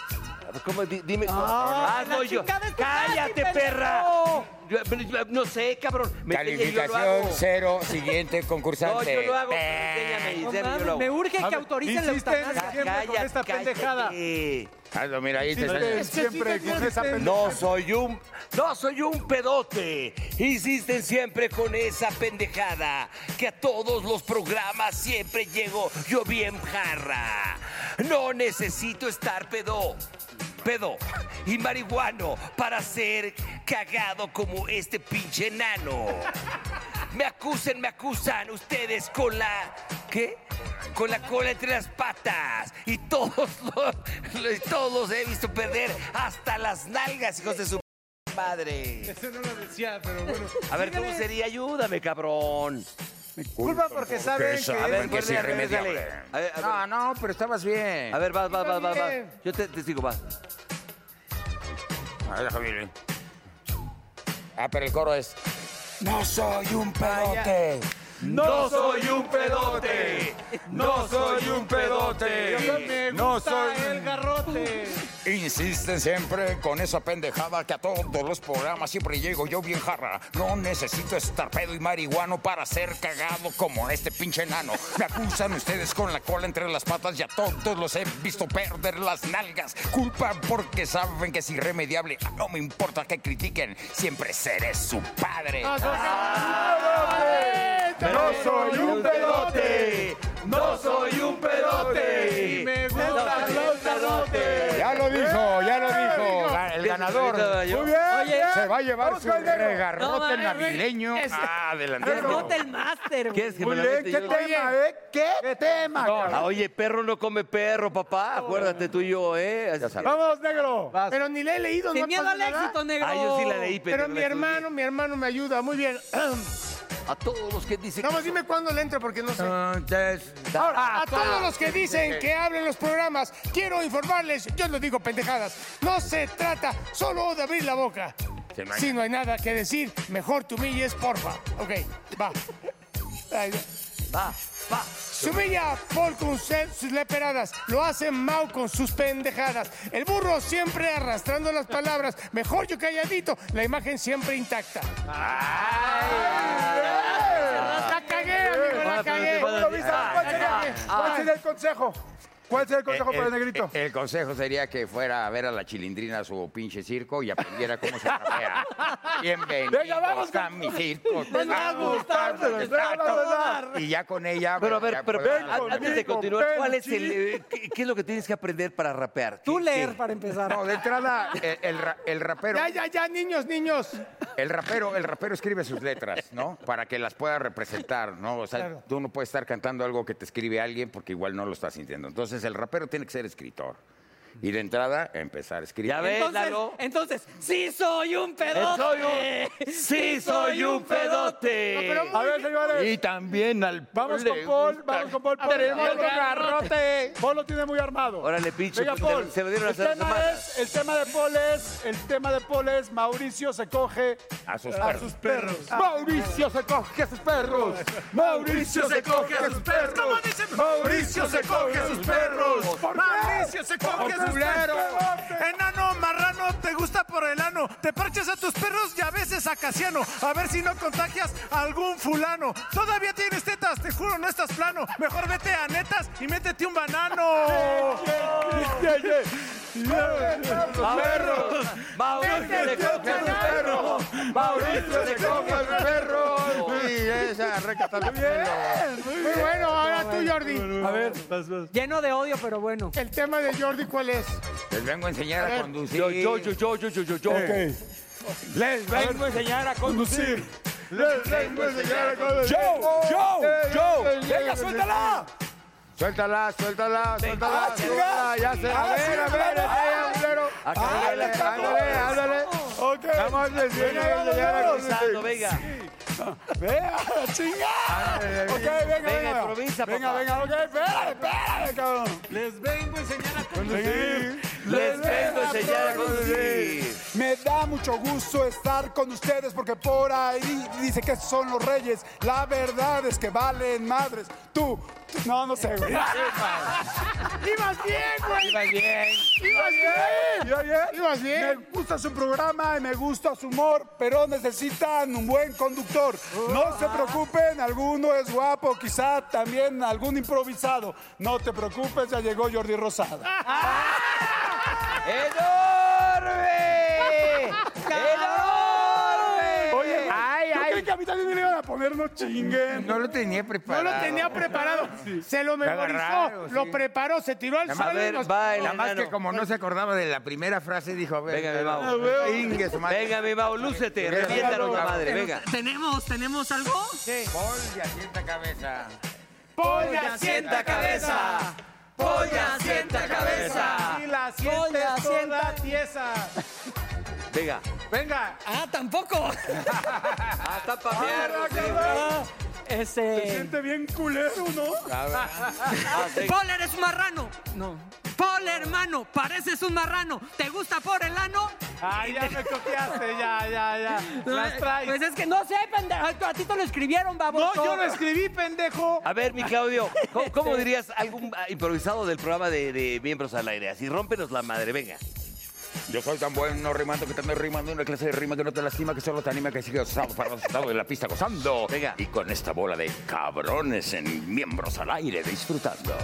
[SPEAKER 2] A ver, ¿Cómo? Di- Dime. Ah, soy yo. ¡Cállate, perra!
[SPEAKER 10] yo- pero yo- no sé, cabrón. Me enseña y yo lo
[SPEAKER 2] Calificación
[SPEAKER 10] hago.
[SPEAKER 2] cero, siguiente
[SPEAKER 10] No,
[SPEAKER 2] concursante.
[SPEAKER 10] yo lo hago.
[SPEAKER 2] Pe-
[SPEAKER 12] Eh,
[SPEAKER 10] Enséñame, enséñame, yo lo hago.
[SPEAKER 6] me urge que autoricen la eutanasia.
[SPEAKER 10] Cállate, cállate.
[SPEAKER 2] Hazlo, mira, ahí te
[SPEAKER 10] Hiciste
[SPEAKER 2] sale.
[SPEAKER 10] siempre Es que sí con te esa entiendo.
[SPEAKER 2] No soy un. No soy un pedote. Hiciste siempre con esa pendejada. Que a todos los programas siempre llego yo bien jarra. No necesito estar pedo. Pedo y marihuano para ser cagado como este pinche enano. Me acusan, me acusan ustedes con la. ¿Qué? Con la cola entre las patas. Y todos los, los- todos los
[SPEAKER 10] eh.
[SPEAKER 2] he visto perder hasta las nalgas, hijos de su madre.
[SPEAKER 13] Eso no lo decía, pero bueno.
[SPEAKER 10] A ver, ¿cómo
[SPEAKER 13] Dígale.
[SPEAKER 10] sería? Ayúdame, cabrón.
[SPEAKER 13] Culpa porque saben que
[SPEAKER 10] A ver,
[SPEAKER 13] es-
[SPEAKER 10] vuelve, a ver, dale. A ver, a ver.
[SPEAKER 12] No, no, pero estabas bien.
[SPEAKER 10] A ver, vas, vas, vas, vas, vas.
[SPEAKER 12] Bien.
[SPEAKER 10] Yo te, te sigo, vas.
[SPEAKER 2] A ver, déjame ir. Ah, pero el coro es. No soy un pedote.
[SPEAKER 3] No soy un pedote. No soy un pedote. No soy el garrote.
[SPEAKER 2] Insisten siempre con esa pendejada que a todos los programas siempre llego yo bien jarra. No necesito estar pedo y marihuano para ser cagado como este pinche enano. Me acusan ustedes con la cola entre las patas y a todos los he visto perder las nalgas. Culpa porque saben que es irremediable. No me importa que critiquen, siempre seré su padre.
[SPEAKER 3] Ah,
[SPEAKER 4] Ah,
[SPEAKER 12] Ah,
[SPEAKER 2] Ah,
[SPEAKER 3] No soy un pedote. No soy un pedote. Me gustan los pedotes.
[SPEAKER 2] Ya lo dijo, ya lo dijo. Ga- El ganador
[SPEAKER 3] Muy bien, Oye,
[SPEAKER 2] se va a llevar
[SPEAKER 3] vamos
[SPEAKER 2] su
[SPEAKER 3] con el negro.
[SPEAKER 6] No,
[SPEAKER 2] regarrote
[SPEAKER 6] mames,
[SPEAKER 2] navideño.
[SPEAKER 6] es-
[SPEAKER 2] Ah, Adelante.
[SPEAKER 6] Derrota el máster, güey.
[SPEAKER 10] que me la meta yo?
[SPEAKER 4] ¿eh? ¿Qué tema?
[SPEAKER 10] Ah, oye, perro no come perro, papá. Acuérdate tú y yo, ¿eh? Ya sabes.
[SPEAKER 4] ¡Vamos, negro!
[SPEAKER 7] Pero ni le he leído,
[SPEAKER 6] Sin
[SPEAKER 7] no
[SPEAKER 6] miedo
[SPEAKER 7] pasa
[SPEAKER 6] al
[SPEAKER 7] nada.
[SPEAKER 6] éxito, negro.
[SPEAKER 10] Ah, yo sí la leí, pero
[SPEAKER 7] Pero
[SPEAKER 10] no
[SPEAKER 7] mi
[SPEAKER 10] la estudié.
[SPEAKER 7] hermano, mi hermano me ayuda. Muy bien.
[SPEAKER 10] A todos los que Ah, dicen
[SPEAKER 7] Nada más dime cuándo le entro porque no sé.
[SPEAKER 10] Ah,
[SPEAKER 7] Ahora, a todos los que dicen que abren los programas, quiero informarles, yo no digo pendejadas, no se trata solo de abrir la boca.
[SPEAKER 2] Sí, no hay-
[SPEAKER 7] Si no hay nada que decir, mejor te humilles, porfa. Ok, va. Ay,
[SPEAKER 10] Va, va.
[SPEAKER 7] Se humilla Paul con se- sus leperadas, lo hace Mau con sus pendejadas. El burro siempre arrastrando las palabras, mejor yo calladito, la imagen siempre intacta. La cagué, amigo, la cagué.
[SPEAKER 4] ¿Cómo lo viste? ¿Cuál sería- cuál sería el consejo? ¿Cuál
[SPEAKER 12] Eh,
[SPEAKER 4] sería el
[SPEAKER 2] eh,
[SPEAKER 4] consejo para el negrito?
[SPEAKER 12] El, el consejo sería que fuera a ver a la chilindrina a su pinche circo y aprendiera cómo se trapea. Bienvenido
[SPEAKER 4] Venga, vamos
[SPEAKER 12] a mi circo.
[SPEAKER 4] Nos va a gustar,
[SPEAKER 12] te
[SPEAKER 4] nos va a
[SPEAKER 12] trato.
[SPEAKER 4] gustar.
[SPEAKER 12] Y ya con ella...
[SPEAKER 10] Pero a
[SPEAKER 12] ya
[SPEAKER 10] ver, pero,
[SPEAKER 12] podemos-
[SPEAKER 10] a- antes de continuar, ¿cuál es el, eh, qué, qué es lo que tienes que aprender para rapear?
[SPEAKER 6] Tú
[SPEAKER 10] ¿Qué-
[SPEAKER 6] leer
[SPEAKER 10] qué?
[SPEAKER 6] para empezar.
[SPEAKER 12] No, de entrada, eh, el, el ra- el rapero...
[SPEAKER 7] Ya, ya, ya, niños, niños.
[SPEAKER 12] El rapero, el rapero escribe sus letras, ¿no? Para que las pueda representar, ¿no? O sea,
[SPEAKER 7] Claro.
[SPEAKER 12] tú no puedes estar cantando algo que te escribe alguien porque igual no lo estás sintiendo. Entonces, el rapero tiene que ser escritor. Y de entrada, empezar a escribir.
[SPEAKER 10] Ya ves,
[SPEAKER 6] Entonces,
[SPEAKER 10] Lalo.
[SPEAKER 6] entonces, sí soy un pedote.
[SPEAKER 10] Sí, soy un pedote.
[SPEAKER 7] Pero
[SPEAKER 4] A
[SPEAKER 7] muy
[SPEAKER 4] ver,
[SPEAKER 7] bien.
[SPEAKER 4] señores.
[SPEAKER 2] Y también al
[SPEAKER 4] Vamos
[SPEAKER 2] le
[SPEAKER 4] con Paul,
[SPEAKER 2] gusta.
[SPEAKER 4] vamos con Paul. Paul,
[SPEAKER 7] Tremendo
[SPEAKER 4] Paul lo-
[SPEAKER 7] garrote.
[SPEAKER 4] Paul lo tiene muy armado.
[SPEAKER 10] Órale, pinche,
[SPEAKER 4] Venga,
[SPEAKER 10] se-
[SPEAKER 4] Paul.
[SPEAKER 10] se lo dieron
[SPEAKER 4] el,
[SPEAKER 10] hace dos
[SPEAKER 4] tema
[SPEAKER 10] semanas.
[SPEAKER 4] es, el tema de Paul es, el tema de Paul es, Mauricio se coge
[SPEAKER 12] A sus perros.
[SPEAKER 4] perros. Mauricio se coge a sus perros. Mauricio se coge a sus perros. Mauricio se coge a sus perros. Mauricio se coge a sus perros.
[SPEAKER 3] Enano, marrano, te gusta por el ano. Te parches a tus perros y a veces a Casiano. A ver si no contagias a algún fulano. Todavía tienes tetas, te juro, no estás plano. Mejor vete a netas y métete un banano.
[SPEAKER 10] Perros. Mauricio le coge a los perros. Mauricio le coge a los perros.
[SPEAKER 12] Y esa recatando.
[SPEAKER 7] Muy bueno, ahora tú, Jordi.
[SPEAKER 13] A ver,
[SPEAKER 6] Lleno de odio, pero bueno.
[SPEAKER 7] El tema de Jordi, ¿cuál es?
[SPEAKER 12] Les vengo a enseñar a, conducir.
[SPEAKER 10] Yo, yo, yo, yo, yo, yo, yo, yo.
[SPEAKER 3] Les vengo a enseñar a conducir.
[SPEAKER 4] Les vengo a enseñar a coger.
[SPEAKER 3] Joe, Joe, Joe. Venga, suéltala.
[SPEAKER 12] Suéltala, suéltala, suéltala.
[SPEAKER 3] ¡Ah,
[SPEAKER 12] suéltala,
[SPEAKER 3] chinga!
[SPEAKER 12] ya se
[SPEAKER 3] ¡Ah,
[SPEAKER 12] a ver, a
[SPEAKER 3] chinga!
[SPEAKER 12] ver,
[SPEAKER 3] ¡Ah!
[SPEAKER 12] ahí, culero.
[SPEAKER 10] Ándale,
[SPEAKER 12] Ándale,
[SPEAKER 10] ándale,
[SPEAKER 12] ándale, ándale.
[SPEAKER 4] Ok.
[SPEAKER 12] Vamos, les vengo a enseñar a
[SPEAKER 10] Pensando, venga.
[SPEAKER 4] Venga, chinga. Ok, venga,
[SPEAKER 10] Venga,
[SPEAKER 4] venga.
[SPEAKER 10] improvisa,
[SPEAKER 4] venga,
[SPEAKER 10] papá.
[SPEAKER 4] venga, ok, espérale, espérale, cabrón.
[SPEAKER 13] les vengo a enseñar a
[SPEAKER 4] Conducir.
[SPEAKER 10] Les vengo a enseñar a conducir.
[SPEAKER 4] Me da mucho gusto estar con ustedes porque por ahí dice que son los reyes. La verdad es que valen madres. Tú, tú- no, no sé, güey.
[SPEAKER 7] ¡Ibas bien, güey!
[SPEAKER 4] ¡Ibas bien!
[SPEAKER 7] ¡Ibas bien!
[SPEAKER 4] ¿Iba bien? Me gusta su programa y me gusta su humor, pero necesitan un buen conductor. No se preocupen, alguno es guapo, quizá también algún improvisado. No te preocupes, ya llegó Jordi Rosada.
[SPEAKER 10] ¡Enorme! ¡Enorme!
[SPEAKER 4] Oye,
[SPEAKER 7] ay,
[SPEAKER 4] yo
[SPEAKER 7] ay.
[SPEAKER 4] creí que a mí también me le iban a poner, no chinguen.
[SPEAKER 12] No lo tenía
[SPEAKER 7] No
[SPEAKER 12] preparado.
[SPEAKER 7] lo tenía preparado. Se lo
[SPEAKER 12] Está
[SPEAKER 7] memorizó,
[SPEAKER 12] agarrado,
[SPEAKER 7] lo
[SPEAKER 12] sí.
[SPEAKER 7] preparó, se tiró al
[SPEAKER 12] Nada más,
[SPEAKER 7] suelo. y
[SPEAKER 12] ver,
[SPEAKER 7] nos-
[SPEAKER 12] va,
[SPEAKER 7] nos-
[SPEAKER 12] nada más que como no se acordaba de la primera frase, dijo, a ver,
[SPEAKER 2] Venga, mi
[SPEAKER 12] a ver,
[SPEAKER 2] Mau.
[SPEAKER 12] a ver, chingue su madre.
[SPEAKER 2] Venga, mi Mau, lúcete,
[SPEAKER 12] Venga,
[SPEAKER 2] reviéntanos la
[SPEAKER 12] venga,
[SPEAKER 2] madre,
[SPEAKER 12] venga.
[SPEAKER 2] venga.
[SPEAKER 6] ¿Tenemos, tenemos algo? Sí.
[SPEAKER 12] Ponle así esta cabeza.
[SPEAKER 7] Polla,
[SPEAKER 10] sienta cabeza. Polla, sienta cabeza.
[SPEAKER 3] Si la
[SPEAKER 6] Polla,
[SPEAKER 3] sientes
[SPEAKER 6] sienta-
[SPEAKER 3] toda tiesa.
[SPEAKER 2] Venga.
[SPEAKER 3] Venga.
[SPEAKER 6] Ah, tampoco. Ah,
[SPEAKER 2] Hasta papear.
[SPEAKER 6] Este.
[SPEAKER 4] Siente bien culero, ¿no?
[SPEAKER 2] Ah,
[SPEAKER 6] Paul, eres un marrano. No. Paul, hermano, pareces un marrano. ¿Te gusta por el ano?
[SPEAKER 3] Ay, ya me copiaste, ya, ya, ya. Las traes.
[SPEAKER 6] Pues es que no sé, pendejo. A ti te lo escribieron, baboso. Este,
[SPEAKER 3] No, yo lo escribí, pendejo.
[SPEAKER 2] A ver, mi Claudio, ¿cómo, cómo dirías algún ah, improvisado del programa de, de Miembros al Aire? Así, rómpenos la madre, venga.
[SPEAKER 12] Yo soy tan bueno rimando que también rimando una clase de rima que no te lastima, que solo te anima, que sigue osado para los estados de la pista gozando.
[SPEAKER 2] Venga.
[SPEAKER 12] Y con esta bola de cabrones en miembros al aire disfrutando.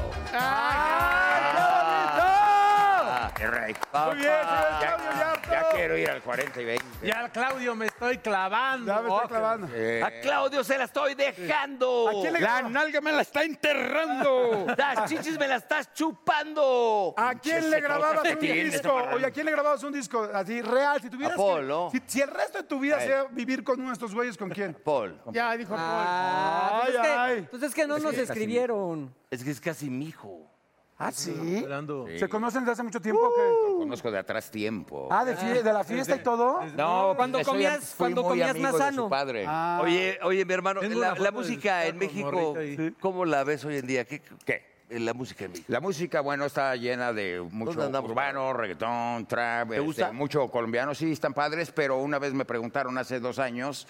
[SPEAKER 12] ¡Ah, qué rico!
[SPEAKER 4] Muy bien, señor
[SPEAKER 12] Ya,
[SPEAKER 4] Claudio Yarto.
[SPEAKER 12] ya quiero ir al 40 y 20.
[SPEAKER 3] Ya, Claudio, me estoy clavando.
[SPEAKER 4] Ya me estoy clavando.
[SPEAKER 12] Eh,
[SPEAKER 2] A Claudio se la estoy dejando.
[SPEAKER 12] la nalga me la está enterrando.
[SPEAKER 2] Las chichis me la estás chupando.
[SPEAKER 4] ¿A quién le grababas un
[SPEAKER 10] este
[SPEAKER 4] disco? Oye, ¿a quién le grababas un disco así real? Si tuvieras que-
[SPEAKER 2] Apolo.
[SPEAKER 4] si, si el resto de tu vida
[SPEAKER 2] A él.
[SPEAKER 4] sea vivir con uno de estos güeyes, ¿con quién?
[SPEAKER 2] Paul,
[SPEAKER 7] Ya, dijo
[SPEAKER 6] Ah,
[SPEAKER 4] Ay,
[SPEAKER 6] pues, es que,
[SPEAKER 4] ay.
[SPEAKER 6] pues es que no nos escribieron.
[SPEAKER 2] es que es casi mi hijo.
[SPEAKER 4] ¿Ah, sí?
[SPEAKER 3] Hablando.
[SPEAKER 4] ¿Se conocen desde hace mucho
[SPEAKER 3] Uh.
[SPEAKER 4] tiempo o qué?
[SPEAKER 12] Lo conozco de atrás tiempo.
[SPEAKER 4] Ah, de, fie- de la fiesta y todo.
[SPEAKER 12] No,
[SPEAKER 6] Cuando
[SPEAKER 12] soy-
[SPEAKER 6] comías-
[SPEAKER 12] fui
[SPEAKER 6] cuando
[SPEAKER 12] muy
[SPEAKER 6] comías
[SPEAKER 12] amigo
[SPEAKER 6] más
[SPEAKER 12] de
[SPEAKER 6] sano.
[SPEAKER 12] Su padre.
[SPEAKER 2] Oye, oye, mi hermano,
[SPEAKER 3] Tengo
[SPEAKER 2] la,
[SPEAKER 3] una foto
[SPEAKER 2] la
[SPEAKER 3] de
[SPEAKER 2] música
[SPEAKER 3] estar
[SPEAKER 2] en
[SPEAKER 3] con
[SPEAKER 2] México,
[SPEAKER 3] morrita ahí.
[SPEAKER 2] ¿cómo la ves hoy en día? ¿Qué? Eh,
[SPEAKER 12] ¿Qué?
[SPEAKER 2] La música en México.
[SPEAKER 12] La música, bueno, está llena de mucho
[SPEAKER 2] ¿Dónde andamos?
[SPEAKER 12] urbano, reggaetón, trap. este,
[SPEAKER 2] gusta?
[SPEAKER 12] Mucho colombiano, sí, están padres, pero una vez me preguntaron hace dos años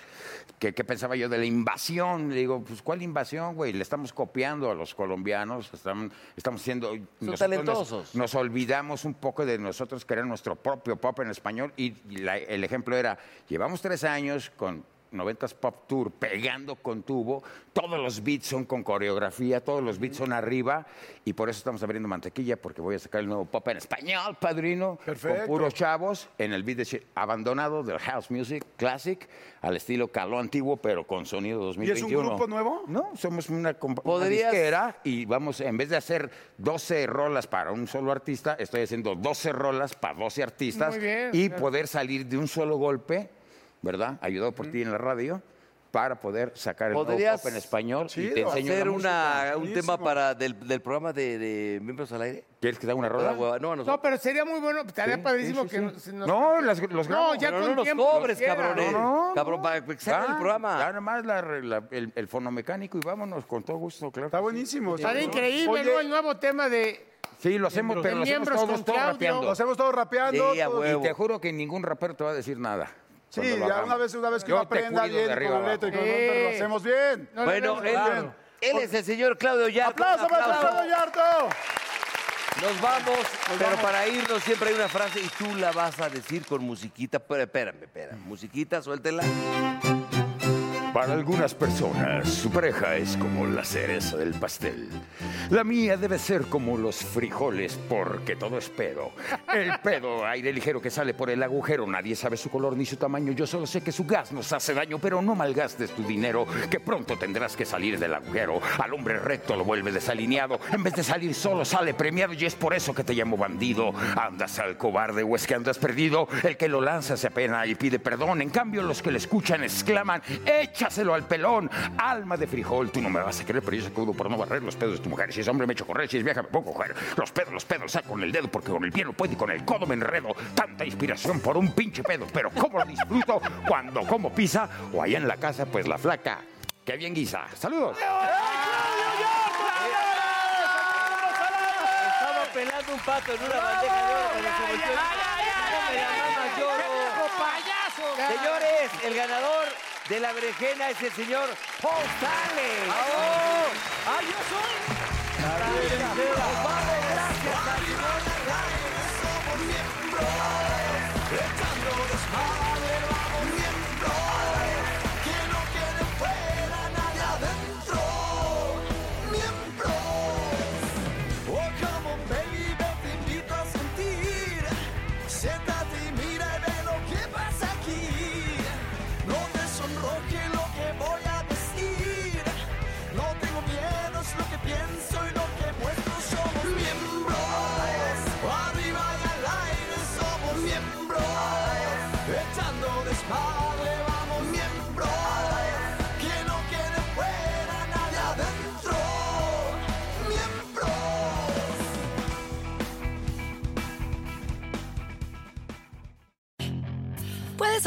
[SPEAKER 12] que qué pensaba yo de la invasión. Le digo, pues, ¿cuál invasión, güey? Le estamos copiando a los colombianos, están, estamos siendo... nosotros
[SPEAKER 2] talentosos.
[SPEAKER 12] Nos, nos olvidamos un poco de nosotros que era nuestro propio pop en español y la- el ejemplo era, llevamos tres años con... 90s Pop Tour pegando con tubo, todos los beats son con coreografía, todos los beats son arriba y por eso estamos abriendo mantequilla porque voy a sacar el nuevo pop en español, padrino,
[SPEAKER 4] Perfecto.
[SPEAKER 12] con puros chavos en el beat de Ch- abandonado del house music classic al estilo caló antiguo pero con sonido
[SPEAKER 4] ¿Y es un
[SPEAKER 12] 2021.
[SPEAKER 4] grupo nuevo?
[SPEAKER 12] No, somos una, compa- una
[SPEAKER 2] ¿Podrías-
[SPEAKER 12] disquera y vamos, en vez de hacer 12 rolas para un solo artista, estoy haciendo 12 rolas para 12 artistas
[SPEAKER 7] Muy bien,
[SPEAKER 12] y poder salir de un solo golpe, ¿verdad? Ayudado por ti en la radio, para poder sacar el nuevo
[SPEAKER 2] ¿Podrías
[SPEAKER 12] pop en español y te
[SPEAKER 4] Chido.
[SPEAKER 12] enseño
[SPEAKER 2] Hacer
[SPEAKER 12] la música.
[SPEAKER 2] una, un tema para del, del programa de, de Miembros al Aire.
[SPEAKER 12] ¿Quieres que te haga una rola?
[SPEAKER 2] Toda hueva- No, a nosotros.
[SPEAKER 7] No, pero sería muy bueno, estaría
[SPEAKER 12] Sí,
[SPEAKER 7] padrísimo
[SPEAKER 12] sí, sí,
[SPEAKER 7] que
[SPEAKER 12] sí.
[SPEAKER 7] nos- nos-
[SPEAKER 12] No, las- los grabo.
[SPEAKER 7] No, ya
[SPEAKER 2] Pero
[SPEAKER 7] con
[SPEAKER 2] no nos
[SPEAKER 7] tiempo.
[SPEAKER 2] cobres,
[SPEAKER 7] cualquiera.
[SPEAKER 2] cabrones.
[SPEAKER 12] No, no.
[SPEAKER 2] Cabrón, para que salga el
[SPEAKER 12] Va,
[SPEAKER 2] programa.
[SPEAKER 12] Ya nomás la re- la- el, el fonomecánico y vámonos con todo gusto, claro.
[SPEAKER 4] Está buenísimo.
[SPEAKER 7] Estaría increíble,
[SPEAKER 4] Oye,
[SPEAKER 7] ¿no? El nuevo tema de.
[SPEAKER 12] Sí, lo hacemos, pero lo hacemos
[SPEAKER 7] Miembros
[SPEAKER 12] todos,
[SPEAKER 7] con
[SPEAKER 12] todos
[SPEAKER 7] Claudio.
[SPEAKER 4] Lo
[SPEAKER 12] rapeando.
[SPEAKER 4] hacemos todos rapeando.
[SPEAKER 2] Sí, a
[SPEAKER 4] todos-
[SPEAKER 2] huevo.
[SPEAKER 12] Y te juro que ningún rapero te va a decir nada.
[SPEAKER 4] Sí,
[SPEAKER 12] cuando lo
[SPEAKER 4] ya
[SPEAKER 12] hagamos.
[SPEAKER 4] una vez, una vez que
[SPEAKER 12] Yo
[SPEAKER 4] uno
[SPEAKER 12] te
[SPEAKER 4] aprenda
[SPEAKER 12] cuido de
[SPEAKER 4] bien con
[SPEAKER 12] arriba
[SPEAKER 4] la letra y
[SPEAKER 12] abajo.
[SPEAKER 4] con
[SPEAKER 7] abajo.
[SPEAKER 4] todo, lo
[SPEAKER 7] Sí.
[SPEAKER 4] hacemos bien.
[SPEAKER 7] No,
[SPEAKER 2] Bueno,
[SPEAKER 7] no,
[SPEAKER 2] él,
[SPEAKER 7] no,
[SPEAKER 4] bien.
[SPEAKER 2] él es el señor Claudio Yarto.
[SPEAKER 4] ¡Aplauso
[SPEAKER 2] Un
[SPEAKER 4] para
[SPEAKER 2] aplauso.
[SPEAKER 4] Alfredo Yarto!
[SPEAKER 2] Nos vamos, pero para irnos siempre hay una frase y tú la vas a decir con musiquita. Pero espérame, espérame. Musiquita, suéltela.
[SPEAKER 12] Para algunas personas, su pareja es como la cereza del pastel. La mía debe ser como los frijoles, porque todo es pedo. El pedo, aire ligero que sale por el agujero. Nadie sabe su color ni su tamaño. Yo solo sé que su gas nos hace daño, pero no malgastes tu dinero, que pronto tendrás que salir del agujero. Al hombre recto lo vuelve desalineado. En vez de salir solo, sale premiado y es por eso que te llamo bandido. Andas al cobarde o es que andas perdido. El que lo lanza se apena y pide perdón. En cambio, los que le escuchan exclaman, échaselo al pelón. Alma de frijol, tú no me vas a creer, pero yo sacudo por no barrer los pedos de tu mujer. Si es hombre me echo a correr, si es vieja me pongo a coger. Los pedos, los pedos, saco con el dedo porque con el pie no puedo y con el codo me enredo. Tanta inspiración por un pinche pedo, pero ¿cómo lo disfruto cuando como pizza o allá en la casa, pues la flaca. ¡Qué bien guisa! ¡Saludos!
[SPEAKER 4] ¡Estamos
[SPEAKER 10] pelando un pato en una bandeja de oro cuando se volteó. Déjame la mama, lloro.
[SPEAKER 2] Señores, el ganador de la berenjena es el señor Paul Stanley. ¡Ah, yo soy!
[SPEAKER 14] Oh, come on, baby, te invito a sentir. Siéntate y mira y ve lo que pasa aquí. No te sonroje lo que voy a decir. No tengo miedo, es lo que pienso y lo que muestro. Somos miembros. Arriba y al aire somos miembros. Echando desmadre, vamos miembros. Que no quede fuera nadie adentro. Miembros.
[SPEAKER 15] Puedes